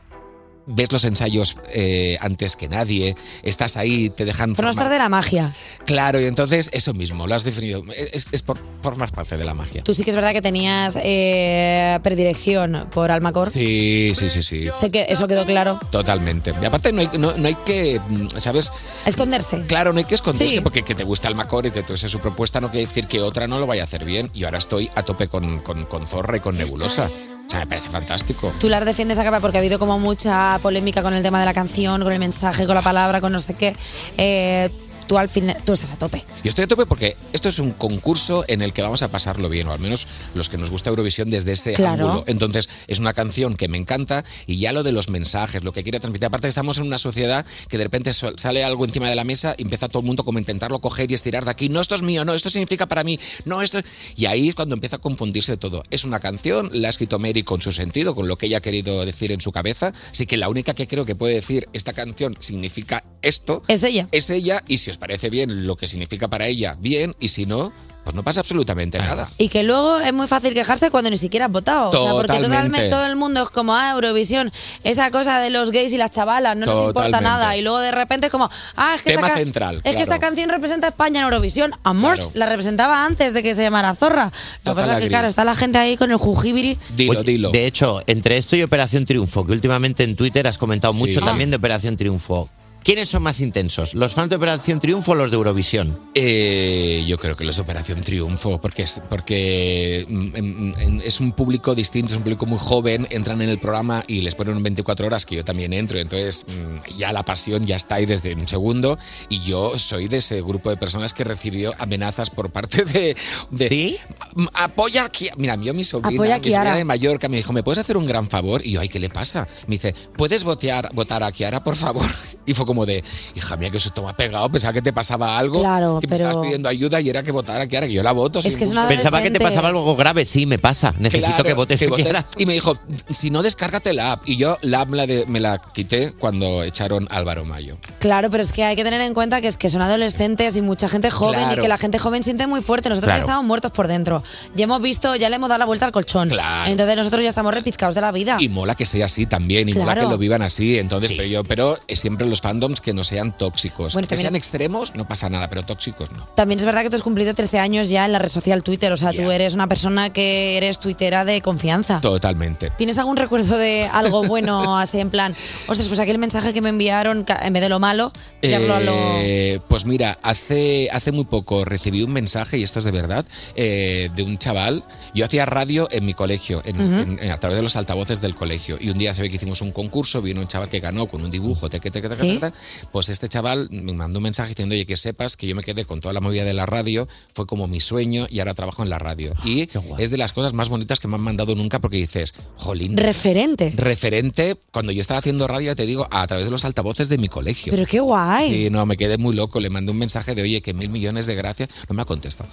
Ves los ensayos eh, antes que nadie, estás ahí, te dejan. Formas formar- parte de la magia. Claro, y entonces eso mismo, lo has definido. Es, es por, formas parte de la magia. Tú sí que es verdad que tenías eh, predilección por Almacor. Sí, sí, sí, sí. Sé que eso quedó claro. Totalmente. Y aparte no hay, no, no hay que, mm, ¿sabes? Esconderse. Claro, no hay que esconderse Sí. porque que te gusta el Macor y te tuese su propuesta no quiere decir que otra no lo vaya a hacer bien. Y ahora estoy a tope con, con, con Zorra y con Nebulosa. O sea, me parece fantástico. Tú las defiendes a capa porque ha habido como mucha polémica con el tema de la canción, con el mensaje, con la palabra, con no sé qué. Eh, tú al final, tú estás a tope. Yo estoy a tope porque esto es un concurso en el que vamos a pasarlo bien, o al menos los que nos gusta Eurovisión desde ese Claro. ángulo. Entonces, es una canción que me encanta y ya lo de los mensajes, lo que quiere transmitir. Aparte, estamos en una sociedad que de repente sal- sale algo encima de la mesa y empieza todo el mundo como a intentarlo coger y estirar de aquí. No, esto es mío, no, esto significa para mí, no, esto. es-". Y ahí es cuando empieza a confundirse todo. Es una canción, la ha escrito Mary con su sentido, con lo que ella ha querido decir en su cabeza. Así que la única que creo que puede decir esta canción significa esto Es ella. es ella y si os parece bien lo que significa para ella, bien, y si no, pues no pasa absolutamente nada. Y que luego es muy fácil quejarse cuando ni siquiera has votado. O sea, porque Totalmente. totalmente todo el mundo es como, ah, Eurovisión, esa cosa de los gays y las chavalas, no nos importa Totalmente. nada. Y luego de repente es como, ah, es que, Tema esta, ca- central, es claro. que esta canción representa a España en Eurovisión. Amor, Claro. la representaba antes de que se llamara Zorra. Lo Total que pasa es que, agree. claro, está la gente ahí con el jujibiri. Dilo, dilo. De hecho, entre esto y Operación Triunfo, que últimamente en Twitter has comentado mucho Ah. también de Operación Triunfo. ¿Quiénes son más intensos? ¿Los fans de Operación Triunfo o los de Eurovisión? Eh, yo creo que los de Operación Triunfo, porque es, porque mm, mm, mm, es un público distinto, es un público muy joven, entran en el programa y les ponen un 24 horas que yo también entro, entonces mm, ya la pasión ya está ahí desde un segundo y yo soy de ese grupo de personas que recibió amenazas por parte de... de Mm, Apoya aquí. Mira, yo mi sobrina, Apoya a mi sobrina Kiara. de Mallorca me dijo, ¿me puedes hacer un gran favor? Y yo, ay, ¿qué le pasa? Me dice, ¿puedes votear, votar a Kiara, por favor? Y fue como de, hija mía, que eso te me ha pegado, pensaba que te pasaba algo. Claro, que me pero- estabas pidiendo ayuda y era que votara a Kiara, que yo la voto. Es sin que es ningún una problema. Pensaba que te pasaba algo grave. Sí, me pasa. Necesito Claro, que votes. que a Kiara. votara. Y me dijo, si no, descárgate la app. Y yo la app me la de- me la quité cuando echaron a Álvaro Mayo. Claro, pero es que hay que tener en cuenta que es que son adolescentes y mucha gente joven Claro. y que la gente joven siente muy fuerte. Nosotros Claro. ya estamos muertos por dentro. Ya hemos visto, ya le hemos dado la vuelta al colchón. Entonces nosotros ya estamos repizcados de la vida. Y mola que sea así también, y mola Ah. Claro. que lo vivan así. Entonces, pero yo, pero eh, siempre los fandoms que no sean tóxicos. Bueno, que también sean es- extremos, no pasa nada, pero tóxicos no. También es verdad que tú has cumplido 13 años ya en la red social Twitter. O sea, tú eres una persona que eres tuitera de confianza. Totalmente. ¿Tienes algún recuerdo de algo bueno así en plan? Ostras, pues aquel mensaje que me enviaron, ca- en vez de lo malo, tirarlo a lo... Eh, Pues mira, hace, hace muy poco recibí un mensaje, y esto es de verdad, eh, de un chaval. Yo hacía radio en mi colegio, en- Ujú. en- en- a través de los altavoces del colegio. Y un día se ve que hicimos un concurso, vino un chaval que ganó con un dibujo, teque, teque, teque, Sí. teque. Pues este chaval me mandó un mensaje diciendo, oye, que sepas que yo me quedé con toda la movida de la radio, fue como mi sueño y ahora trabajo en la radio. Ah, Y es de las cosas más bonitas que me han mandado nunca porque dices, jolín. Referente. Referente, cuando yo estaba haciendo radio, ya te digo, a través de los altavoces de mi colegio. Pero qué guay. Sí, no, me quedé muy loco. Le mandé un mensaje de, oye, que mil millones de gracias. No me ha contestado.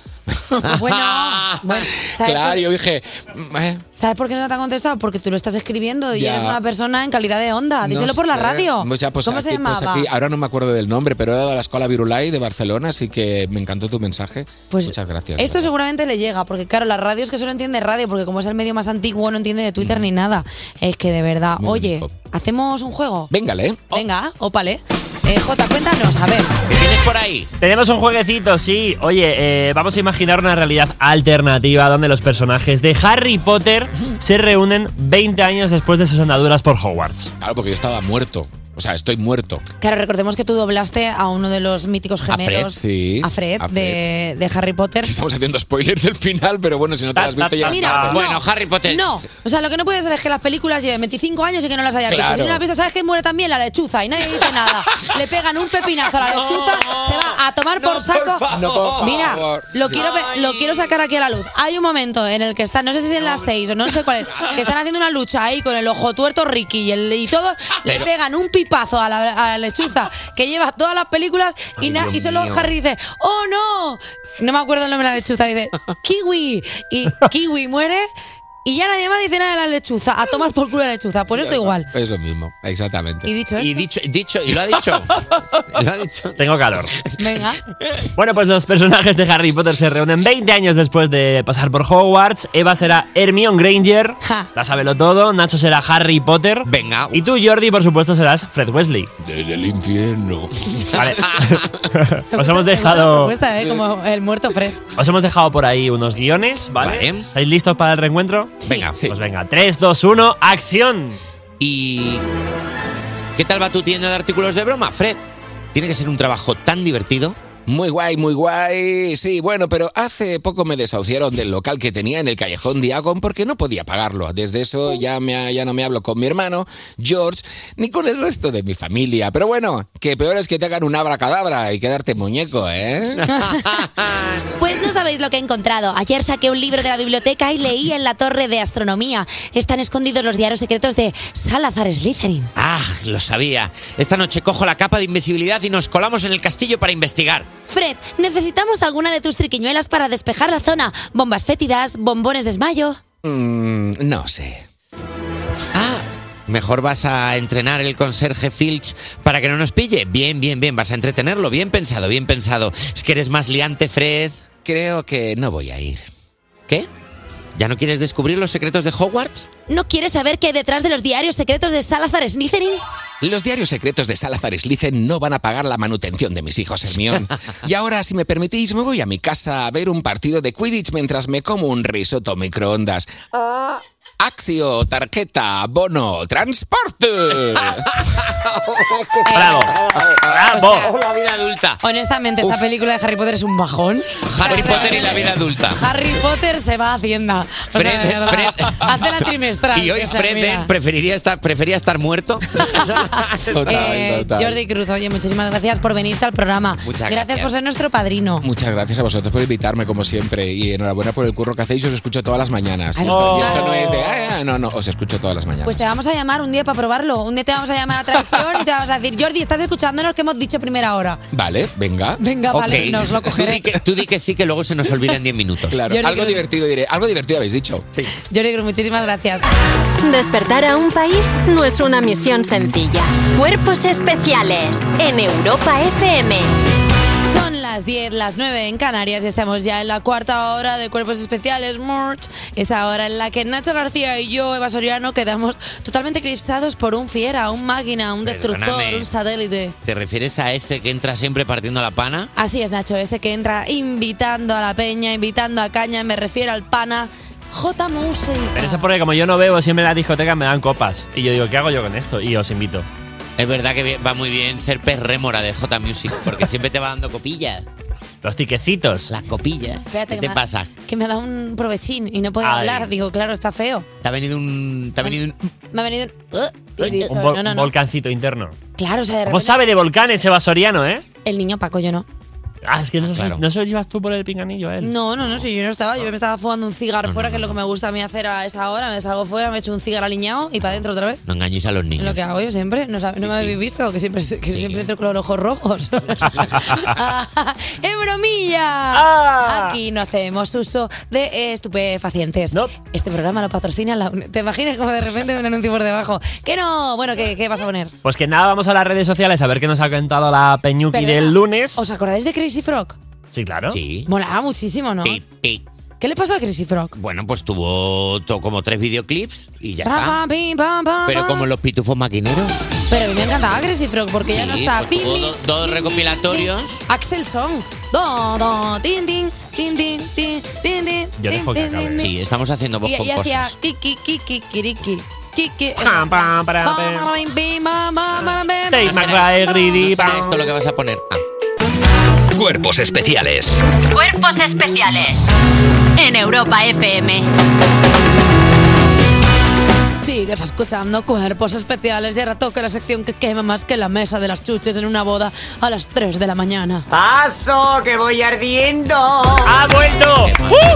Bueno, bueno, ¿sabes Claro, por- yo dije, mm, eh, ¿Sabes por qué no te ha contestado? Porque tú lo estás escribiendo y Ya. eres una persona en calidad de onda. Ah, Díselo no por la sé. radio. O sea, pues ¿Cómo se aquí- pues llamaba? aquí- ahora no me acuerdo del nombre, pero era de la Escuela Virulai de Barcelona, así que me encantó tu mensaje. Muchas gracias. Pues Esto seguramente le llega, porque claro, la radio es que solo entiende radio, porque como es el medio más antiguo, no entiende de Twitter ni nada. Es que de verdad, Mm. Muy oye, ¿hacemos un juego? Oh. Véngale. Venga, ópale. Eh, Jota, cuéntanos, a ver. por ahí? Tenemos un jueguecito, sí. Oye, eh, vamos a imaginar una realidad alternativa donde los personajes de Harry Potter se reúnen 20 años después de sus andaduras por Hogwarts. Claro, porque yo estaba muerto. O sea, estoy muerto. Claro, recordemos que tú doblaste a uno de los míticos A Fred, gemelos. sí. a Fred, A Fred. De, de Harry Potter. Estamos haciendo spoilers del final, pero bueno, si no te lo has visto ya Mira, está. no, No, o sea, lo que no puede ser es que las películas lleven 25 años y que no las hayas Claro. visto. Si no las has visto, sabes que muere también la lechuza y nadie dice nada. Le pegan un pepinazo a la lechuza, se va a tomar por saco. favor. No, por Mira, favor. lo quiero, ve- lo quiero sacar aquí a la luz. Hay un momento en el que están, no sé si es en las 6 o no sé cuál es, que están haciendo una lucha ahí con el ojo tuerto Ricky y, el- y todos le Pero- pegan un pipazo a la, a la lechuza que lleva todas las películas y, Ay, na- Dios y solo mío. Harry dice, ¡Oh no! No me acuerdo el nombre de la lechuza, dice, ¡Kiwi! Y Kiwi muere y ya nadie más dice nada de la lechuza. A tomar por culo la lechuza. Pues esto igual. Es lo mismo, exactamente. Y dicho Y dicho, dicho y lo ha dicho. lo ha dicho. Tengo calor. Venga. Bueno, pues los personajes de Harry Potter se reúnen 20 años después de pasar por Hogwarts. Eva será Hermione Granger, la sabelo todo. Nacho será Harry Potter. Venga. Y tú, Jordi, por supuesto, serás Fred Wesley. Desde el infierno. Vale. Os hemos La dejado. propuesta, ¿eh? Como el muerto Fred. Os hemos dejado por ahí unos guiones, ¿vale? ¿Estáis listos para el reencuentro? Venga. Pues venga, 3, 2, 1, acción. Y. ¿Qué tal va tu tienda de artículos de broma, Fred? Tiene que ser un trabajo tan divertido. Muy guay, muy guay. Sí, bueno, pero hace poco me desahuciaron del local que tenía en el callejón Diagon porque no podía pagarlo. Desde eso ya, me, ya no me hablo con mi hermano, George, ni con el resto de mi familia. Pero bueno, que peor es que te hagan un abracadabra y quedarte muñeco, ¿eh? Pues no sabéis lo que he encontrado. Ayer saqué un libro de la biblioteca y leí en la torre de astronomía. Están escondidos los diarios secretos de Salazar Slytherin. Ah, lo sabía. Esta noche cojo la capa de invisibilidad y nos colamos en el castillo para investigar. Fred, necesitamos alguna de tus triquiñuelas para despejar la zona. Bombas fétidas, bombones de esmayo. Mm, no sé. Ah, mejor vas a entrenar el conserje Filch para que no nos pille. Bien, bien, bien. Vas a entretenerlo. Bien pensado, bien pensado. Es que eres más liante, Fred. Creo que no voy a ir. ¿Qué? ¿Ya no quieres descubrir los secretos de Hogwarts? ¿No quieres saber qué hay detrás de los diarios secretos de Salazar Slytherin? Los diarios secretos de Salazar Slytherin no van a pagar la manutención de mis hijos, Hermión. Y ahora, si me permitís, me voy a mi casa a ver un partido de Quidditch mientras me como un risotto microondas. Axio, tarjeta, bono, transporte. Bravo. Bravo. la vida adulta. Honestamente, esta película de Harry Potter es un bajón. Harry Potter y la vida adulta. Harry Potter se va a Hacienda. O sea, Fred- de verdad, Fred- hace la trimestral. Y hoy que se Fred mira. Dent preferiría estar, prefería estar muerto. Eh, Jordi Cruz, oye, muchísimas gracias por venirte al programa. Muchas gracias. por ser nuestro padrino. Muchas gracias a vosotros por invitarme, como siempre. Y enhorabuena por el curro que hacéis. Os escucho todas las mañanas. Ay, Y esto, y esto claro. no es de. "Ah, no, no, os escucho todas las mañanas. Pues te vamos a llamar un día para probarlo. Un día te vamos a llamar a traición y te vamos a decir, Jordi, estás escuchándonos que hemos dicho primera hora. Vale, venga. Venga, vale, Ok. nos lo cogeré. Tú di, que, tú di que sí, que luego se nos olvida en 10 minutos. Claro, Jordi algo Cruz. divertido diré. Algo divertido habéis dicho. Sí. Jordi Cruz, muchísimas gracias. Despertar a un país no es una misión sencilla. Cuerpos especiales en Europa FM. Son las 10, las 9 en Canarias y estamos ya en la cuarta hora de Cuerpos Especiales, Merch. Esa hora en la que Nacho García y yo, Eva Soriano, quedamos totalmente eclipsados por un fiera, un máquina, un destructor, Perdóname. un satélite. ¿Te refieres a ese que entra siempre partiendo la pana? Así es, Nacho, ese que entra invitando a la peña, invitando a caña, me refiero al pana J. Music. Pero eso es porque como yo no bebo, siempre en la discoteca me dan copas. Y yo digo, ¿qué hago yo con esto? Y os invito. Es verdad que va muy bien ser pez rémora de J Music, porque siempre te va dando copillas. Los tiquecitos. Las copillas. ¿Qué Espérate, que te me- pasa? Que me da un provechín y no puedo Ay. hablar. Digo, claro, está feo. Te ha venido un. Mm, Te ha venido un. Me ha venido un... uh, y digo, Un vol- no, no, no. volcancito interno. Claro, o sea, de ¿Cómo repente sabe de volcanes Eva Soriano, eh? el niño Paco, yo no. Ah, es que no, se- no se lo llevas tú por el pinganillo a él. No, no, no, si yo no estaba, Ah. yo me estaba fumando un cigarro fuera, que es lo que me gusta a mí hacer a esa hora, me salgo fuera, me echo un cigarro aliñado y para adentro otra vez. No engañéis a los Es niños. Lo que hago yo siempre, no, sab- no me habéis visto, que siempre, que siempre entro con los ojos rojos. ¡Es bromilla! Ah. Aquí no hacemos uso de eh, estupefacientes. Este programa lo patrocina la UNED. ¿Te imaginas como de repente un anuncio por debajo? Que no, bueno, ¿qué, qué vas a poner? Pues que nada, vamos a las redes sociales a ver qué nos ha contado la Peñuki Perdona, del lunes. ¿Os acordáis de Crazy Frog? Sí, claro. Sí. Molaba muchísimo, ¿no? ¿Qué le pasó a Crazy Frog? Bueno, pues tuvo to- como tres videoclips y ya Bra, está. bra, bim, bam, bam, Pero bam. como los pitufos maquineros. Pero a mí me encantaba Crazy Frog porque ya no Sí, está. pues tuvo Pim, do- dos recopilatorios. Axel Song. Do, do, tin, tin, tin, tin, tin, tin, tin, tin, tin, tin, tin. Sí, estamos haciendo voz Y, con y hacía cosas. kiki, kiki, kiriki. Kiki. Pam, pam, para, pam. Take my Take cry, greedy, pam. Esto es lo que vas a poner. Ah. Cuerpos especiales. Cuerpos especiales en Europa FM. Sigues escuchando Cuerpos Especiales y ahora toca la sección que quema más que la mesa de las chuches en una boda a las 3 de la mañana. ¡Paso, que voy ardiendo! ¡Ha vuelto!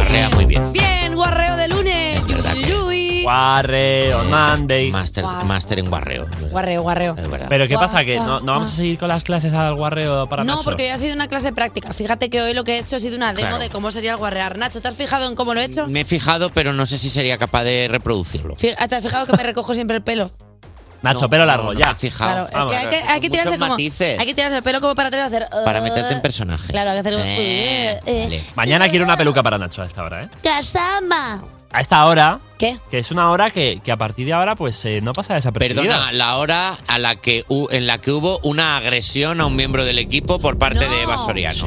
Arrea, muy bien. Bien, guarreo de lunes. Yuyuyuy. Guarreo, Monday. Master, master en guarreo. Guarreo, guarreo. Pero ¿qué Guau, pasa? ¿Que no, guau, no vamos a guau. seguir con las clases al guarreo para No, Nacho? porque hoy ha sido una clase práctica. Fíjate que hoy lo que he hecho ha sido una demo Claro. de cómo sería el guarrear. Nacho, ¿te has fijado en cómo lo he hecho? Me he fijado, pero no sé si sería capaz de reproducirlo. Fi- ¿Te has fijado que me recojo siempre el pelo? Nacho, pelo largo, ya. Claro, es que hay que, hay que tirarse como, hay que tirarse el pelo como para atrás y hacer... Para uh, meterte en personaje. Claro, hay que hacer... un- Eh, uh, eh. Mañana quiero una peluca para Nacho a esta hora, ¿eh? Casama. A esta hora, ¿Qué? que es una hora que, que a partir de ahora pues eh, no pasa desapercibida. Perdona, la hora a la que hu- en la que hubo una agresión a un miembro del equipo por parte de Eva Soriano.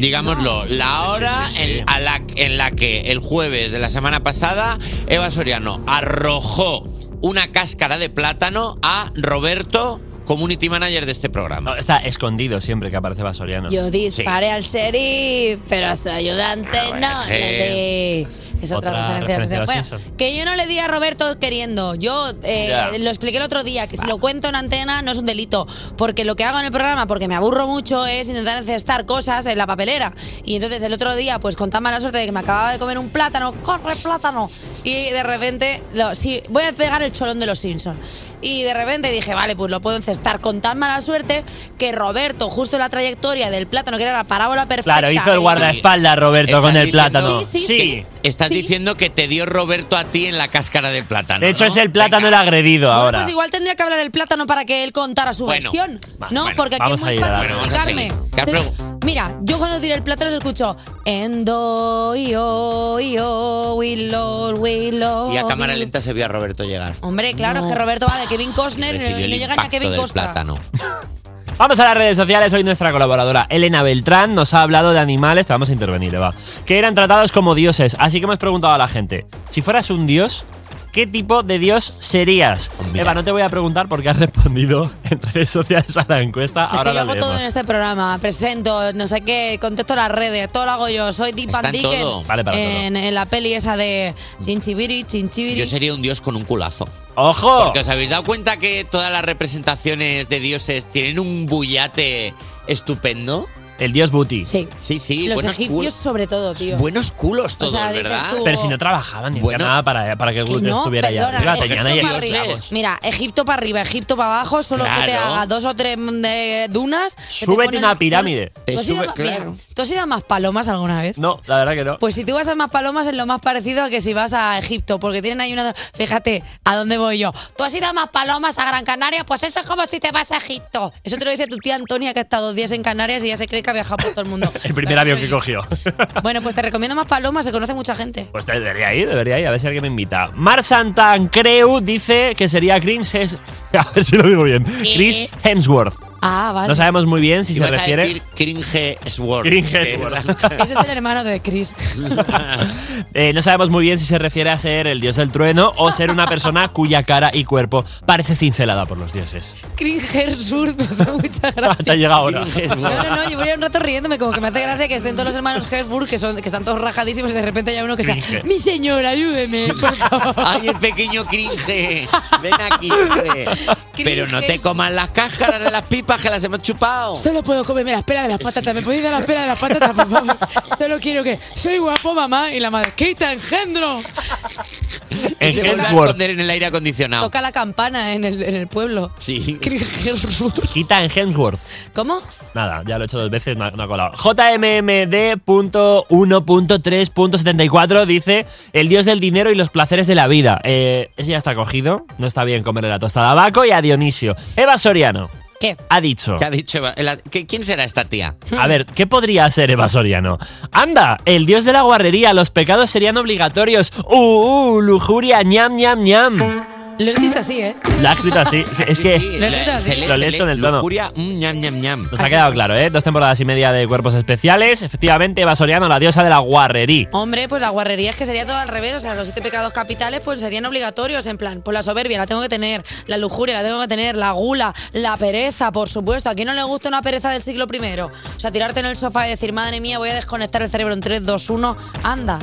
Digámoslo, la hora En, a la, en la que el jueves de la semana pasada Eva Soriano arrojó una cáscara de plátano a Roberto, community manager de este programa. Está escondido siempre que aparece Eva Soriano. Yo disparé al sheriff, pero a su ayudante no es le que- di. Es otra, Ah, Otra referencia. de referencia los a los Bueno, que yo no le di a Roberto queriendo. Yo eh, Ya. lo expliqué el otro día, que si lo cuento en antena no es un delito. Porque lo que hago en el programa, porque me aburro mucho, es intentar encestar cosas en la papelera. Y entonces el otro día, pues con tan mala suerte de que me acababa de comer un plátano, ¡corre plátano! Y de repente, lo- sí, voy a pegar el cholón de los Simpsons. Y de repente dije, vale, pues lo puedo encestar con tan mala suerte que Roberto, justo en la trayectoria del plátano, que era la parábola perfecta. Claro, hizo el guardaespaldas Roberto Estás con el diciendo- plátano. Sí, sí. Estás diciendo que te dio Roberto a ti en la cáscara de plátano. De hecho, es el plátano el agredido Bueno, ahora. pues igual tendría que hablar el plátano para que él contara su Bueno, versión. va, ¿No? bueno, Porque aquí vamos es muy a ir a la- fácil Bueno, vamos a explicarme. seguir. ¿Qué has Sí. pregun- Mira, yo cuando tiré el plátano se escuchó Endo, yo, yo, willow, willow. Y a cámara lenta se vio a Roberto llegar. Oh, Hombre, claro, es que Roberto va de Kevin Costner no, Recibió no el llega ni a impacto Kevin del Costner. plátano. Vamos a las redes sociales. Hoy nuestra colaboradora Elena Beltrán nos ha hablado de animales. Te vamos a intervenir, Eva. Que eran tratados como dioses. Así que hemos preguntado a la gente: si fueras un dios, ¿qué tipo de dios serías? Pues Eva, no te voy a preguntar porque has respondido en redes sociales a la encuesta. Es Ahora que yo la hago todo en leemos. este programa, presento, no sé qué, contesto las redes, todo lo hago yo, soy Deep Está Van en Dyken todo. Vale para en, en la peli esa de Chinchibiri, Chinchibiri. Yo sería un dios con un culazo. ¡Ojo! Porque os habéis dado cuenta que todas las representaciones de dioses tienen un bullate estupendo. El dios Buti. Sí. Sí, sí. Los buenos, egipcios cul- sobre todo, tío. buenos culos todos, dices ¿verdad? tú- Pero si no trabajaban ni hacían Bueno. nada para, para que el Que gluten no, estuviera perdona, allá arriba. es que Tenían no ahí me esclavos. arriesgo. Mira, Egipto para arriba, Egipto para abajo, solo que te Claro. haga dos o tres mm, de dunas. que te Súbete ponen- una pirámide. ¿Tú has, Te ido sube- a- mira, claro. ¿Tú has ido a más palomas alguna vez? No, la verdad que no. Pues si tú vas a más palomas es lo más parecido a que si vas a Egipto, porque tienen ahí una... Fíjate, ¿a dónde voy yo? Tú has ido a más palomas a Gran Canaria, pues eso es como si te vas a Egipto. Eso te lo dice tu tía Antonia, que ha estado dos días en Canarias y ya se cree que ha viajado por todo el mundo. el primer avión que cogió. bueno, pues te recomiendo más palomas, se conoce mucha gente. Pues debería ir, debería ir, a ver si alguien me invita. Mar Santancreu dice que sería Chris Hems- A ver si lo digo bien. ¿Qué? Chris Hemsworth. Ah, vale. No sabemos muy bien si Y se vas a refiere. decir Cringe Sword. Cringe Ese es el hermano de Chris. Eh, no sabemos muy bien si se refiere a ser el dios del trueno o ser una persona cuya cara y cuerpo parece cincelada por los dioses. Chris Hemsworth, me hace mucha gracia. Te ha llegado ahora. No, no, no, yo voy un rato riéndome, como que me hace gracia que estén todos los hermanos Hesburg, que, son, que están todos rajadísimos, y de repente hay uno que sea, Cringe. mi señor, ayúdeme, por favor. ¡Ay, el pequeño cringe! Ven aquí, hombre. Pero no te comas las cáscaras de las pipas que las hemos chupado. Solo puedo comerme las pelas de las patatas. ¿Me podéis dar las pelas de las patatas, por favor? Solo quiero que... Soy guapo, mamá. Y la madre, ¡quita, engendro! Y se vuelve a Hemsworth. esconder en el aire acondicionado. Toca la campana en el, en el pueblo. Sí. Quita en Hemsworth. ¿Cómo? Nada, ya lo he hecho dos veces, no, ha- no ha colado. JMMD.1.3.74 dice el dios del dinero y los placeres de la vida. Eh, ese ya está cogido, no está bien comerle la tostada a Baco y a Dionisio. Eva Soriano. ¿Qué? Ha dicho. ¿Qué ha dicho Eva? El- ¿qué- ¿Quién será esta tía? A ver, ¿qué podría ser Eva Soriano? Anda, el dios de la guarrería, los pecados serían obligatorios. Uh, uh, lujuria, ñam, ñam, ñam. Lo he escrito así, ¿eh? La ha escrito así. Sí, Es que Sí, la- se lee- lo se lees lee con el tono. lujuria, mm, ñam, ñam, ñam. Nos ha quedado claro, ¿eh? Dos temporadas y media de cuerpos especiales. Efectivamente, Eva Soriano, la diosa de la guarrería. Hombre, pues la guarrería es que sería todo al revés. O sea, los siete pecados capitales pues serían obligatorios. En plan, pues la soberbia la tengo que tener, la lujuria la tengo que tener, la gula, la pereza, por supuesto. ¿A quién no le gusta una pereza del siglo primero? O sea, tirarte en el sofá y decir, madre mía, voy a desconectar el cerebro en 3, 2, 1. Anda.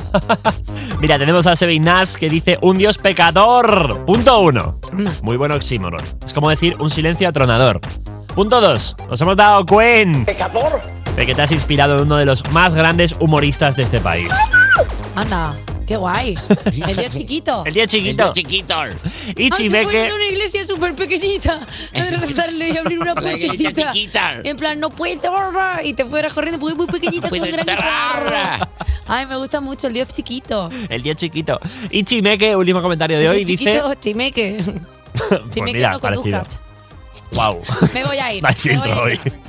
Mira, tenemos a Sebinas que dice un dios pecador. Punto uno. Muy buen oxímoron. Es como decir un silencio atronador. Punto dos. Nos hemos dado cuen. ¿Pecador? De que te has inspirado en uno de los más grandes humoristas de este país. Anda. Qué guay. El dios chiquito. El día chiquito. El chiquito. Y Hay que poner Chibeque. una iglesia súper pequeñita. Rezarle y abrir una La iglesia puertecita. chiquita. En plan, no puede Y te fueras corriendo porque es muy pequeñita. es un gran Ay, me gusta mucho el dios chiquito. El día chiquito. Y Chimeque, último comentario de hoy, dice. Chiquito, chimeque. Pues Chimeque mira, no parecido. Wow. Me voy a ir. No hay me filtro voy a ir. hoy.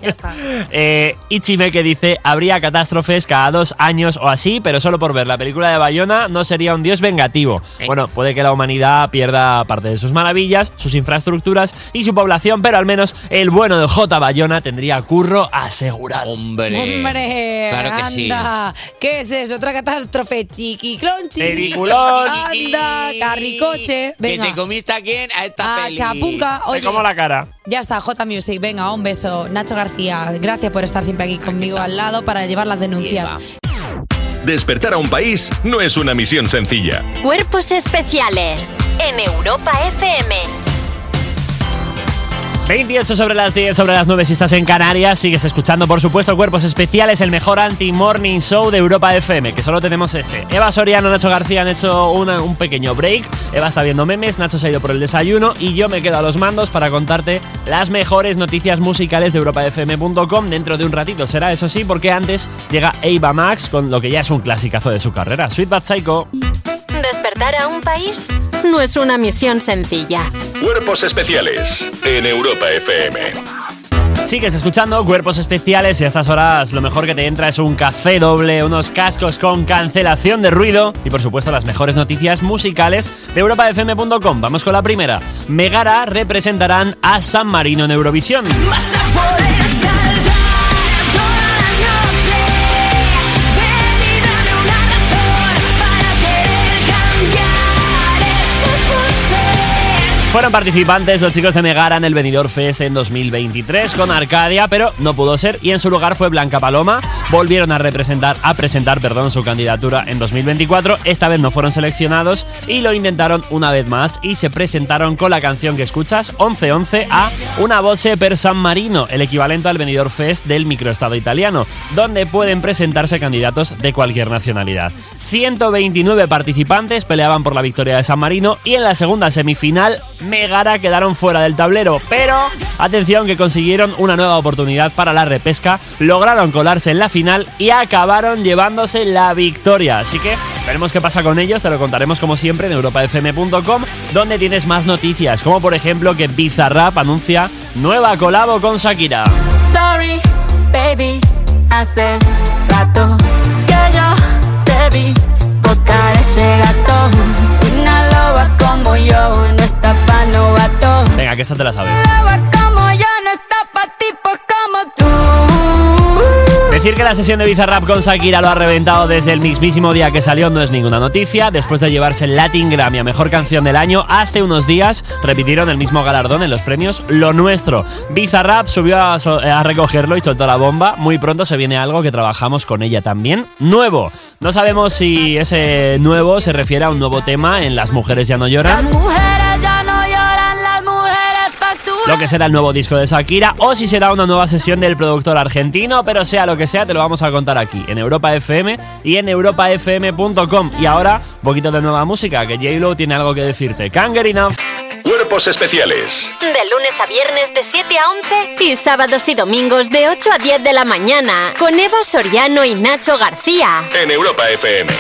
Eh, Ichime que dice, habría catástrofes cada dos años o así, pero solo por ver la película de Bayona no sería un dios vengativo. Bueno, puede que la humanidad pierda parte de sus maravillas, sus infraestructuras y su población, pero al menos el bueno de J. Bayona tendría curro asegurado. Hombre. Hombre, Claro que sí. anda. ¿Qué es eso? Otra catástrofe, chiquiclón, chiqui. Peliculón. Anda, carricoche. Venga. Que te comiste a quién? A esta Ah, peli. chapunca. Oye, cara. Ya está, J Music, venga, un beso. Nacho García, gracias por estar siempre aquí conmigo al lado para llevar las denuncias. Despertar a un país no es una misión sencilla. Cuerpos especiales en Europa FM. 28 sobre las 10, sobre las 9 si estás en Canarias, sigues escuchando por supuesto Cuerpos Especiales, el mejor anti-morning show de Europa FM, que solo tenemos este. Eva Soriano, Nacho García han hecho una- un pequeño break, Eva está viendo memes, Nacho se ha ido por el desayuno y yo me quedo a los mandos para contarte las mejores noticias musicales de europafm.com dentro de un ratito, será eso sí, porque antes llega Eva Max con lo que ya es un clasicazo de su carrera, Sweet But Psycho. Despertar a un país no es una misión sencilla. Cuerpos especiales en Europa FM. Sigues escuchando Cuerpos Especiales y a estas horas lo mejor que te entra es un café doble, unos cascos con cancelación de ruido y por supuesto las mejores noticias musicales de europafm.com. Vamos con la primera. Megara representarán a San Marino en Eurovisión. Fueron participantes los chicos de Megara en el Benidorm Fest en 2023 con Arcadia, pero no pudo ser y en su lugar fue Blanca Paloma. Volvieron a representar a presentar, perdón, su candidatura en 2024. Esta vez no fueron seleccionados y lo intentaron una vez más y se presentaron con la canción que escuchas 1111 a Una voce per San Marino, el equivalente al Benidorm Fest del microestado italiano, donde pueden presentarse candidatos de cualquier nacionalidad. 129 participantes peleaban por la victoria de San Marino y en la segunda semifinal Megara quedaron fuera del tablero, pero atención que consiguieron una nueva oportunidad para la repesca, lograron colarse en la final y acabaron llevándose la victoria. Así que veremos qué pasa con ellos, te lo contaremos como siempre en europafm.com, donde tienes más noticias, como por ejemplo que Bizarrap anuncia nueva colabo con Shakira. Sorry, baby, hace rato que yo te vi tocar ese gato. Una loba como yo no está pa' novato. Venga, que esta te la sabes. Loba como yo no está pa' tipos como tú. Decir que la sesión de Bizarrap con Shakira lo ha reventado desde el mismísimo día que salió no es ninguna noticia. Después de llevarse el Latin Grammy a Mejor Canción del Año, hace unos días repitieron el mismo galardón en los premios Lo Nuestro. Bizarrap subió a, so- a recogerlo y soltó la bomba. Muy pronto se viene algo que trabajamos con ella también. Nuevo. No sabemos si ese nuevo se refiere a un nuevo tema en Las Mujeres Ya No Lloran. Mujeres ya no lloran, las mujeres lo que será el nuevo disco de Shakira o si será una nueva sesión del productor argentino, pero sea lo que sea, te lo vamos a contar aquí en Europa FM y en europafm.com. Y ahora, un poquito de nueva música, que J-Lo tiene algo que decirte. Canger Enough. Cuerpos especiales De lunes a viernes de 7 a 11 y sábados y domingos de 8 a 10 de la mañana con Evo Soriano y Nacho García. en Europa FM.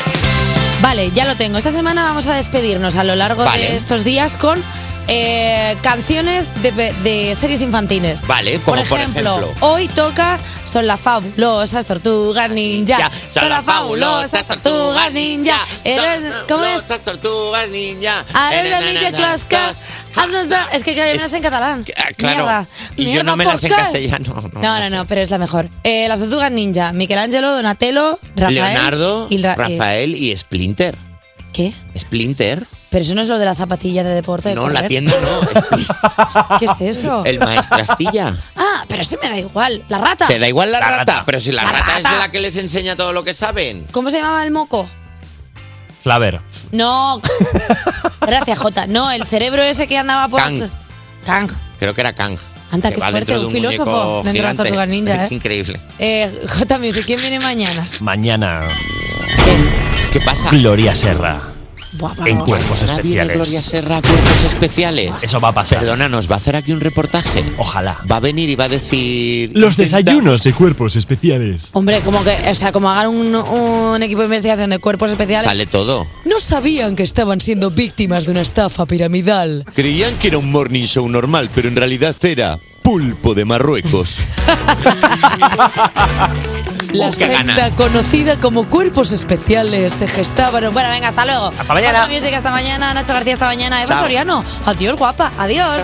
Vale, ya lo tengo. Esta semana vamos a despedirnos a lo largo Vale. de estos días con eh, canciones de, pe- de series infantiles. Vale, como Por ejemplo, oh, hoy toca Son las fabulosas tortugas ninja. son las fabulosas tortugas ninja. Héroes- ¿Cómo es? tortugas ninja. Héroes de Villa Clasca. Ah, Es que claro, yo me las sé en catalán. Claro. Mierda. Y yo Mierda, no me las sé en ¿por qué? castellano. no. No, no, no, pero es la mejor. Eh, las tortugas ninja, Michelangelo, Donatello, Rafael. Leonardo, y Ra- eh, Rafael y Splinter. ¿Qué? Splinter. pero eso no es lo de la zapatilla de deporte. de No, la correr. tienda no. ¿Qué es eso? El maestrastilla. Ah, pero eso me da igual. La rata. ¿Te da igual la, La rata? rata. Pero si la, La rata, rata. es la que les enseña todo lo que saben. ¿Cómo se llamaba el moco? Flaver. No. Gracias, Jota. No, el cerebro ese que andaba por. Kang. Kang. Creo que era Kang. Anda, que qué va fuerte, dentro de un muñeco filósofo dentro de las gigante. tortugas ninja, Es ¿eh? increíble. Eh, J Music, ¿quién viene mañana? Mañana. ¿Qué pasa? Gloria Serra. Buah, en cuerpos Ahora viene especiales. Gloria Serra, cuerpos especiales. Eso va a pasar. Perdona, nos va a hacer aquí un reportaje. Ojalá. Va a venir y va a decir. Los desayunos de cuerpos especiales. Hombre, como que, o sea, como hagan un, un equipo de investigación de cuerpos especiales. Sale todo. No sabían que estaban siendo víctimas de una estafa piramidal. Creían que era un morning show normal, pero en realidad era pulpo de Marruecos. La Uf, qué ganas. secta conocida como cuerpos especiales se gestaban. Bueno, venga, hasta luego. Hasta mañana. Jota Music, hasta mañana. Nacho García, hasta mañana. Eva Chao. Soriano. Adiós, guapa. Adiós.